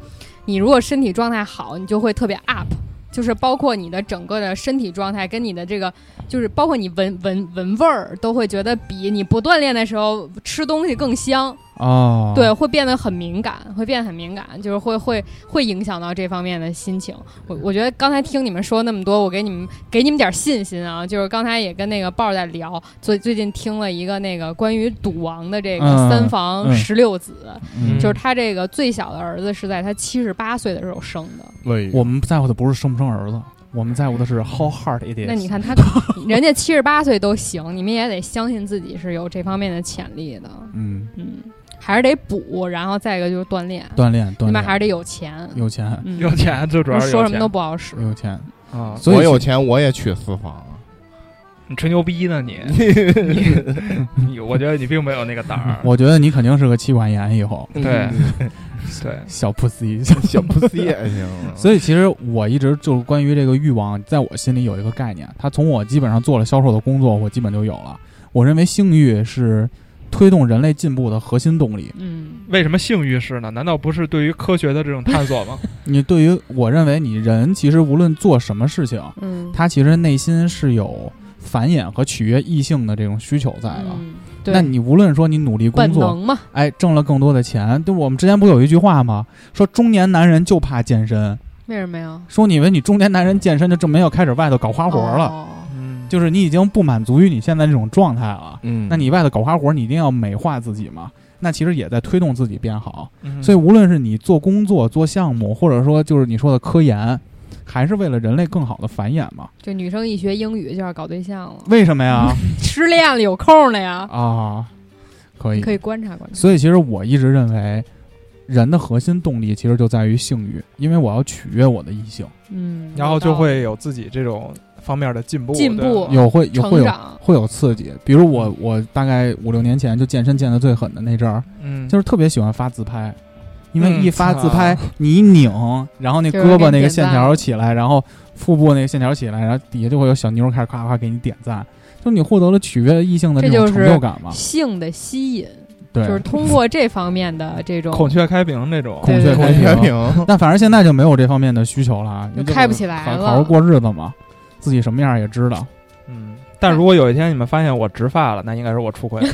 G: 你如果身体状态好，你就会特别 up，就是包括你的整个的身体状态跟你的这个，就是包括你闻闻闻味儿，都会觉得比你不锻炼的时候吃东西更香。
D: 哦，
G: 对，，会变得很敏感，会变得很敏感，就是会会会影响到这方面的心情。我我觉得刚才听你们说那么多，我给你们给你们点儿信心啊！就是刚才也跟那个豹儿在聊，最最近听了一个那个关于赌王的这个
D: 嗯
G: 三房
D: 嗯
G: 十六子，
D: 嗯
G: 就是他这个最小的儿子是在他七十八岁的时候生的。
D: 我们不在乎的不是生不生儿子，我们在乎的是 how hard it is。
G: 那你
D: [laughs]
G: 看他，人家七十八岁都行，你们也得相信自己是有这方面的潜力的。
D: 嗯，
G: 嗯，还是得补，然后再一个就是锻炼，
D: 锻炼锻
G: 另外
D: 炼，
G: 还是得有钱。
D: 有钱
G: 嗯
E: 有钱最主要
G: 我
E: 是有
G: 说什么
E: 钱
G: 都不好使。
D: 有钱，
E: 啊！
D: [laughs] 所以
F: 我有钱我也娶私房啊，
D: [laughs]
E: 你吹牛逼呢你？ [laughs] 你 [laughs] 我觉得你并没有那个胆儿。
D: 我觉得你肯定是个妻管严以后
E: 对对，
D: 小 pussy。
F: 小不死也行。
D: 所以其实我一直就是关于这个欲望，在我心里有一个概念，它从我基本上做了销售的工作，我基本就有了。我认为性欲是推动人类进步的核心动力。
G: 嗯，
E: 为什么性欲是呢？难道不是对于科学的这种探索吗？
D: 你对于我认为，你人其实无论做什么事情，
G: 嗯，
D: 他其实内心是有繁衍和取悦异性的这种需求在的。
G: 嗯对，
D: 那你无论说你努力工
G: 本
D: 作，
G: 能嘛，
D: 哎，挣了更多的钱，对我们之前不有一句话吗？说中年男人就怕健身，
G: 为什么呀？
D: 说你以为你中年男人健身就证明要开始外头搞花活了，
G: 哦
E: 嗯，
D: 就是你已经不满足于你现在这种状态了。
F: 嗯
D: 那你外头搞花活，你一定要美化自己嘛。那其实也在推动自己变好。
E: 嗯
D: 所以无论是你做工作、做项目，或者说就是你说的科研，还是为了人类更好的繁衍嘛？
G: 就女生一学英语就要搞对象了，
D: 为什么呀？
G: 失恋了有空了呀，
D: 啊，可以
G: 你可以观察观察。
D: 所以其实我一直认为，人的核心动力其实就在于性欲，因为我要取悦我的异性，
G: 嗯，
E: 然后就会有自己这种方面的进步。
G: 进步
E: 对吧
D: 有会有会
G: 成
D: 有
G: 长，
D: 会有刺激。比如我我大概五六年前就健身健得最狠的那阵儿，
E: 嗯，
D: 就是特别喜欢发自拍。因为
E: 嗯
D: 一发自
E: 操
D: 拍，你一拧，然后那
G: 就是
D: 胳膊
G: 给
D: 那
G: 你
D: 个
G: 点
D: 线
G: 赞
D: 条起来，然后腹部那个线条起来，然后底下就会有小妞儿开始夸夸给你点赞，就你获得了取悦异性的
G: 这
D: 种
G: 就
D: 成
G: 是
D: 就感嘛。
G: 性的吸引，
D: 对，
G: 就是通过这方面的这种
E: 孔雀开屏那种。
D: 孔
G: 对
D: 雀
G: 对
D: 开
F: 全
D: 屏， [laughs]
F: 屏，
D: 但反正现在就没有这方面的需求了啊，
G: 就
D: 你就
G: 开不起来
D: 好
G: 了
D: 好好过日子嘛，自己什么样也知道。
E: 嗯，但如果有一天你们发现我植发了，那应该是我出轨了，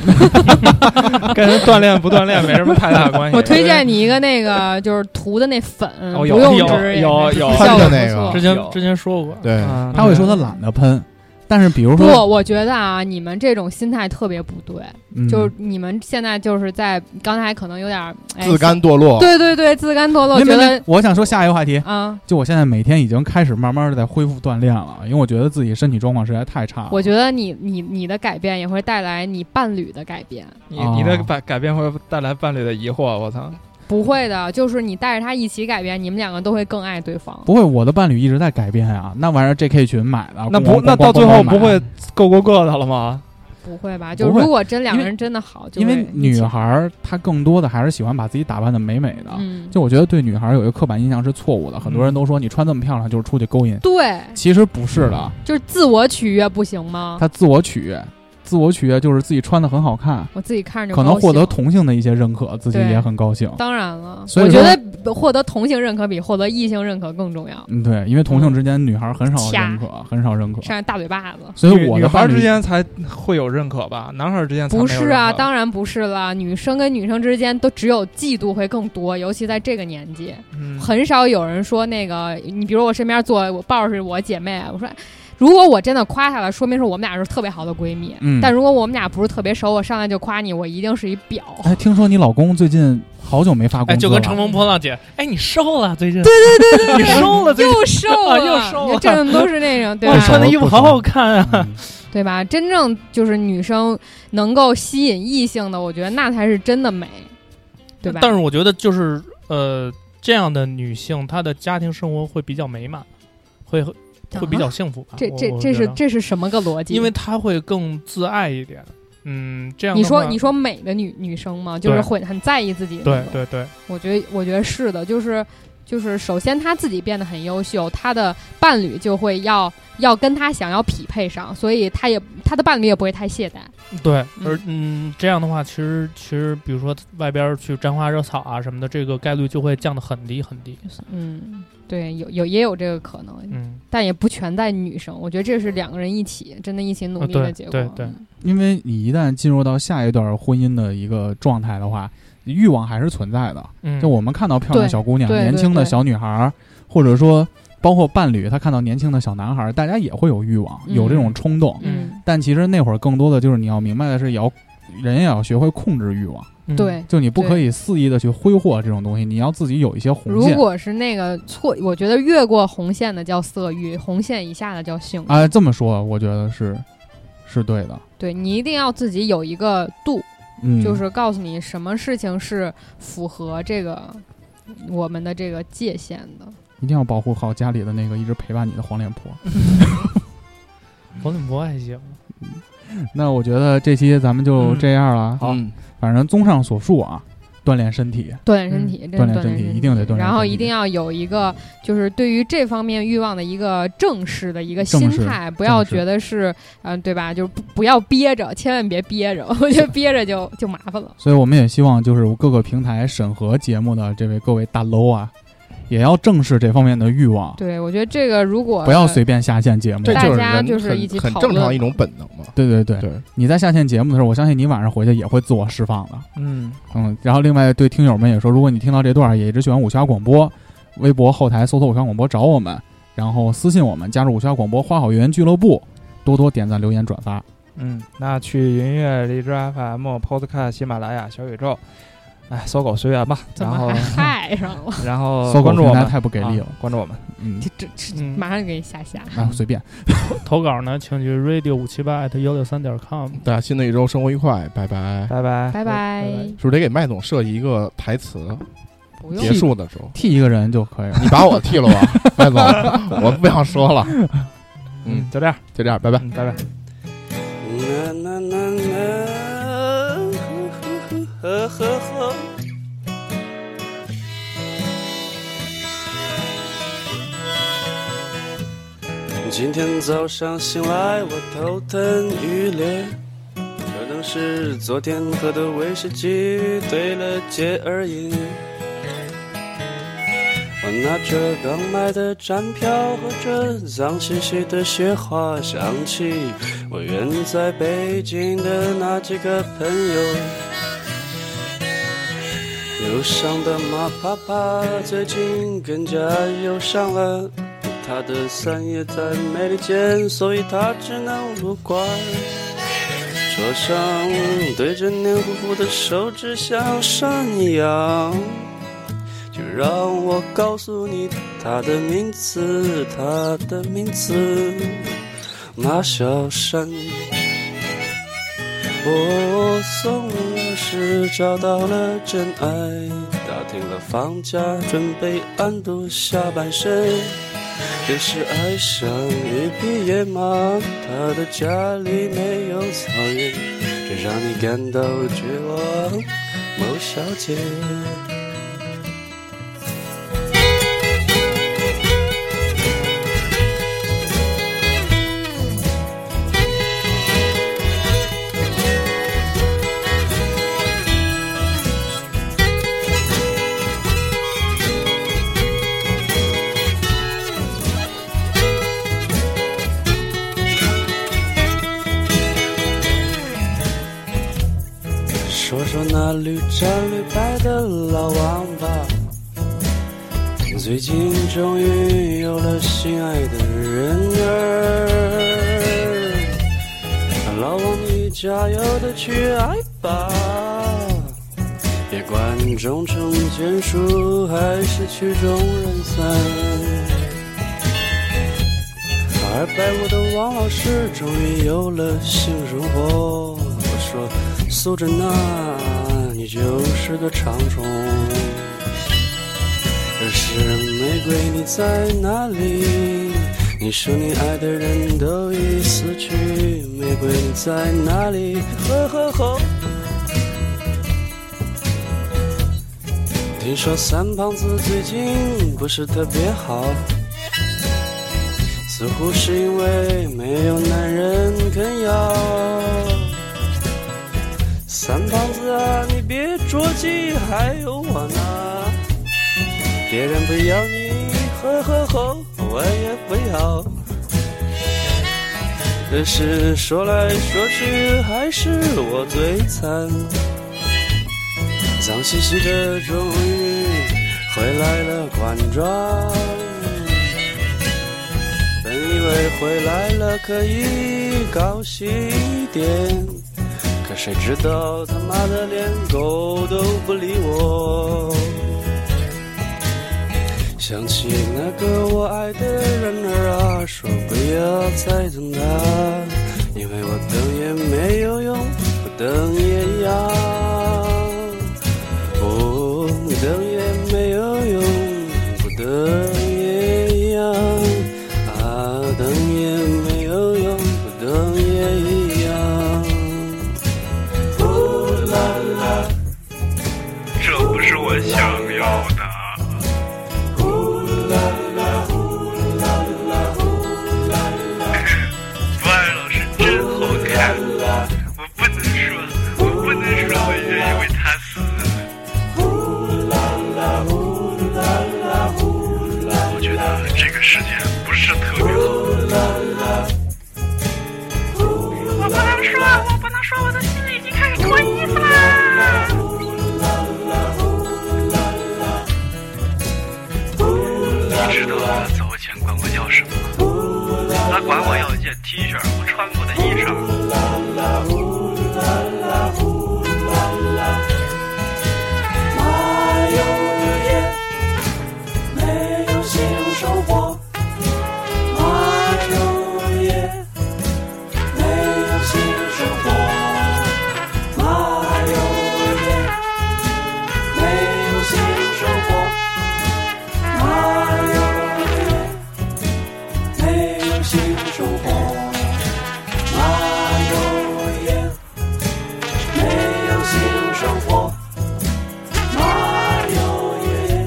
E: [laughs] 跟锻炼不锻炼没什么太大关系。
G: 我推荐你一个那个就是涂的那粉，
E: 哦
G: 不
E: 有
G: 用
E: 有
G: 纸也
E: 有
G: 是
E: 有
G: 效果
F: 喷的那
G: 不
F: 个
G: 错
H: 之前
E: 有
H: 之前说过，
F: 对，
E: 嗯，
D: 他会说他懒得喷，但是比如
G: 不，
D: 说，
G: 我觉得啊，你们这种心态特别不对，
D: 嗯
G: 就是你们现在就是在刚才可能有点儿、哎、
F: 自甘堕落，
G: 对对对，自甘堕落，
D: 没没
G: 觉得
D: 没，我想说下一个话题，
G: 啊，
D: 就我现在每天已经开始慢慢的在恢复锻炼了，因为我觉得自己身体状况实在太差了。
G: 我觉得你你你的改变也会带来你伴侣的改变，
E: 你
D: 哦啊
E: 你的改改变会带来伴侣的疑惑，我操！
G: 不会的，就是你带着他一起改变，你们两个都会更爱对方。
D: 不会，我的伴侣一直在改变啊，那玩意儿 J.K. 群买的，
E: 那
D: 咣
E: 不
D: 咣
E: 那
D: 咣咣
E: 到最后
D: 咣
E: 不会
D: 买，啊
E: 各过各的了吗？
G: 不会吧？
D: 不
G: 就
D: 会
G: 如果真两个
D: 因
G: 人真的好，就
D: 因为
G: 会一
D: 女
G: 起
D: 孩儿她更多的还是喜欢把自己打扮的美美的。
G: 嗯，
D: 就我觉得对女孩儿有一个刻板印象是错误的，很多人都说你穿这么漂亮就是出去勾引，
G: 对，
D: 其实不是的，
G: 就是自我取悦不行吗？
D: 她自我取悦，自我取悦就是自己穿的很好看，
G: 我自己看着就
D: 可能
G: 高
D: 获得
G: 兴
D: 同性的一些认可，自己
G: 对
D: 也很高兴。
G: 当然了，
D: 所以
G: 我觉
D: 说
G: 得获得同性认可比获得异性认可更重要。
D: 嗯，对，因为同性之间女孩很少
G: 掐
D: 认可，很少认可，
G: 扇大嘴巴子。
D: 所以
E: 女
D: 我
E: 女
D: 的
E: 孩
D: 伴
E: 儿
D: 侣
E: 之间才会有认可吧，男孩儿之间才没有
G: 不是啊，
E: 认可
G: 当然不是了。女生跟女生之间都只有嫉妒会更多，尤其在这个年纪，
E: 嗯
G: 很少有人说那个。你比如我身边坐，我抱着是我姐妹，我说，如果我真的夸她了，说明是我们俩是特别好的闺蜜。
D: 嗯
G: 但如果我们俩不是特别熟，我上来就夸你，我一定是一婊。
D: 哎，听说你老公最近好久没发工资
H: 哎，
D: 了，
H: 就跟乘风破浪姐，哎，你瘦了最近，对对对对，你瘦了最近，
G: [laughs] 又瘦
H: 啊
G: 了，
H: 又瘦了
G: 这种都是那种对
H: 哇，
G: 吧？
H: 穿的衣服好好看啊，
D: 嗯
G: 对吧？真正就是女生能够吸引异性的，我觉得那才是真的美，对吧？
H: 但是我觉得就是呃，这样的女性她的家庭生活会比较美满，会会比较幸福吧。
G: 这
H: 我
G: 这
H: 啊我
G: 这
H: 觉
G: 是
H: 得
G: 这是什么个逻辑？
H: 因为她会更自爱一点。嗯，这样
G: 你
H: 的
G: 说
H: 话
G: 你说美的女女生嘛，就
H: 对
G: 是会很在意自己的那
H: 对对
G: 种。
H: 对，
G: 我觉得我觉得是的，就是就是首先她自己变得很优秀，她的伴侣就会要要跟她想要匹配上，所以她也她的伴侣也不会太懈怠。
H: 对，
G: 嗯
H: 而嗯，这样的话，其实其实，比如说外边儿去沾花惹草啊什么的，这个概率就会降得很低很低。
G: 嗯，对，有有也有这个可能，
H: 嗯，
G: 但也不全在女生。我觉得这是两个人一起真的一起努
H: 啊
G: 力
H: 对
G: 的结果。嗯
H: 对对
D: 因为你一旦进入到下一段婚姻的一个状态的话，欲望还是存在的。
H: 嗯
D: 就我们看到漂亮
G: 对
D: 小姑娘、
G: 对对
D: 年轻的
G: 对
D: 小女孩儿，或者说包括伴侣，他看到年轻的小男孩儿，大家也会有欲望，有这种
G: 嗯
D: 冲动。
G: 嗯，
D: 但其实那会儿更多的就是你要明白的是，也要人也要学会控制欲望，
H: 嗯，
G: 对。
D: 就你不可以肆意的去挥霍这种东西，你要自己有一些红
G: 如
D: 线。
G: 果是那个错，我觉得越过红线的叫色欲，红线以下的叫性欲。
D: 啊、这么说我觉得是是对的。
G: 对你一定要自己有一个度，
D: 嗯，
G: 就是告诉你什么事情是符合这个我们的这个界限的。
D: 一定要保护好家里的那个一直陪伴你的黄脸婆。
H: 黄脸婆还行，
D: 那我觉得这期咱们就这样了。
F: 好，
D: 反正综上所述啊，锻炼身体，
G: 锻炼身体，真
D: 嗯
G: 的
D: 锻炼
G: 锻
D: 身
G: 炼
D: 体
G: 身
D: 一定得锻炼
G: 然后
D: 身
G: 一
D: 体
G: 定要有一个，就是对于这方面欲望的一个正视的一个
D: 正
G: 心
D: 视
G: 态，不要
D: 正视
G: 觉得是，嗯、对吧？就是不不要憋着，千万别憋着， [laughs] 我觉得憋着就就麻烦了。
D: 所以我们也希望就是各个平台审核节目的这位各位大 low 啊，也要正视这方面的欲望，
G: 对，我觉得这个如果
D: 不要随便下线节目。
F: 这
G: 大
F: 就是
G: 家
F: 人
G: 就是一起
F: 很很
G: 讨
F: 正常
G: 论
F: 一种本能嘛。
D: 对对对，
F: 对，
D: 你在下线节目的时候，我相信你晚上回去也会自我释放的。
E: 嗯，
D: 嗯，然后另外对听友们也说，如果你听到这段儿也一直喜欢武侠广播，微博后台搜索武侠广播找我们，然后私信我们加入武侠广播花好月圆俱乐部，多多点赞、留言、转发。
E: 嗯，那去云音乐、荔枝 FM、Podcast、喜马拉雅、小宇宙，哎，搜狗随缘吧。
H: 怎
E: 然
H: 么
E: 后，
G: 太上了，
E: 然后
D: 搜狗
E: 呃关注
D: 平
E: 我
D: 台
E: 们，
D: 太不给力
E: 啊
D: 了，
E: 关注我们。
D: 嗯
G: 这这这
H: 嗯
G: 马上就给你下下。
D: [laughs] 啊，随便。
H: 投稿呢，请去 radio 五七八 at 幺六三点 com。
F: 大家新的一周生活愉快，拜拜。
E: 拜拜，
G: 拜拜，
F: 是不是得给麦总设计一个台词？
G: 不用
F: 结束的时候，
D: 替一个人就可以了。
F: 你把我剃了吧，麦总，我不想说了。嗯
E: 嗯，，就这样，
F: 就这样，拜拜。
E: 嗯，拜拜。
K: Na na na na, huh huh huh. huh. 今天早上醒来，我头疼欲裂，可能是昨天喝的威士忌对了节而已。我拿着刚买的站票，喝着脏兮兮的雪花，想起我远在北京的那几个朋友，路上的马爸爸最近更加忧伤了，他的伞也在没力见，所以他只能路过。桌上对着黏糊糊的手指像山一样，就让我告诉你他的名字，他的名字。马小山。我送了时找到了真爱，打听了房价，准备安度下半生。也是爱上一匹野马，他的家里没有草原，这让你感到绝望，某小姐。说说那绿茶绿白的老王八，最近终于有了心爱的人儿。老王你加油的去爱吧，别管众诚眷属还是曲终人散。二百五的王老师终于有了新生活。我说，苏贞娜，你就是个长虫。可是玫瑰，你在哪里？你说你爱的人都已死去，玫瑰你在哪里？呵呵呵。听说三胖子最近不是特别好。似乎是因为没有男人啃咬。三胖子啊，你别着急，还有我呢。别人不要你，呵呵呵，我也不要。可是说来说去，还是我最惨。脏兮兮的，终于回来了管庄。本以为回来了可以高兴一点，可谁知道他妈的连狗都不理我。想起那个我爱的人儿啊，说不要再等他，因为我等也没有用，不等也一样，哦，等也没有用，不等也一样。啊，等也没有用，不等也一样。哦啦啦，
J: 这不是我想要的。
K: 呼啦啦，呼啦啦，呼啦啦，
J: 万安哎老师真好看，我不能说，我不能说我愿意为他死。
K: 呼啦啦，呼啦啦，呼啦
J: 我觉得这个世界不是特别好。
K: 啦啦，呼啦啦，
J: 我不能说，我的心里已经开始脱衣服啦。
K: 呼啦
J: 你知道我走前管我要什么吗？啊，
K: 他管我要一件 T 恤，我穿过的衣裳。
L: 那有夜没有新收获，那有夜没有新生活，那有夜没有新生活，那有夜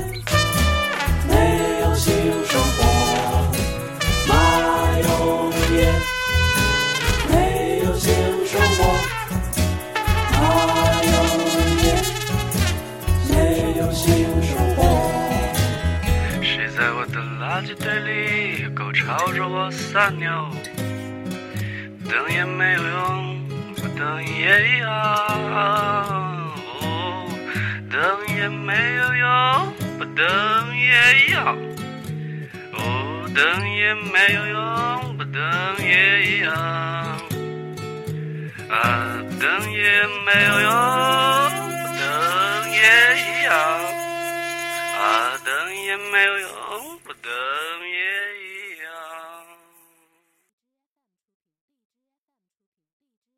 L: 没有新生活，那有夜没有新生活。哪有夜没有新生活？哪有夜没有新生活？哪有夜没有新生活？
K: 谁在我的垃圾堆里，狗朝着我撒尿，等也没有用，不等也一样，哦等也没有用，不等也一样，哦，等也没有用，不等也一样，啊，等也没有用。啊